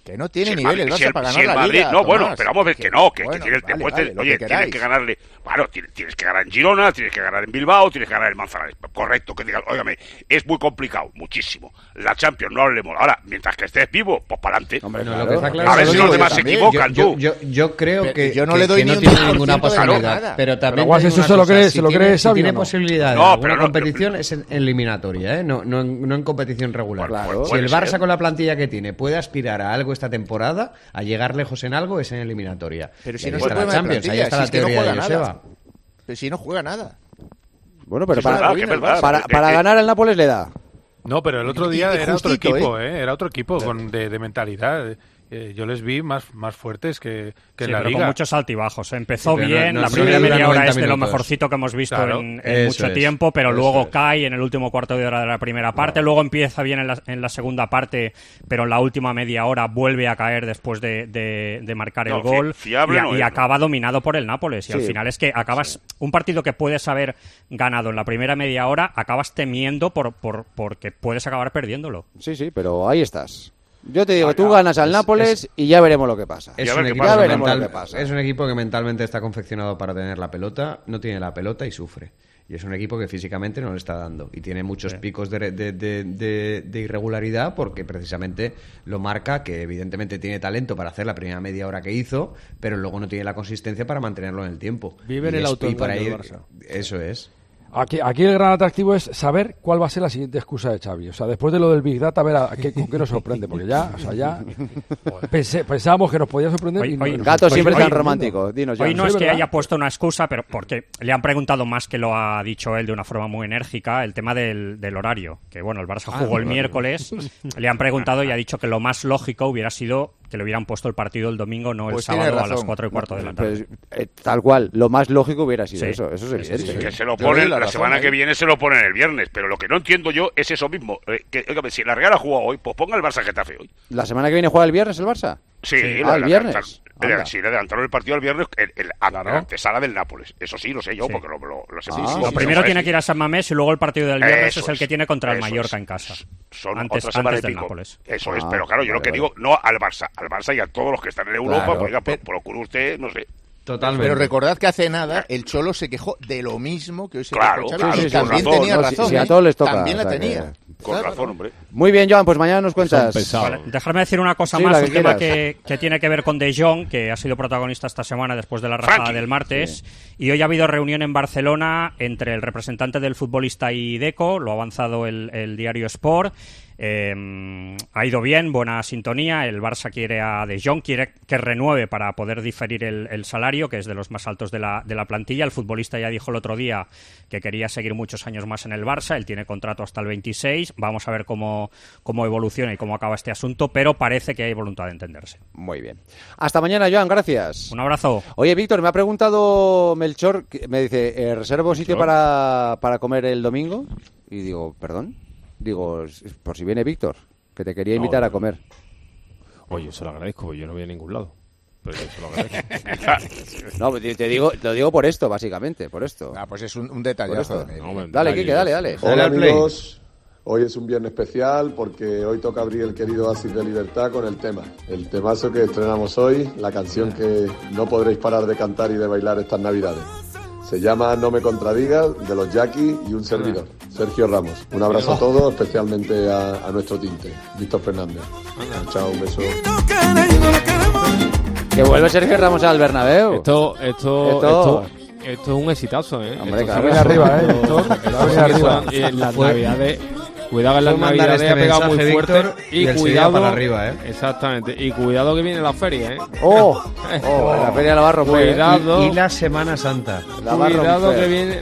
[SPEAKER 5] Que no tiene
[SPEAKER 6] Si
[SPEAKER 5] nivel el
[SPEAKER 6] Madrid-
[SPEAKER 5] Barça
[SPEAKER 6] si
[SPEAKER 5] para
[SPEAKER 6] si
[SPEAKER 5] ganar la
[SPEAKER 6] Madrid-
[SPEAKER 5] Liga,
[SPEAKER 6] No, bueno,
[SPEAKER 5] Tomás.
[SPEAKER 6] pero vamos a ver que no, que, que
[SPEAKER 5] Bueno,
[SPEAKER 6] tienes,
[SPEAKER 5] vale,
[SPEAKER 6] después
[SPEAKER 5] vale,
[SPEAKER 6] te-
[SPEAKER 5] lo
[SPEAKER 6] oye,
[SPEAKER 5] que
[SPEAKER 6] tienes que
[SPEAKER 5] queráis.
[SPEAKER 6] ganarle, bueno, tienes, tienes que ganar en Girona, tienes que ganar en Bilbao, tienes que ganar en Manzanares. Correcto, que digas, óigame, es muy complicado, muchísimo. La Champions, no hablemos. Ahora, mientras que estés vivo, pues para adelante.
[SPEAKER 14] No, lo que está claro
[SPEAKER 6] a
[SPEAKER 14] es
[SPEAKER 6] ver
[SPEAKER 14] que
[SPEAKER 6] si
[SPEAKER 14] yo
[SPEAKER 6] los demás se
[SPEAKER 14] también,
[SPEAKER 6] equivocan,
[SPEAKER 14] yo,
[SPEAKER 6] tú.
[SPEAKER 14] Yo, yo- yo creo
[SPEAKER 6] Pero
[SPEAKER 14] que,
[SPEAKER 6] yo no
[SPEAKER 14] que-
[SPEAKER 6] le doy
[SPEAKER 14] que
[SPEAKER 6] ni
[SPEAKER 14] no
[SPEAKER 6] un
[SPEAKER 14] tiene
[SPEAKER 6] 10%
[SPEAKER 14] ninguna
[SPEAKER 6] de
[SPEAKER 14] posibilidad.
[SPEAKER 6] nada.
[SPEAKER 14] Pero también
[SPEAKER 6] Pero, Guas,
[SPEAKER 14] te digo
[SPEAKER 6] ¿eso
[SPEAKER 14] una
[SPEAKER 6] se lo
[SPEAKER 14] cosa,
[SPEAKER 6] cree-
[SPEAKER 14] si
[SPEAKER 6] se lo
[SPEAKER 14] tiene-
[SPEAKER 6] cree
[SPEAKER 14] si
[SPEAKER 6] Xavi
[SPEAKER 14] tiene
[SPEAKER 6] o no?
[SPEAKER 14] posibilidad
[SPEAKER 6] No,
[SPEAKER 14] en alguna
[SPEAKER 6] pero no-
[SPEAKER 14] competición es en, en eliminatoria, ¿eh? no, no, en- no en competición regular. si
[SPEAKER 6] puede
[SPEAKER 14] el Barça
[SPEAKER 6] ser.
[SPEAKER 14] con la plantilla que tiene puede aspirar a algo esta temporada, a llegar lejos en algo es en eliminatoria.
[SPEAKER 5] Pero
[SPEAKER 14] Y
[SPEAKER 5] si
[SPEAKER 14] ahí
[SPEAKER 5] no se
[SPEAKER 14] está
[SPEAKER 5] puede
[SPEAKER 14] la Champions, ahí está la teoría de Joseba.
[SPEAKER 5] Pero si no juega nada.
[SPEAKER 4] Bueno, pero
[SPEAKER 5] Es verdad,
[SPEAKER 4] para,
[SPEAKER 5] que es verdad.
[SPEAKER 4] para,
[SPEAKER 5] Eh,
[SPEAKER 4] para
[SPEAKER 5] eh.
[SPEAKER 4] ganar al Nápoles le da.
[SPEAKER 12] No, pero el otro día
[SPEAKER 16] Y- y
[SPEAKER 12] era otro
[SPEAKER 16] justito,
[SPEAKER 12] equipo, ¿eh? Era otro equipo con, de, de mentalidad. Eh, yo les vi más, más fuertes que, que
[SPEAKER 21] Sí,
[SPEAKER 12] en la
[SPEAKER 21] pero
[SPEAKER 12] liga.
[SPEAKER 21] con muchos altibajos. Empezó
[SPEAKER 12] Sí, pero no-
[SPEAKER 21] bien,
[SPEAKER 12] no-
[SPEAKER 21] la
[SPEAKER 12] no
[SPEAKER 21] primera
[SPEAKER 12] dura
[SPEAKER 21] media
[SPEAKER 12] 90
[SPEAKER 21] hora es de lo
[SPEAKER 12] minutos.
[SPEAKER 21] mejor que hemos visto
[SPEAKER 12] Claro, Eh,
[SPEAKER 21] en, en
[SPEAKER 12] eso
[SPEAKER 21] mucho
[SPEAKER 12] es,
[SPEAKER 21] tiempo, pero
[SPEAKER 12] eso
[SPEAKER 21] luego
[SPEAKER 12] es.
[SPEAKER 21] cae en el último cuarto de hora de la primera parte, luego empieza bien en la, en la segunda parte, pero en la última media hora vuelve a caer después de, de- de marcar
[SPEAKER 6] No,
[SPEAKER 21] el
[SPEAKER 6] fi-
[SPEAKER 21] gol
[SPEAKER 6] fiable
[SPEAKER 21] y, a-
[SPEAKER 6] no
[SPEAKER 21] y
[SPEAKER 6] es, ¿no?
[SPEAKER 21] acaba dominado por el Nápoles. Y al
[SPEAKER 6] Sí.
[SPEAKER 21] final es que acabas un partido que puedes haber ganado en la primera media hora, acabas temiendo por, por, porque puedes acabar perdiéndolo.
[SPEAKER 4] Sí, sí, pero ahí estás. Yo te digo, tú ganas al Nápoles y ya veremos lo que pasa.
[SPEAKER 14] Es
[SPEAKER 4] ya
[SPEAKER 14] un, equipo que
[SPEAKER 4] veremos lo
[SPEAKER 14] mental-
[SPEAKER 4] que pasa.
[SPEAKER 14] es un equipo que mentalmente está confeccionado para tener la pelota, no tiene la pelota y sufre. Y es un equipo que físicamente no le está dando. Y tiene muchos picos de, de- de- de- de irregularidad porque precisamente lo marca que evidentemente tiene talento para hacer la primera media hora que hizo, pero luego no tiene la consistencia para mantenerlo en el tiempo.
[SPEAKER 15] Vive en
[SPEAKER 14] Y
[SPEAKER 15] el
[SPEAKER 14] es- y
[SPEAKER 15] autoengaño
[SPEAKER 14] para
[SPEAKER 15] el
[SPEAKER 14] ir-
[SPEAKER 15] Barça.
[SPEAKER 14] Eso es.
[SPEAKER 16] Aquí, aquí el gran atractivo es saber cuál va a ser la siguiente excusa de Xavi. O sea, después de lo del Big Data, a ver a qué, con qué nos sorprende. Porque ya, o
[SPEAKER 13] (laughs)
[SPEAKER 16] sea, ya pensé- pensábamos que nos podía sorprender. y no- y nos sorprende.
[SPEAKER 21] hoy- Hoy no
[SPEAKER 16] Sí,
[SPEAKER 21] es que
[SPEAKER 16] ¿verdad?
[SPEAKER 21] haya puesto una excusa, pero porque le han preguntado más que lo ha dicho él de una forma muy enérgica, el tema del, del horario. Que bueno, el Barça
[SPEAKER 3] Ah,
[SPEAKER 21] jugó el
[SPEAKER 3] claro.
[SPEAKER 21] miércoles, le han preguntado y ha dicho que lo más lógico hubiera sido que le hubieran puesto el partido el domingo, no el
[SPEAKER 4] Pues tiene
[SPEAKER 21] sábado a
[SPEAKER 4] razón.
[SPEAKER 21] las cuatro y cuarto de la tarde.
[SPEAKER 4] Pues, eh, tal cual, lo más lógico hubiera sido
[SPEAKER 21] Sí.
[SPEAKER 4] eso, eso es
[SPEAKER 21] Sí, sí,
[SPEAKER 4] evidente.
[SPEAKER 21] sí.
[SPEAKER 6] Que se lo
[SPEAKER 4] Te doy
[SPEAKER 6] ponen
[SPEAKER 4] la
[SPEAKER 6] la,
[SPEAKER 4] razón,
[SPEAKER 6] semana
[SPEAKER 4] ¿eh?
[SPEAKER 6] que viene, se lo ponen el viernes. Pero lo que no entiendo yo es eso mismo. eh, que, óigame, si la Real ha jugado hoy, pues ponga el Barça Getafe hoy.
[SPEAKER 4] ¿La semana que viene juega el viernes el Barça?
[SPEAKER 6] Sí, le
[SPEAKER 4] Ah, el
[SPEAKER 6] adelantaron-
[SPEAKER 4] viernes.
[SPEAKER 6] le-
[SPEAKER 4] Anda.
[SPEAKER 6] sí, le adelantaron el partido al viernes en, en la en la antesala del Nápoles. Eso sí, lo sé yo,
[SPEAKER 21] Sí.
[SPEAKER 6] porque lo, lo, lo sé.
[SPEAKER 21] Sí,
[SPEAKER 6] lo
[SPEAKER 21] sí,
[SPEAKER 6] sé,
[SPEAKER 21] sí, primero
[SPEAKER 6] ¿sabes?
[SPEAKER 21] tiene que ir a San Mamés y luego el partido del viernes
[SPEAKER 6] Eso
[SPEAKER 21] es el que
[SPEAKER 6] es,
[SPEAKER 21] tiene contra el
[SPEAKER 6] eso
[SPEAKER 21] Mallorca
[SPEAKER 6] es.
[SPEAKER 21] en casa.
[SPEAKER 6] Son
[SPEAKER 21] antes,
[SPEAKER 6] otra semana
[SPEAKER 21] antes
[SPEAKER 6] y
[SPEAKER 21] del
[SPEAKER 6] pico.
[SPEAKER 21] Nápoles.
[SPEAKER 6] Eso es,
[SPEAKER 21] Ah,
[SPEAKER 6] pero claro, yo lo
[SPEAKER 21] vale,
[SPEAKER 6] que
[SPEAKER 21] vale.
[SPEAKER 6] digo, no al Barça, al Barça y a todos los que están en Europa,
[SPEAKER 5] Claro.
[SPEAKER 6] pues, oiga, pro- procure usted, no sé.
[SPEAKER 5] Pero recordad que hace nada el Cholo se quejó de lo mismo que hoy se quejó
[SPEAKER 6] Claro,
[SPEAKER 5] el Cholo.
[SPEAKER 6] claro,
[SPEAKER 5] y
[SPEAKER 6] con
[SPEAKER 5] también
[SPEAKER 6] razón,
[SPEAKER 5] tenía
[SPEAKER 6] ¿no?
[SPEAKER 5] razón.
[SPEAKER 6] Si- si a
[SPEAKER 5] ¿eh?
[SPEAKER 6] todos les toca,
[SPEAKER 5] también la
[SPEAKER 6] o sea que-
[SPEAKER 5] tenía.
[SPEAKER 6] Con razón, hombre.
[SPEAKER 4] Muy bien, Joan, pues mañana nos cuentas.
[SPEAKER 21] Vale, déjame decir una cosa
[SPEAKER 4] Sí,
[SPEAKER 21] más,
[SPEAKER 4] la que
[SPEAKER 21] un tema
[SPEAKER 4] quieras.
[SPEAKER 21] que, que tiene que ver con De Jong, que ha sido protagonista esta semana después de la rajada
[SPEAKER 6] Frankie.
[SPEAKER 21] del martes. Y hoy ha habido reunión en Barcelona entre el representante del futbolista y Deco, lo ha avanzado el, el diario Sport. Eh, ha ido bien, buena sintonía. El Barça quiere a De Jong, quiere que renueve para poder diferir el, el salario, que es de los más altos de la, de la plantilla. El futbolista ya dijo el otro día que quería seguir muchos años más en el Barça. Él tiene contrato hasta el 26. Vamos a ver cómo, cómo evoluciona y cómo acaba este asunto, pero parece que hay voluntad de entenderse.
[SPEAKER 4] Muy bien. Hasta mañana, Joan, gracias.
[SPEAKER 21] Un abrazo.
[SPEAKER 4] Oye, Víctor, me ha preguntado Melchor, que me dice, eh, ¿reservo sitio para, para comer el domingo? Y digo, ¿perdón? Digo, "S- por si viene Víctor, que te quería
[SPEAKER 13] No,
[SPEAKER 4] invitar a
[SPEAKER 13] no.
[SPEAKER 4] comer.
[SPEAKER 13] Oye, yo se lo agradezco, porque yo no voy a ningún lado. Pero yo se lo
[SPEAKER 4] (laughs)
[SPEAKER 13] agradezco.
[SPEAKER 4] No, pues, te te digo, lo digo por esto, básicamente, por esto. Ah,
[SPEAKER 5] pues es un, detallazo de Meli.
[SPEAKER 4] dale, Kike, dale, dale.
[SPEAKER 23] Hola amigos, hoy es un viernes especial porque hoy toca abrir el querido Oasis de Libertad con el tema. El temazo que estrenamos hoy, la canción que no podréis parar de cantar y de bailar estas navidades. Se llama No me contradigas, de los Jackie y un servidor, Sergio Ramos. Un abrazo a todos, especialmente a, a nuestro tinte, Víctor Fernández. Chao, un beso.
[SPEAKER 4] Que vuelve Sergio Ramos al Bernabéu.
[SPEAKER 13] Esto, esto,
[SPEAKER 4] Esto-
[SPEAKER 13] esto, esto es un exitazo, ¿eh?
[SPEAKER 4] Hombre,
[SPEAKER 13] Esto
[SPEAKER 4] claro.
[SPEAKER 13] sí que
[SPEAKER 4] Venga
[SPEAKER 13] son-
[SPEAKER 4] arriba, ¿eh?
[SPEAKER 13] esto-
[SPEAKER 4] Venga
[SPEAKER 13] esto
[SPEAKER 4] arriba.
[SPEAKER 13] sí que son- y en las
[SPEAKER 4] Fue-
[SPEAKER 13] navidades. Cuidado que en las
[SPEAKER 14] fue mandar
[SPEAKER 13] navidades
[SPEAKER 14] este
[SPEAKER 13] ha pegado
[SPEAKER 14] mensaje,
[SPEAKER 13] muy fuerte.
[SPEAKER 14] Víctor, y el
[SPEAKER 13] y
[SPEAKER 14] Sevilla
[SPEAKER 13] cuidado.
[SPEAKER 14] para arriba, ¿eh?
[SPEAKER 13] Exactamente. Y cuidado que viene la feria, ¿eh?
[SPEAKER 4] ¡Oh! oh, la feria la va a romper, ¿eh?
[SPEAKER 13] Cuidado.
[SPEAKER 14] Y, y la Semana Santa.
[SPEAKER 4] La va a
[SPEAKER 13] Cuidado
[SPEAKER 4] romper.
[SPEAKER 13] que viene.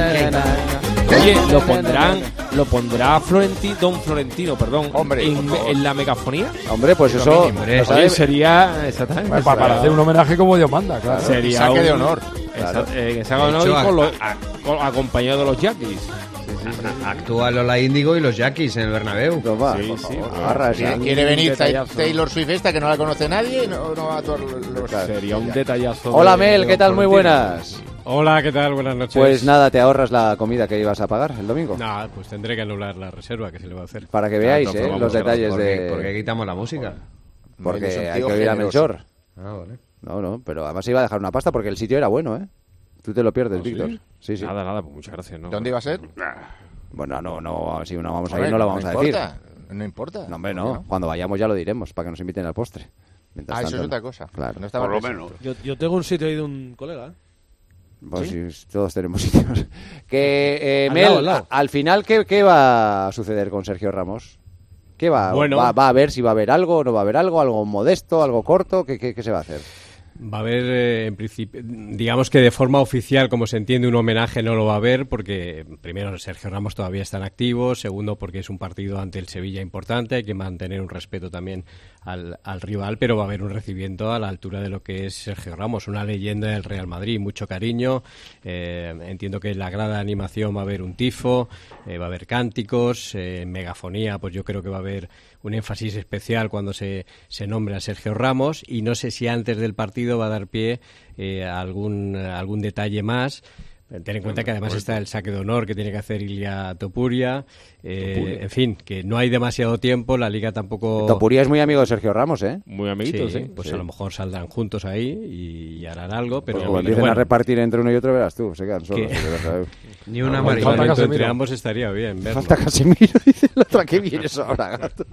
[SPEAKER 13] Oye, lo pondrán, lo pondrá Florentino, Don Florentino, perdón, Hombre, en, en la megafonía.
[SPEAKER 4] Hombre, pues eso...
[SPEAKER 13] Hombre,
[SPEAKER 4] lo sabe-
[SPEAKER 13] oye, sería exactamente.
[SPEAKER 16] Pues, Para, para hacer un homenaje como Dios manda, claro.
[SPEAKER 13] Sería un-
[SPEAKER 14] Claro.
[SPEAKER 13] Exa- eh, que saque de honor
[SPEAKER 14] De hecho,
[SPEAKER 13] y
[SPEAKER 14] a-
[SPEAKER 13] con los- con- acompañado de los Jackies.
[SPEAKER 14] Actúa Lola Índigo y los Jackies en el Bernabéu.
[SPEAKER 4] sí,
[SPEAKER 5] sí,
[SPEAKER 13] pues,
[SPEAKER 5] ¿Quiere, quiere venir Ta- Taylor Swift esta que no la conoce nadie? No, no va a actuar los...
[SPEAKER 13] Sería un detallazo.
[SPEAKER 4] Hola,
[SPEAKER 13] de-
[SPEAKER 4] Mel,
[SPEAKER 13] de
[SPEAKER 4] ¿qué
[SPEAKER 13] don
[SPEAKER 4] tal? Muy
[SPEAKER 13] Florentino.
[SPEAKER 4] buenas.
[SPEAKER 17] Hola, ¿qué tal? Buenas noches.
[SPEAKER 4] Pues nada, te ahorras la comida que ibas a pagar el domingo.
[SPEAKER 17] Nada, pues tendré que anular la reserva que se le va a hacer.
[SPEAKER 4] Para que veáis,
[SPEAKER 17] Ah, no,
[SPEAKER 4] eh,
[SPEAKER 17] vamos,
[SPEAKER 4] los
[SPEAKER 17] claro.
[SPEAKER 4] detalles
[SPEAKER 14] ¿Por qué-
[SPEAKER 4] de...
[SPEAKER 14] por qué quitamos la música?
[SPEAKER 4] Porque
[SPEAKER 14] Mel es un
[SPEAKER 4] hay
[SPEAKER 14] tío
[SPEAKER 4] que oír a
[SPEAKER 14] generoso.
[SPEAKER 4] Melchor.
[SPEAKER 14] Ah, vale.
[SPEAKER 4] No, no, pero además iba a dejar una pasta porque el sitio era bueno, ¿eh? Tú te lo pierdes, Víctor. Sí, sí.
[SPEAKER 13] Nada, nada, pues muchas gracias. ¿no?
[SPEAKER 5] ¿Dónde iba a ¿Ah, ser?
[SPEAKER 4] Bueno, no, no, si no vamos
[SPEAKER 5] Hombre,
[SPEAKER 4] a ir, Pues no lo vamos a decir.
[SPEAKER 5] importa, No importa.
[SPEAKER 4] No, hombre, no. Cuando vayamos ya lo diremos, para que nos inviten al postre. Mientras
[SPEAKER 5] Ah, eso
[SPEAKER 4] tanto,
[SPEAKER 5] es otra
[SPEAKER 4] no.
[SPEAKER 5] cosa.
[SPEAKER 4] Claro.
[SPEAKER 5] No estaba Por lo presente. menos.
[SPEAKER 15] Yo, yo tengo un sitio ahí de un colega. ¿eh?
[SPEAKER 4] Pues sí, todos tenemos (laughs) sitios. Que, eh,
[SPEAKER 15] Al
[SPEAKER 4] Mel,
[SPEAKER 15] lado, al lado.
[SPEAKER 4] a- al final, ¿qué, qué va a suceder con Sergio Ramos? ¿Qué va?
[SPEAKER 17] Bueno.
[SPEAKER 4] ¿Va, va a ver si va a haber algo, no va a haber algo, algo modesto, algo corto? ¿Qué, qué- qué se va a hacer?
[SPEAKER 17] Va a haber, eh, en principio, digamos que de forma oficial, como se entiende, un homenaje no lo va a haber porque, primero, Sergio Ramos todavía está en activo, segundo, porque es un partido ante el Sevilla importante, hay que mantener un respeto también al, al rival, pero va a haber un recibimiento a la altura de lo que es Sergio Ramos, una leyenda del Real Madrid, mucho cariño, eh, entiendo que en la grada de animación va a haber un tifo, eh, va a haber cánticos, eh, en megafonía, pues yo creo que va a haber un énfasis especial cuando se, se nombre a Sergio Ramos y no sé si antes del partido va a dar pie eh, a algún, a algún detalle más. Ten en cuenta que además está el saque de honor que tiene que hacer Ilia Topuria. eh,
[SPEAKER 4] Topuria.
[SPEAKER 17] En fin, que no hay demasiado tiempo, la liga tampoco...
[SPEAKER 4] Topuria es muy amigo de Sergio Ramos, ¿eh?
[SPEAKER 17] Muy
[SPEAKER 4] amiguitos, sí.
[SPEAKER 17] Pues
[SPEAKER 4] Sí.
[SPEAKER 17] a lo mejor saldrán juntos ahí y, y harán algo, pero...
[SPEAKER 4] Pero
[SPEAKER 17] pero
[SPEAKER 4] Como empiecen
[SPEAKER 17] bueno,
[SPEAKER 4] a repartir entre uno y otro, verás tú, se quedan
[SPEAKER 17] que-
[SPEAKER 4] solos. se quedan, ¿sabes?
[SPEAKER 17] Ni un
[SPEAKER 4] Falta
[SPEAKER 17] amarillamiento entre
[SPEAKER 4] Casemiro.
[SPEAKER 17] ambos estaría bien. verlo.
[SPEAKER 4] (laughs) Falta Casemiro, dice el otro. ¿A qué vienes ahora, gato?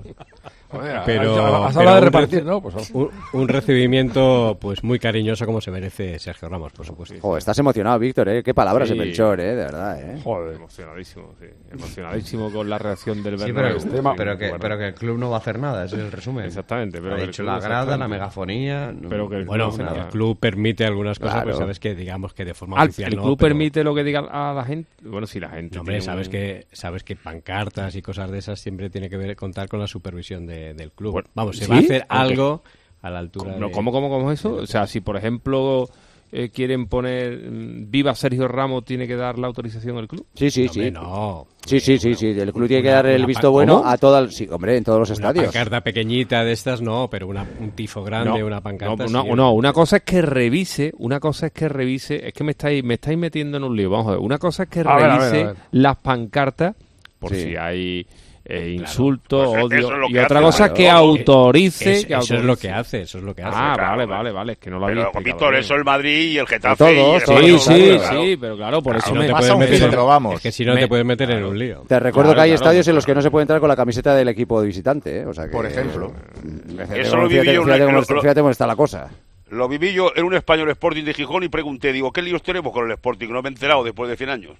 [SPEAKER 4] Ah,
[SPEAKER 17] pero,
[SPEAKER 16] Has
[SPEAKER 17] pero
[SPEAKER 16] hablado de
[SPEAKER 17] un
[SPEAKER 16] repartir,
[SPEAKER 17] reci-
[SPEAKER 16] ¿no? Pues-
[SPEAKER 17] un, un recibimiento pues muy cariñoso como se merece Sergio Ramos, por supuesto.
[SPEAKER 4] Joder, estás emocionado, Víctor, ¿eh? Qué palabras
[SPEAKER 17] Sí.
[SPEAKER 4] de Melchor, ¿eh? De verdad, ¿eh?
[SPEAKER 13] Joder. Emocionadísimo, sí. Emocionadísimo con la reacción del
[SPEAKER 17] Sí,
[SPEAKER 13] Bernabéu.
[SPEAKER 17] pero,
[SPEAKER 13] Sí,
[SPEAKER 17] pero que,
[SPEAKER 13] bueno.
[SPEAKER 17] pero que el club no va a hacer nada, ese es el resumen.
[SPEAKER 13] Exactamente, pero
[SPEAKER 17] ha
[SPEAKER 13] que el
[SPEAKER 17] dicho
[SPEAKER 13] club-
[SPEAKER 17] la grada, la
[SPEAKER 13] exactamente.
[SPEAKER 17] megafonía. no-
[SPEAKER 13] Pero que el
[SPEAKER 17] bueno,
[SPEAKER 13] club no hace
[SPEAKER 17] el
[SPEAKER 13] nada.
[SPEAKER 17] club permite algunas cosas,
[SPEAKER 13] Claro.
[SPEAKER 17] pero sabes que digamos que de forma
[SPEAKER 13] Al-
[SPEAKER 17] oficial.
[SPEAKER 13] el
[SPEAKER 17] no,
[SPEAKER 13] club
[SPEAKER 17] pero-
[SPEAKER 13] permite lo que diga a la gente. Bueno, si la gente.
[SPEAKER 17] No, hombre,
[SPEAKER 13] tiene
[SPEAKER 17] sabes
[SPEAKER 13] un-
[SPEAKER 17] que sabes que pancartas y cosas de esas siempre tiene que ver contar con la supervisión de- del club.
[SPEAKER 13] Bueno,
[SPEAKER 17] Vamos, se
[SPEAKER 13] ¿sí?
[SPEAKER 17] va a hacer
[SPEAKER 13] ¿O qué?
[SPEAKER 17] algo a la altura.
[SPEAKER 13] No,
[SPEAKER 17] de-
[SPEAKER 13] ¿cómo, cómo, cómo es eso? O sea, si por ejemplo eh, quieren poner mm, viva Sergio Ramos, tiene que dar la autorización al club.
[SPEAKER 4] Sí, sí,
[SPEAKER 13] No,
[SPEAKER 4] sí.
[SPEAKER 13] hombre,
[SPEAKER 4] Sí, sí, sí, sí. El club tiene que
[SPEAKER 13] una-
[SPEAKER 4] dar el
[SPEAKER 13] una
[SPEAKER 4] visto
[SPEAKER 13] pa-
[SPEAKER 4] bueno
[SPEAKER 13] ¿Cómo?
[SPEAKER 4] a todo el- sí, hombre, en todos los
[SPEAKER 17] Una
[SPEAKER 4] estadios.
[SPEAKER 17] pancarta pequeñita de estas no, pero una- un tifo grande,
[SPEAKER 13] No,
[SPEAKER 17] una pancarta.
[SPEAKER 13] No, no,
[SPEAKER 17] sí.
[SPEAKER 13] no, una cosa es que revise, una cosa es que revise, es que me estáis, me estáis metiendo en un lío. Vamos a ver, una cosa es que
[SPEAKER 17] A ver, a ver, a
[SPEAKER 13] revise
[SPEAKER 17] ver.
[SPEAKER 13] las pancartas por
[SPEAKER 17] Sí.
[SPEAKER 13] si hay eh, insulto,
[SPEAKER 17] Pues eso es
[SPEAKER 13] odio
[SPEAKER 17] lo
[SPEAKER 13] y
[SPEAKER 17] que
[SPEAKER 13] otra
[SPEAKER 17] hace, Eh,
[SPEAKER 13] cosa
[SPEAKER 17] claro.
[SPEAKER 13] que autorice,
[SPEAKER 17] Es-
[SPEAKER 13] que
[SPEAKER 17] eso es lo
[SPEAKER 13] autorice.
[SPEAKER 17] que hace, eso es lo que hace.
[SPEAKER 13] Ah,
[SPEAKER 17] Claro,
[SPEAKER 13] vale, vale, vale, es que no lo había
[SPEAKER 6] Pero,
[SPEAKER 13] explicado
[SPEAKER 6] Víctor,
[SPEAKER 13] bien.
[SPEAKER 6] eso el Madrid y el Getafe.
[SPEAKER 13] Todos,
[SPEAKER 6] y el
[SPEAKER 13] todos,
[SPEAKER 6] Español,
[SPEAKER 13] sí, sí,
[SPEAKER 6] claro.
[SPEAKER 13] sí, pero claro, por eso
[SPEAKER 17] no
[SPEAKER 13] me
[SPEAKER 17] te puedes meter en- es que si no te puedes meter en un lío.
[SPEAKER 4] Te recuerdo
[SPEAKER 13] Claro,
[SPEAKER 4] que hay
[SPEAKER 13] claro,
[SPEAKER 4] estadios en los que no se puede entrar con la camiseta del equipo de visitante, ¿eh? O sea que,
[SPEAKER 6] Por ejemplo.
[SPEAKER 4] Fíjate
[SPEAKER 6] Eso
[SPEAKER 4] cómo-
[SPEAKER 6] lo viví
[SPEAKER 4] fíjate-
[SPEAKER 6] yo en
[SPEAKER 4] fíjate
[SPEAKER 6] el-
[SPEAKER 4] cómo-
[SPEAKER 6] lo- lo-
[SPEAKER 4] fíjate cómo está la cosa.
[SPEAKER 6] Lo viví yo en un español Sporting de Gijón y pregunté, digo, ¿qué líos tenemos con el Sporting? No me he enterado después de 100 años.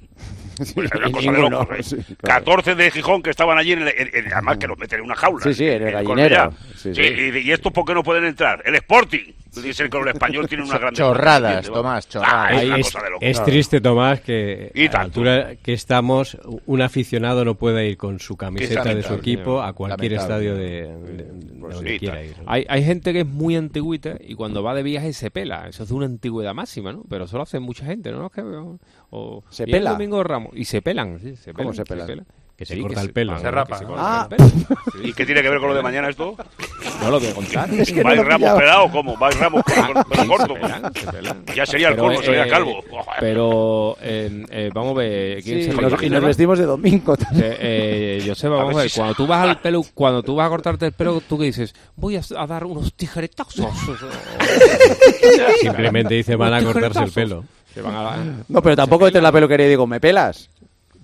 [SPEAKER 6] Pues era una cosa de
[SPEAKER 4] Ninguno,
[SPEAKER 6] locos, ¿eh?
[SPEAKER 4] sí, claro.
[SPEAKER 6] 14 de Gijón que estaban allí, en el- en- en- además que los meten en una jaula.
[SPEAKER 4] Sí, sí, en el
[SPEAKER 6] con
[SPEAKER 4] gallinero.
[SPEAKER 6] ella.
[SPEAKER 4] Sí,
[SPEAKER 6] ¿eh? Sí, y, y estos por qué no pueden entrar? El Sporting. Dicen que el español tiene una gran...
[SPEAKER 5] Chorradas, Tomás, chorradas.
[SPEAKER 6] es Ah, una
[SPEAKER 17] Ahí es,
[SPEAKER 6] cosa de locos.
[SPEAKER 17] es triste, Tomás, que
[SPEAKER 6] Y
[SPEAKER 17] a la
[SPEAKER 6] tanto.
[SPEAKER 17] altura que estamos, un aficionado no puede ir con su camiseta de su
[SPEAKER 13] lamentable,
[SPEAKER 17] equipo
[SPEAKER 13] señor.
[SPEAKER 17] a cualquier
[SPEAKER 13] Lamentable.
[SPEAKER 17] estadio de, de- de donde
[SPEAKER 13] Sí,
[SPEAKER 17] quiera
[SPEAKER 13] tal.
[SPEAKER 17] ir.
[SPEAKER 13] Hay, hay gente que es muy antigüita y cuando va de viaje se pela. Eso es de una antigüedad máxima, ¿no? Pero eso lo hace mucha gente, ¿no? Es que- o- o-
[SPEAKER 4] ¿Se
[SPEAKER 13] y el
[SPEAKER 4] pela?
[SPEAKER 13] Domingo de Ramos. Y se pelan, sí, se
[SPEAKER 4] ¿Cómo
[SPEAKER 13] pelan.
[SPEAKER 4] se pelan?
[SPEAKER 13] Que
[SPEAKER 4] se
[SPEAKER 13] corta el
[SPEAKER 4] pelo.
[SPEAKER 13] pelo.
[SPEAKER 4] Se rapa.
[SPEAKER 6] Ah. ¿Y qué tiene que ver con lo de mañana esto?
[SPEAKER 13] No lo voy a contar. (laughs)
[SPEAKER 6] ¿Vais
[SPEAKER 13] Es que Ah, no lo
[SPEAKER 6] Ramos
[SPEAKER 13] pillaba.
[SPEAKER 6] pelado o cómo?
[SPEAKER 13] (laughs)
[SPEAKER 6] ¿Vais Ramos
[SPEAKER 13] Ah,
[SPEAKER 6] con, con- con el corto? Ya sería el
[SPEAKER 13] Pero,
[SPEAKER 6] corno, sería
[SPEAKER 13] eh,
[SPEAKER 6] calvo.
[SPEAKER 13] Pero eh, eh, vamos a ver. ¿quién
[SPEAKER 4] Sí,
[SPEAKER 13] se
[SPEAKER 4] y
[SPEAKER 13] lo
[SPEAKER 4] nos- y
[SPEAKER 13] imagina?
[SPEAKER 4] nos vestimos de domingo.
[SPEAKER 13] Eh, eh, Joseba, vamos a ver. Cuando tú vas al pelu, cuando tú vas a cortarte el pelo, tú qué
[SPEAKER 6] (laughs)
[SPEAKER 13] dices, voy a, a dar unos tijeretazos.
[SPEAKER 18] (laughs)
[SPEAKER 17] Simplemente dice, van a cortarse el pelo.
[SPEAKER 13] Se van a dar-
[SPEAKER 4] No, pero tampoco vete en la peluquería y digo, ¿me pelas?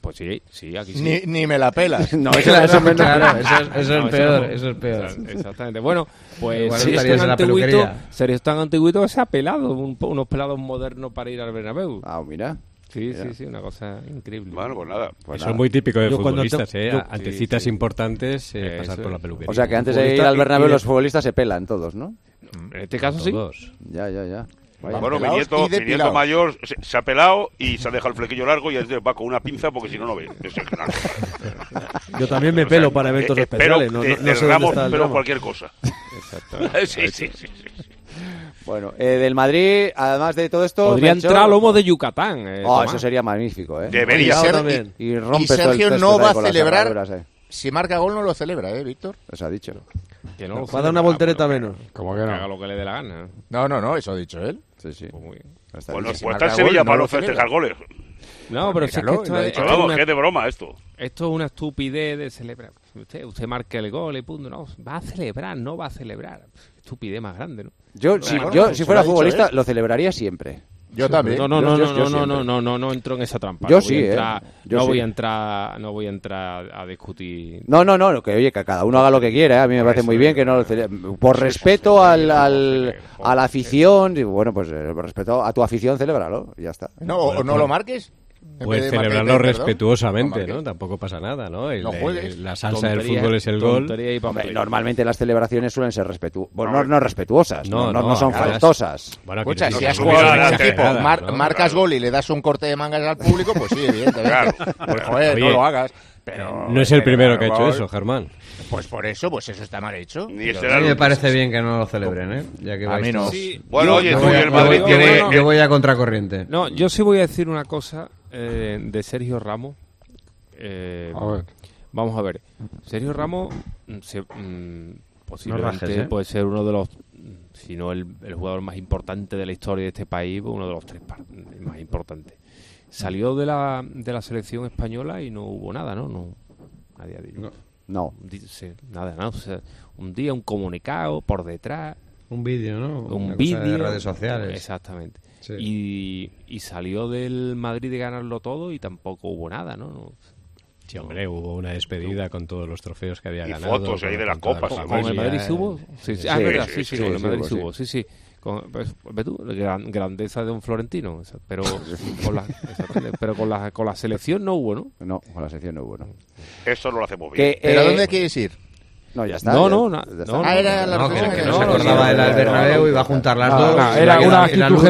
[SPEAKER 13] Pues sí, sí, aquí sí.
[SPEAKER 5] Ni, ni me la
[SPEAKER 13] (laughs)
[SPEAKER 5] pelas.
[SPEAKER 4] No, eso- eso es menor. Claro, eso es-
[SPEAKER 17] eso es
[SPEAKER 13] No,
[SPEAKER 17] peor,
[SPEAKER 13] no.
[SPEAKER 17] eso es peor.
[SPEAKER 13] Exact- Exactamente. Bueno, pues
[SPEAKER 17] Igual
[SPEAKER 13] si es
[SPEAKER 17] estarías
[SPEAKER 13] tan
[SPEAKER 17] en la
[SPEAKER 13] antiguito,
[SPEAKER 17] peluquería.
[SPEAKER 13] sería tan antiguito que se ha pelado un po- unos pelados modernos para ir al Bernabéu.
[SPEAKER 4] Ah, mira.
[SPEAKER 13] Sí,
[SPEAKER 4] Mira.
[SPEAKER 13] sí, sí, una cosa increíble.
[SPEAKER 6] Bueno, pues nada.
[SPEAKER 17] Eso es muy típico de
[SPEAKER 13] Yo cuando
[SPEAKER 17] futbolistas,
[SPEAKER 13] te-
[SPEAKER 17] ¿eh?
[SPEAKER 13] yo-
[SPEAKER 17] Ante
[SPEAKER 13] Sí,
[SPEAKER 17] citas
[SPEAKER 13] sí.
[SPEAKER 17] importantes, eh,
[SPEAKER 13] Eso
[SPEAKER 17] pasar por
[SPEAKER 13] es.
[SPEAKER 17] la peluquería.
[SPEAKER 4] O sea que antes de ir
[SPEAKER 17] Futbolista
[SPEAKER 4] al
[SPEAKER 17] y-
[SPEAKER 4] Bernabéu
[SPEAKER 17] y de-
[SPEAKER 4] los futbolistas se pelan todos, ¿no?
[SPEAKER 13] En este caso sí.
[SPEAKER 4] Ya, ya, ya. Vaya.
[SPEAKER 6] Bueno, mi nieto, mi nieto mayor se, se ha pelado y se ha dejado el flequillo largo y entonces va con una pinza porque si no, no ve. Eso es una cosa.
[SPEAKER 15] Yo también me
[SPEAKER 6] O sea,
[SPEAKER 15] pelo para (laughs)
[SPEAKER 6] eh,
[SPEAKER 15] eventos
[SPEAKER 6] eh,
[SPEAKER 15] especiales.
[SPEAKER 6] pero
[SPEAKER 15] No,
[SPEAKER 6] de-
[SPEAKER 15] no- no
[SPEAKER 6] del
[SPEAKER 15] sé dónde
[SPEAKER 6] Ramos,
[SPEAKER 15] está el
[SPEAKER 6] pero
[SPEAKER 15] drama.
[SPEAKER 6] cualquier cosa.
[SPEAKER 13] Exacto.
[SPEAKER 6] (laughs) sí, sí, sí, sí.
[SPEAKER 4] Bueno, eh, del Madrid, además de todo esto...
[SPEAKER 13] Podría
[SPEAKER 4] Melchor-
[SPEAKER 13] entrar lomo de Yucatán. eh,
[SPEAKER 4] Oh,
[SPEAKER 13] Tomás.
[SPEAKER 4] eso sería magnífico, ¿eh?
[SPEAKER 5] Debería.
[SPEAKER 4] Y,
[SPEAKER 5] Ser-
[SPEAKER 4] rompe
[SPEAKER 5] y- y
[SPEAKER 4] todo el
[SPEAKER 5] Sergio
[SPEAKER 4] césped
[SPEAKER 5] no
[SPEAKER 4] ahí
[SPEAKER 5] va a
[SPEAKER 4] con las
[SPEAKER 5] celebrar.
[SPEAKER 4] armaduras, ¿eh?
[SPEAKER 5] Si marca gol, no lo celebra, ¿eh, Víctor?
[SPEAKER 4] Eso ha dicho.
[SPEAKER 13] Que
[SPEAKER 5] no lo
[SPEAKER 15] Va a dar una voltereta menos.
[SPEAKER 16] ¿Cómo
[SPEAKER 13] Que haga lo que le dé la gana. Pues
[SPEAKER 5] No, no, no, eso ha dicho él.
[SPEAKER 4] Sí, sí.
[SPEAKER 6] Bueno,
[SPEAKER 5] bien. Si
[SPEAKER 6] pues está
[SPEAKER 5] marca
[SPEAKER 6] en Sevilla
[SPEAKER 5] gol, no
[SPEAKER 6] para
[SPEAKER 5] lo
[SPEAKER 6] no festejar
[SPEAKER 5] celebra.
[SPEAKER 6] goles.
[SPEAKER 13] No, pero si es que
[SPEAKER 5] Míralo,
[SPEAKER 13] esto
[SPEAKER 5] lo ha
[SPEAKER 13] es,
[SPEAKER 5] dicho.
[SPEAKER 13] esto es
[SPEAKER 6] Vamos,
[SPEAKER 13] una-
[SPEAKER 6] que es de broma esto.
[SPEAKER 13] Esto es una estupidez de celebrar. Usted, usted marca el gol y punto. No, va a celebrar, no va a celebrar. Estupidez más grande, ¿no?
[SPEAKER 4] Yo,
[SPEAKER 13] No,
[SPEAKER 4] si,
[SPEAKER 13] no,
[SPEAKER 4] yo,
[SPEAKER 13] no,
[SPEAKER 4] si
[SPEAKER 13] se
[SPEAKER 4] fuera
[SPEAKER 13] lo ha dicho
[SPEAKER 4] futbolista,
[SPEAKER 13] él.
[SPEAKER 4] lo celebraría siempre.
[SPEAKER 5] ¿eh? Yo también.
[SPEAKER 13] No, no, no,
[SPEAKER 4] Yo- yo-
[SPEAKER 13] no, no,
[SPEAKER 4] yo
[SPEAKER 13] no,
[SPEAKER 4] siempre.
[SPEAKER 13] no, no, no, no entro en esa trampa.
[SPEAKER 4] Yo
[SPEAKER 13] no voy
[SPEAKER 4] sí,
[SPEAKER 13] a
[SPEAKER 4] ¿eh?
[SPEAKER 13] entrar-
[SPEAKER 4] Yo
[SPEAKER 13] no
[SPEAKER 4] sí.
[SPEAKER 13] voy a entrar, no voy a entrar a discutir.
[SPEAKER 4] No, no, no, que oye, que cada uno haga lo que quiera, ¿eh? a mí me parece muy bien que no lo cele- Por respeto al, al- a la afición, y bueno, pues eh, por respeto a tu afición, celébralo, y ya está.
[SPEAKER 5] No, o- o no lo marques. En
[SPEAKER 17] Pues
[SPEAKER 5] vez de marcar-
[SPEAKER 17] celebrarlo
[SPEAKER 5] perdón.
[SPEAKER 17] respetuosamente, ¿no? Tampoco pasa nada, ¿no? El-
[SPEAKER 5] No juegues.
[SPEAKER 17] el- la salsa del
[SPEAKER 4] Tontería,
[SPEAKER 17] fútbol es el gol.
[SPEAKER 4] tontería y Hombre, normalmente las celebraciones suelen ser respetu bueno, no, no respetuosas, no, no,
[SPEAKER 17] no,
[SPEAKER 4] no son
[SPEAKER 17] acabas-
[SPEAKER 4] faltosas.
[SPEAKER 17] Bueno,
[SPEAKER 5] Escucha,
[SPEAKER 17] quiero
[SPEAKER 5] si
[SPEAKER 17] decir,
[SPEAKER 5] has
[SPEAKER 17] no
[SPEAKER 5] jugado
[SPEAKER 17] hubiera
[SPEAKER 5] en el
[SPEAKER 17] exagerado,
[SPEAKER 5] equipo, mar-
[SPEAKER 17] ¿no?
[SPEAKER 5] marcas gol y le das un corte de mangas al público, pues sí, evidentemente.
[SPEAKER 17] Claro.
[SPEAKER 5] Pues joder, no
[SPEAKER 17] Oye,
[SPEAKER 5] lo hagas. Pero,
[SPEAKER 17] No es el primero que ha hecho
[SPEAKER 5] gol-
[SPEAKER 17] eso, Germán.
[SPEAKER 5] Pues por eso, pues eso está mal hecho. Pero-
[SPEAKER 17] A mí me parece bien que no lo celebren, ¿eh? Ya que
[SPEAKER 5] A
[SPEAKER 17] vais
[SPEAKER 5] mí no.
[SPEAKER 17] todos-
[SPEAKER 5] Sí, bueno, oye,
[SPEAKER 17] yo
[SPEAKER 5] tú
[SPEAKER 17] voy
[SPEAKER 5] y
[SPEAKER 17] a-
[SPEAKER 5] el Madrid
[SPEAKER 17] yo voy-
[SPEAKER 5] tiene-
[SPEAKER 17] yo voy- Yo voy a contracorriente.
[SPEAKER 13] No, yo sí voy a decir una cosa eh, de Sergio Ramos. Eh,
[SPEAKER 16] A ver.
[SPEAKER 13] Vamos a ver. Sergio Ramos mm, se, mm, posiblemente
[SPEAKER 17] rajes, ¿eh?
[SPEAKER 13] puede ser uno de los, mm, si pues, no el, el jugador más importante de la historia de este país, uno de los tres par- más importantes. Salió de la, de la selección española y no hubo nada, ¿no? no nadie ha dicho.
[SPEAKER 4] No.
[SPEAKER 13] Dice, nada, nada. O sea, un día un comunicado por detrás.
[SPEAKER 17] Un vídeo, ¿no? Una
[SPEAKER 13] Un
[SPEAKER 17] cosa
[SPEAKER 13] vídeo.
[SPEAKER 17] de redes sociales.
[SPEAKER 13] Exactamente.
[SPEAKER 17] Sí.
[SPEAKER 13] Y, y salió del Madrid de ganarlo todo y tampoco hubo nada, ¿no? No-
[SPEAKER 17] Sí, hombre, hubo una despedida con todos los trofeos que había
[SPEAKER 13] Y
[SPEAKER 17] ganado.
[SPEAKER 13] fotos ahí
[SPEAKER 17] con-
[SPEAKER 13] de la
[SPEAKER 17] con toda la
[SPEAKER 13] copa, ¿Con el
[SPEAKER 17] familia,
[SPEAKER 13] Madrid
[SPEAKER 17] eh.
[SPEAKER 13] subo? Sí, sí, ah, es verdad, sí, sí, con el Madrid
[SPEAKER 17] sí.
[SPEAKER 13] subo, sí, sí. Con, pues, ve tú, gran- grandeza de un florentino, esa- pero con la, exactamente, pero con la, con la selección no hubo, ¿no?
[SPEAKER 4] No, con la selección no hubo, ¿no.
[SPEAKER 6] Eso no lo hacemos
[SPEAKER 4] Que,
[SPEAKER 6] bien.
[SPEAKER 4] ¿Pero eh, dónde
[SPEAKER 14] quieres ir?
[SPEAKER 4] No, ya está.
[SPEAKER 13] No,
[SPEAKER 4] ya-
[SPEAKER 13] no,
[SPEAKER 4] ya
[SPEAKER 13] na-
[SPEAKER 4] está.
[SPEAKER 13] no, Ah, no, era la no,
[SPEAKER 17] que- que no se acordaba del
[SPEAKER 4] no,
[SPEAKER 17] Bernabéu,
[SPEAKER 4] no,
[SPEAKER 17] iba a juntar las
[SPEAKER 4] no,
[SPEAKER 17] dos,
[SPEAKER 4] no,
[SPEAKER 17] se iba a quedar en la luna. Lo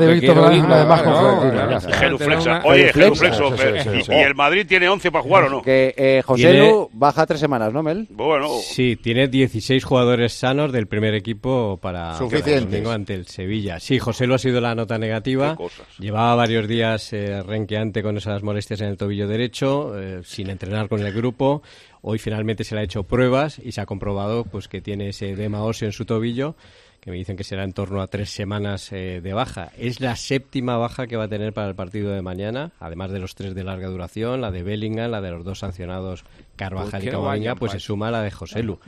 [SPEAKER 17] que quiero ir, nada más con Florentino, ya está.
[SPEAKER 6] Genuflexa.
[SPEAKER 4] Genuflexa.
[SPEAKER 6] Oye,
[SPEAKER 4] Genuflexa,
[SPEAKER 6] Genuflexo.
[SPEAKER 4] sí, sí,
[SPEAKER 6] eh,
[SPEAKER 4] sí, sí.
[SPEAKER 6] ¿Y y el Madrid tiene 11 para jugar o no?
[SPEAKER 4] Que eh, José
[SPEAKER 17] Tiene-
[SPEAKER 4] Lu baja tres semanas, ¿no, Mel?
[SPEAKER 6] Bueno,
[SPEAKER 17] Sí, tiene 16 jugadores sanos del primer equipo para
[SPEAKER 4] Suficientes.
[SPEAKER 17] el domingo ante el Sevilla. Sí, José lo ha sido la nota negativa.
[SPEAKER 6] Qué cosas.
[SPEAKER 17] Llevaba varios días eh, renqueante con esas molestias en el tobillo derecho, eh, sin entrenar con el grupo. Hoy finalmente se le ha hecho pruebas y se ha comprobado pues que tiene ese edema óseo en su tobillo, que me dicen que será en torno a tres semanas eh, de baja. Es la séptima baja que va a tener para el partido de mañana, además de los tres de larga duración, la de Bellingham, la de los dos sancionados Carvajal
[SPEAKER 13] qué
[SPEAKER 17] y
[SPEAKER 13] no
[SPEAKER 17] Camavinga,
[SPEAKER 13] vayan,
[SPEAKER 17] pues se
[SPEAKER 13] vaya?
[SPEAKER 17] suma la de Joselu.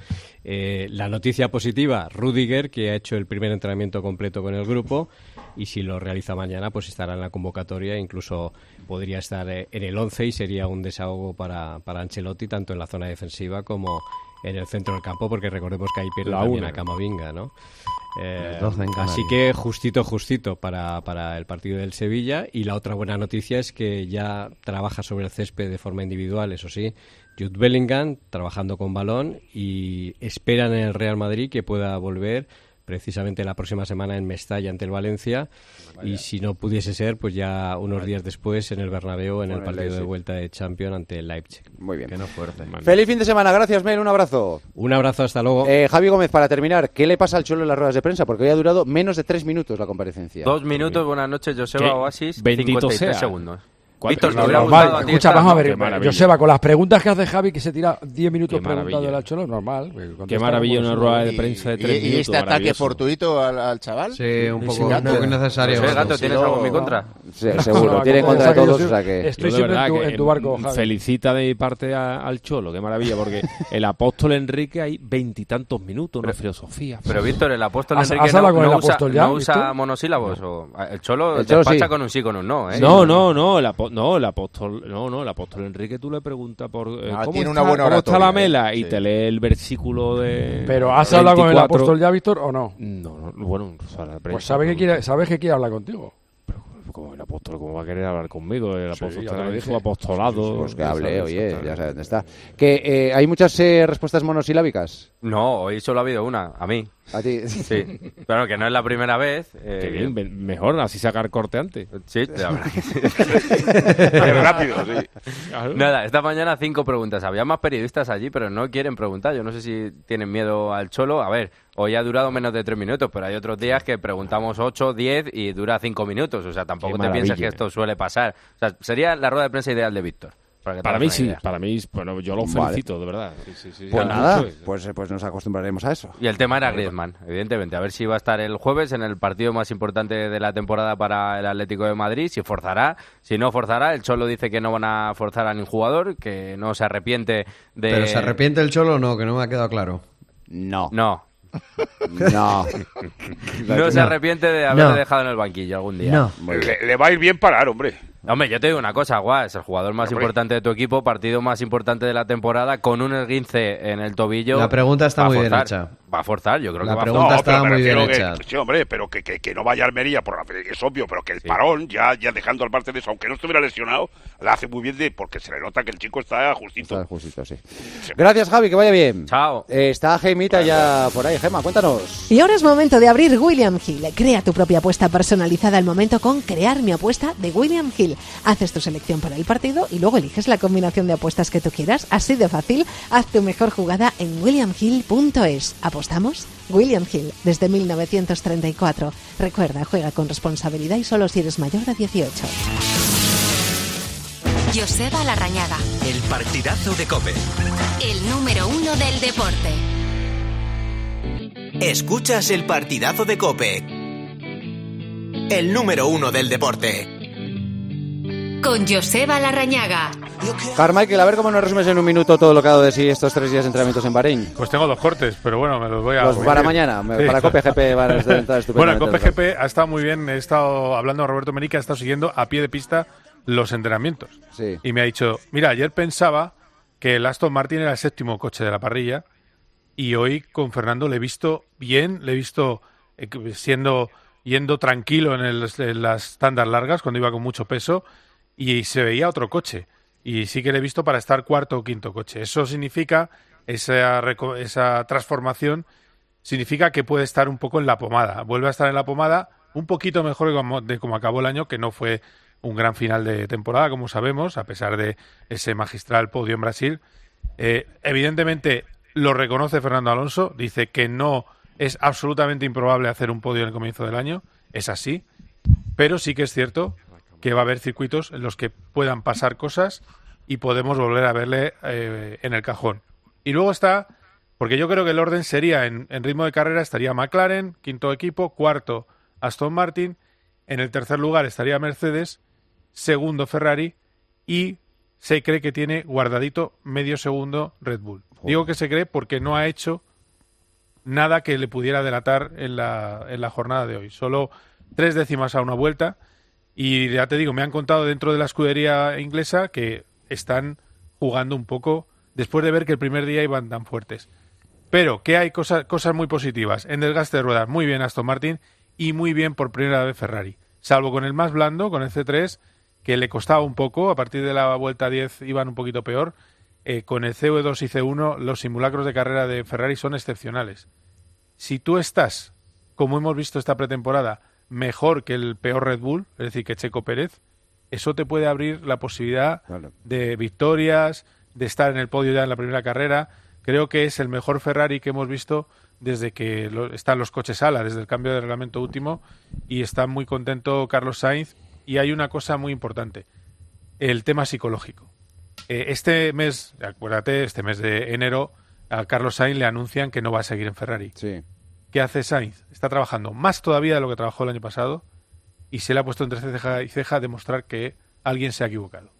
[SPEAKER 17] Eh, la noticia positiva, Rudiger, que ha hecho el primer entrenamiento completo con el grupo y si lo realiza mañana, pues estará en la convocatoria, incluso podría estar eh, en el 11 y sería un desahogo para, para Ancelotti, tanto en la zona defensiva como en el centro del campo, porque recordemos que ahí pierde
[SPEAKER 13] La
[SPEAKER 17] también
[SPEAKER 13] una.
[SPEAKER 17] a Camavinga, ¿no? Eh,
[SPEAKER 13] El 12 en
[SPEAKER 17] así
[SPEAKER 13] Canarias.
[SPEAKER 17] que justito, justito para, para el partido del Sevilla. Y la otra buena noticia es que ya trabaja sobre el césped de forma individual, eso sí. Jude Bellingham trabajando con balón y esperan en el Real Madrid que pueda volver precisamente la próxima semana en Mestalla ante el Valencia. Y si no pudiese ser, pues ya unos días después en el Bernabéu en
[SPEAKER 4] Con
[SPEAKER 17] el
[SPEAKER 4] el
[SPEAKER 17] partido de
[SPEAKER 4] Leipzig.
[SPEAKER 17] vuelta de Champions ante el Leipzig.
[SPEAKER 4] Muy bien.
[SPEAKER 17] Que no fuerte.
[SPEAKER 4] Feliz fin de semana, gracias, Mel, un abrazo.
[SPEAKER 17] Un abrazo, hasta luego.
[SPEAKER 4] Eh, Javi Gómez, para terminar, ¿qué le pasa al Cholo en las ruedas de prensa? Porque hoy ha durado menos de tres minutos la comparecencia.
[SPEAKER 3] Dos minutos, buenas noches,
[SPEAKER 4] ¿Qué?
[SPEAKER 3] Joseba Oasis.
[SPEAKER 4] Bendito
[SPEAKER 3] 53
[SPEAKER 4] sea.
[SPEAKER 3] segundos.
[SPEAKER 4] ¿Cuánto?
[SPEAKER 3] Víctor, ¿te
[SPEAKER 4] No,
[SPEAKER 3] hubiera
[SPEAKER 4] no,
[SPEAKER 3] gustado
[SPEAKER 4] vale,
[SPEAKER 3] a ti
[SPEAKER 16] Escucha,
[SPEAKER 3] estar?
[SPEAKER 16] vamos a
[SPEAKER 3] Qué
[SPEAKER 16] ver,
[SPEAKER 3] maravilla.
[SPEAKER 16] Joseba, con las preguntas que hace Javi, que se tira 10 minutos
[SPEAKER 13] Qué maravilla.
[SPEAKER 16] preguntando al Cholo, normal. que contesta
[SPEAKER 13] Qué maravilla
[SPEAKER 16] como
[SPEAKER 13] una
[SPEAKER 16] si-
[SPEAKER 13] rueda de prensa de
[SPEAKER 14] ¿Y,
[SPEAKER 13] tres
[SPEAKER 14] y
[SPEAKER 13] minutos.
[SPEAKER 14] este ataque
[SPEAKER 13] maravilloso.
[SPEAKER 14] fortuito al, al chaval?
[SPEAKER 17] Sí, un
[SPEAKER 14] Y
[SPEAKER 17] poco-
[SPEAKER 14] sin
[SPEAKER 17] un
[SPEAKER 14] gato. Pues
[SPEAKER 17] poco innecesario.
[SPEAKER 14] No sé,
[SPEAKER 17] Gato,
[SPEAKER 14] si
[SPEAKER 17] ¿tienes
[SPEAKER 14] no-
[SPEAKER 17] algo en mi contra?
[SPEAKER 16] (laughs)
[SPEAKER 4] Se- seguro, tiene en contra de todos, o sea que...
[SPEAKER 16] estoy
[SPEAKER 13] Yo de
[SPEAKER 16] siempre en
[SPEAKER 13] verdad
[SPEAKER 16] tu-
[SPEAKER 13] que,
[SPEAKER 16] en tu barco,
[SPEAKER 13] mm,
[SPEAKER 16] Javi.
[SPEAKER 13] Felicita de mi parte a- al Cholo, qué
[SPEAKER 3] (laughs)
[SPEAKER 13] maravilla, porque el apóstol Enrique hay veintitantos minutos, una filosofía.
[SPEAKER 3] Pero Víctor, el apóstol
[SPEAKER 13] Has-
[SPEAKER 3] Enrique
[SPEAKER 13] has
[SPEAKER 3] no,
[SPEAKER 13] hablado con
[SPEAKER 3] no
[SPEAKER 13] el
[SPEAKER 3] usa,
[SPEAKER 13] apóstol ya,
[SPEAKER 3] no usa
[SPEAKER 13] ¿viste?
[SPEAKER 3] monosílabos. o- el Cholo
[SPEAKER 13] El Cholo
[SPEAKER 3] despacha
[SPEAKER 13] sí.
[SPEAKER 3] con un sí, con un no. ¿eh?
[SPEAKER 13] No, no, no, el apó- no, el apóstol, no, no, el apóstol Enrique tú le preguntas por eh,
[SPEAKER 3] Ah,
[SPEAKER 13] ¿cómo,
[SPEAKER 3] tiene
[SPEAKER 13] está,
[SPEAKER 3] una buena
[SPEAKER 13] cómo está
[SPEAKER 3] oratoria,
[SPEAKER 13] la mela
[SPEAKER 3] ¿eh?
[SPEAKER 13] y
[SPEAKER 3] Sí.
[SPEAKER 13] te lee el versículo de
[SPEAKER 16] Pero ¿has hablado con el
[SPEAKER 13] 24.
[SPEAKER 16] apóstol ya, Víctor, o no?
[SPEAKER 13] No, no, bueno, o sea, la prensa,
[SPEAKER 16] Pues sabes que quiere, sabes que quiere hablar contigo.
[SPEAKER 13] como el apóstol cómo va a querer hablar conmigo, el
[SPEAKER 16] Sí,
[SPEAKER 13] apóstol
[SPEAKER 16] ya
[SPEAKER 13] te
[SPEAKER 16] te
[SPEAKER 13] lo
[SPEAKER 16] lo
[SPEAKER 13] dijo
[SPEAKER 16] dije.
[SPEAKER 13] apostolado.
[SPEAKER 4] Pues que hable,
[SPEAKER 13] ¿sabes?
[SPEAKER 4] oye, ya sabes dónde está. Que eh, hay muchas eh, respuestas monosilábicas.
[SPEAKER 3] No, hoy solo ha habido una, a mí.
[SPEAKER 4] A ti.
[SPEAKER 3] Sí. Pero que no es la primera vez. eh,
[SPEAKER 13] Qué bien, me- mejor así sacar corte antes.
[SPEAKER 3] Sí, la verdad que
[SPEAKER 13] (laughs)
[SPEAKER 3] sí.
[SPEAKER 13] rápido, sí. Claro.
[SPEAKER 3] Nada, esta mañana cinco preguntas. Había más periodistas allí, pero no quieren preguntar. Yo no sé si tienen miedo al cholo. A ver, hoy ha durado menos de tres minutos, pero hay otros días que preguntamos ocho, diez y dura cinco minutos. O sea, tampoco
[SPEAKER 13] Qué
[SPEAKER 3] te pienses que
[SPEAKER 13] maravilla.
[SPEAKER 3] esto suele pasar. O sea, sería la rueda de prensa ideal de Víctor. que te
[SPEAKER 13] Para
[SPEAKER 3] hagas
[SPEAKER 13] mí
[SPEAKER 3] una
[SPEAKER 13] sí,
[SPEAKER 3] idea.
[SPEAKER 13] para mí, bueno, yo lo
[SPEAKER 3] Vale.
[SPEAKER 13] felicito, de verdad. Sí, sí, sí,
[SPEAKER 4] Pues
[SPEAKER 13] sí.
[SPEAKER 4] nada, pues, eh, pues nos acostumbraremos a eso.
[SPEAKER 3] Y el tema era Griezmann, evidentemente. A ver si va a estar el jueves en el partido más importante de la temporada para el Atlético de Madrid, si forzará, si no forzará. El Cholo dice que no van a forzar a ningún jugador, que no se arrepiente de...
[SPEAKER 17] Pero se arrepiente el Cholo o no, que no me ha quedado claro. (laughs)
[SPEAKER 4] No.
[SPEAKER 3] No.
[SPEAKER 4] No.
[SPEAKER 3] (laughs) no se
[SPEAKER 6] No.
[SPEAKER 3] arrepiente de haberle
[SPEAKER 6] No.
[SPEAKER 3] dejado en el banquillo algún día.
[SPEAKER 6] No.
[SPEAKER 3] Muy bien.
[SPEAKER 6] Le, le va a ir bien parar, hombre.
[SPEAKER 3] Hombre, yo te digo una cosa, Guas, el jugador más importante de tu equipo, partido más importante de la temporada, con un esguince en el tobillo.
[SPEAKER 17] La pregunta está
[SPEAKER 3] va a
[SPEAKER 17] muy bien
[SPEAKER 3] forzar.
[SPEAKER 17] hecha.
[SPEAKER 3] Va a forzar, yo creo
[SPEAKER 17] La
[SPEAKER 3] que va a
[SPEAKER 17] pregunta
[SPEAKER 3] forzar.
[SPEAKER 17] está
[SPEAKER 3] pero me
[SPEAKER 17] muy bien
[SPEAKER 3] refiero que-
[SPEAKER 17] hecha.
[SPEAKER 6] Sí, hombre, pero que, que- que no vaya a Almería, por la, es obvio, pero que el parón, ya, ya dejando al parte de eso, aunque no estuviera lesionado, la hace muy bien de, porque se le nota que el chico está justito.
[SPEAKER 4] Está justito, sí. Gracias, Javi, que vaya bien. Eh,
[SPEAKER 3] Chao.
[SPEAKER 4] está Gemita ya por ahí. Gema, cuéntanos.
[SPEAKER 24] Y ahora es momento de abrir William Hill. Crea tu propia apuesta personalizada al momento con Crear mi apuesta de William Hill. Haces tu selección para el partido y luego eliges la combinación de apuestas que tú quieras. Así de fácil, haz tu mejor jugada en williamhill.es. ¿Apostamos? William Hill, desde 1934. Recuerda, juega con responsabilidad y solo si eres mayor de 18.
[SPEAKER 1] Joseba Larrañaga,
[SPEAKER 25] El partidazo de Cope.
[SPEAKER 1] el número uno del deporte.
[SPEAKER 5] Escuchas el partidazo de Cope. El número uno del deporte.
[SPEAKER 1] Con Joseba Larrañaga.
[SPEAKER 4] Carmichael, a ver cómo nos resumes en un minuto todo lo que ha dado de sí estos tres días de entrenamientos en Bahrein.
[SPEAKER 12] Pues tengo dos cortes, pero bueno, me los voy a.
[SPEAKER 4] Los para
[SPEAKER 12] omitir.
[SPEAKER 4] mañana, me- para Cope GP van a estar estupendamente
[SPEAKER 12] (laughs) Bueno, Cope
[SPEAKER 4] los
[SPEAKER 12] GP ha estado muy bien. He estado hablando con Roberto Merica, ha estado siguiendo a pie de pista los entrenamientos. Y me ha dicho: Mira, ayer pensaba que el Aston Martin era el séptimo coche de la parrilla. Y hoy con Fernando le he visto bien, le he visto eh, siendo yendo tranquilo en, el- en las tandas largas cuando iba con mucho peso y se veía otro coche. Y sí que le he visto para estar cuarto o quinto coche. Eso significa, esa, reco- esa transformación significa que puede estar un poco en la pomada. Vuelve a estar en la pomada un poquito mejor de como, de como acabó el año, que no fue un gran final de temporada, como sabemos, a pesar de ese magistral podio en Brasil. Eh, evidentemente lo reconoce Fernando Alonso, dice que no es absolutamente improbable hacer un podio en el comienzo del año, es así, pero sí que es cierto que va a haber circuitos en los que puedan pasar cosas y podemos volver a verle eh, en el cajón. Y luego está, porque yo creo que el orden sería, en, en ritmo de carrera estaría McLaren, quinto equipo, cuarto Aston Martin, en el tercer lugar estaría Mercedes, segundo Ferrari y se cree que tiene guardadito medio segundo Red Bull. Digo que se cree porque no ha hecho nada que le pudiera delatar en la, en la jornada de hoy. Solo tres décimas a una vuelta. Y ya te digo, me han contado dentro de la escudería inglesa que están jugando un poco después de ver que el primer día iban tan fuertes. Pero que hay cosas, cosas muy positivas. En desgaste de ruedas, muy bien Aston Martin y muy bien por primera vez Ferrari. Salvo con el más blando, con el C3, que le costaba un poco. A partir de la vuelta 10 iban un poquito peor. Eh, con el CE2 y C1, los simulacros de carrera de Ferrari son excepcionales. Si tú estás, como hemos visto esta pretemporada, mejor que el peor Red Bull, es decir, que Checo Pérez, eso te puede abrir la posibilidad de victorias, de estar en el podio ya en la primera carrera. Creo que es el mejor Ferrari que hemos visto desde que lo- están los coches ala, desde el cambio de reglamento último, y está muy contento Carlos Sainz. Y hay una cosa muy importante, el tema psicológico. Eh, este mes, acuérdate, este mes de enero, a Carlos Sainz le anuncian que no va a seguir en Ferrari. ¿Qué hace Sainz? Está trabajando más todavía de lo que trabajó el año pasado y se le ha puesto entre ceja y ceja demostrar que alguien se ha equivocado.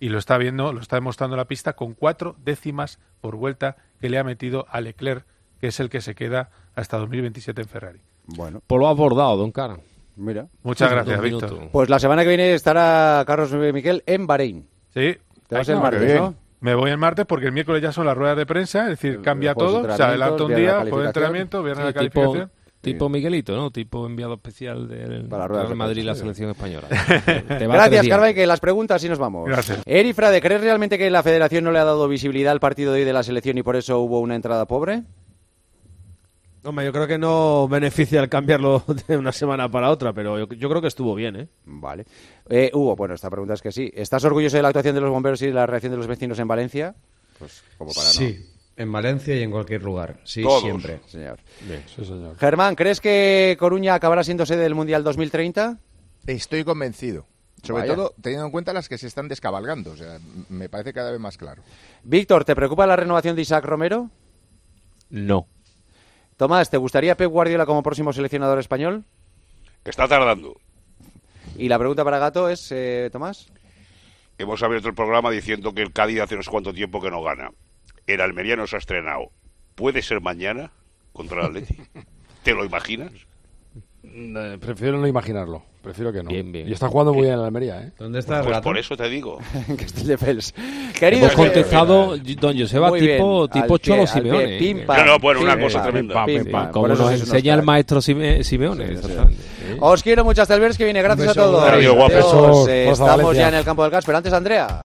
[SPEAKER 12] Y lo está viendo, lo está demostrando en la pista con cuatro décimas por vuelta que le ha metido a Leclerc, que es el que se queda hasta 2027 en Ferrari.
[SPEAKER 4] (laughs) Bueno.
[SPEAKER 13] Pues lo has bordado, don Cara.
[SPEAKER 4] Mira.
[SPEAKER 12] Muchas
[SPEAKER 13] Sí,
[SPEAKER 12] gracias,
[SPEAKER 13] dos
[SPEAKER 12] Víctor.
[SPEAKER 13] minutos.
[SPEAKER 4] Pues la semana que viene estará Carlos Miquel en Bahrein.
[SPEAKER 12] Sí.
[SPEAKER 4] Te vas
[SPEAKER 12] Ay,
[SPEAKER 13] Ah,
[SPEAKER 4] el
[SPEAKER 12] no,
[SPEAKER 4] martes,
[SPEAKER 12] qué bien.
[SPEAKER 4] ¿no?
[SPEAKER 13] (laughs)
[SPEAKER 12] Me voy el martes porque el miércoles ya son las ruedas de prensa, es decir, cambia
[SPEAKER 4] jueves
[SPEAKER 12] todo, se adelanta un
[SPEAKER 4] entrenamientos, viernes
[SPEAKER 12] día,
[SPEAKER 4] la
[SPEAKER 12] jueves de entrenamiento, viernes
[SPEAKER 13] Sí,
[SPEAKER 12] la
[SPEAKER 13] tipo-
[SPEAKER 12] calificación.
[SPEAKER 13] Tipo Miguelito, ¿no? Tipo enviado especial del
[SPEAKER 4] Para la rueda de
[SPEAKER 13] Real Madrid y la
[SPEAKER 4] prensa. (laughs)
[SPEAKER 13] selección española.
[SPEAKER 4] Gracias, Carvajal. Las preguntas y nos vamos.
[SPEAKER 13] Gracias.
[SPEAKER 4] Eri Frade, ¿crees realmente que la federación no le ha dado visibilidad al partido de hoy de la selección y por eso hubo una entrada pobre?
[SPEAKER 15] Hombre, yo creo que no beneficia el cambiarlo (laughs) de una semana para otra, pero yo, yo creo que estuvo bien, ¿eh?
[SPEAKER 4] Vale. Eh, Hugo, bueno, esta pregunta es que sí. ¿Estás orgulloso de la actuación de los bomberos y de la reacción de los vecinos en Valencia? Pues como para no.
[SPEAKER 14] Sí, en Valencia y en cualquier lugar. Sí,
[SPEAKER 4] Todos,
[SPEAKER 14] siempre.
[SPEAKER 4] Señor.
[SPEAKER 16] Sí, señor.
[SPEAKER 4] Germán, ¿crees que Coruña acabará siendo sede del Mundial 2030?
[SPEAKER 5] Estoy convencido. Sobre
[SPEAKER 4] Vaya.
[SPEAKER 5] todo teniendo en cuenta las que se están descabalgando. O sea, m- me parece cada vez más claro.
[SPEAKER 4] Víctor, ¿te preocupa la renovación de Isaac Romero?
[SPEAKER 13] No.
[SPEAKER 4] Tomás, ¿te gustaría Pep Guardiola como próximo seleccionador español?
[SPEAKER 6] Está tardando.
[SPEAKER 4] Y la pregunta para Gato es, eh, Tomás.
[SPEAKER 6] Hemos abierto el programa diciendo que el Cádiz hace unos cuanto tiempo que no gana. El Almería nos ha estrenado. ¿Puede ser mañana contra el Atleti? ¿Te lo imaginas?
[SPEAKER 16] Eh, Prefiero no imaginarlo. Prefiero que no.
[SPEAKER 6] Bien, bien.
[SPEAKER 16] Y está jugando muy bien en la Almería, ¿eh?
[SPEAKER 14] ¿Dónde
[SPEAKER 6] Pues por
[SPEAKER 16] (laughs)
[SPEAKER 6] eso te digo.
[SPEAKER 4] Castelldefels.
[SPEAKER 13] Hemos contestado,
[SPEAKER 16] eh,
[SPEAKER 13] don Joseba,
[SPEAKER 4] Muy
[SPEAKER 13] tipo,
[SPEAKER 4] bien,
[SPEAKER 13] tipo
[SPEAKER 4] al pie,
[SPEAKER 13] Cholo
[SPEAKER 4] al pie,
[SPEAKER 13] Simeone.
[SPEAKER 4] pim,
[SPEAKER 13] ¿eh?
[SPEAKER 4] pam, No, no, bueno, una pim, cosa pam, tremenda. pim, pam,
[SPEAKER 13] Pim,
[SPEAKER 4] pim,
[SPEAKER 13] pam,
[SPEAKER 4] pam.
[SPEAKER 13] Como
[SPEAKER 4] Por eso
[SPEAKER 13] nos
[SPEAKER 4] eso no
[SPEAKER 13] enseña
[SPEAKER 4] está,
[SPEAKER 13] el maestro Sime- Simeone. exactamente.
[SPEAKER 4] Os quiero mucho hasta el viernes que viene. Gracias
[SPEAKER 13] Un
[SPEAKER 4] a
[SPEAKER 13] beso,
[SPEAKER 4] todos.
[SPEAKER 13] Adiós, guapos.
[SPEAKER 4] Adiós, eh,
[SPEAKER 13] Vamos a
[SPEAKER 4] estamos
[SPEAKER 13] Valencia.
[SPEAKER 4] ya en el campo del gas, pero antes, Andrea.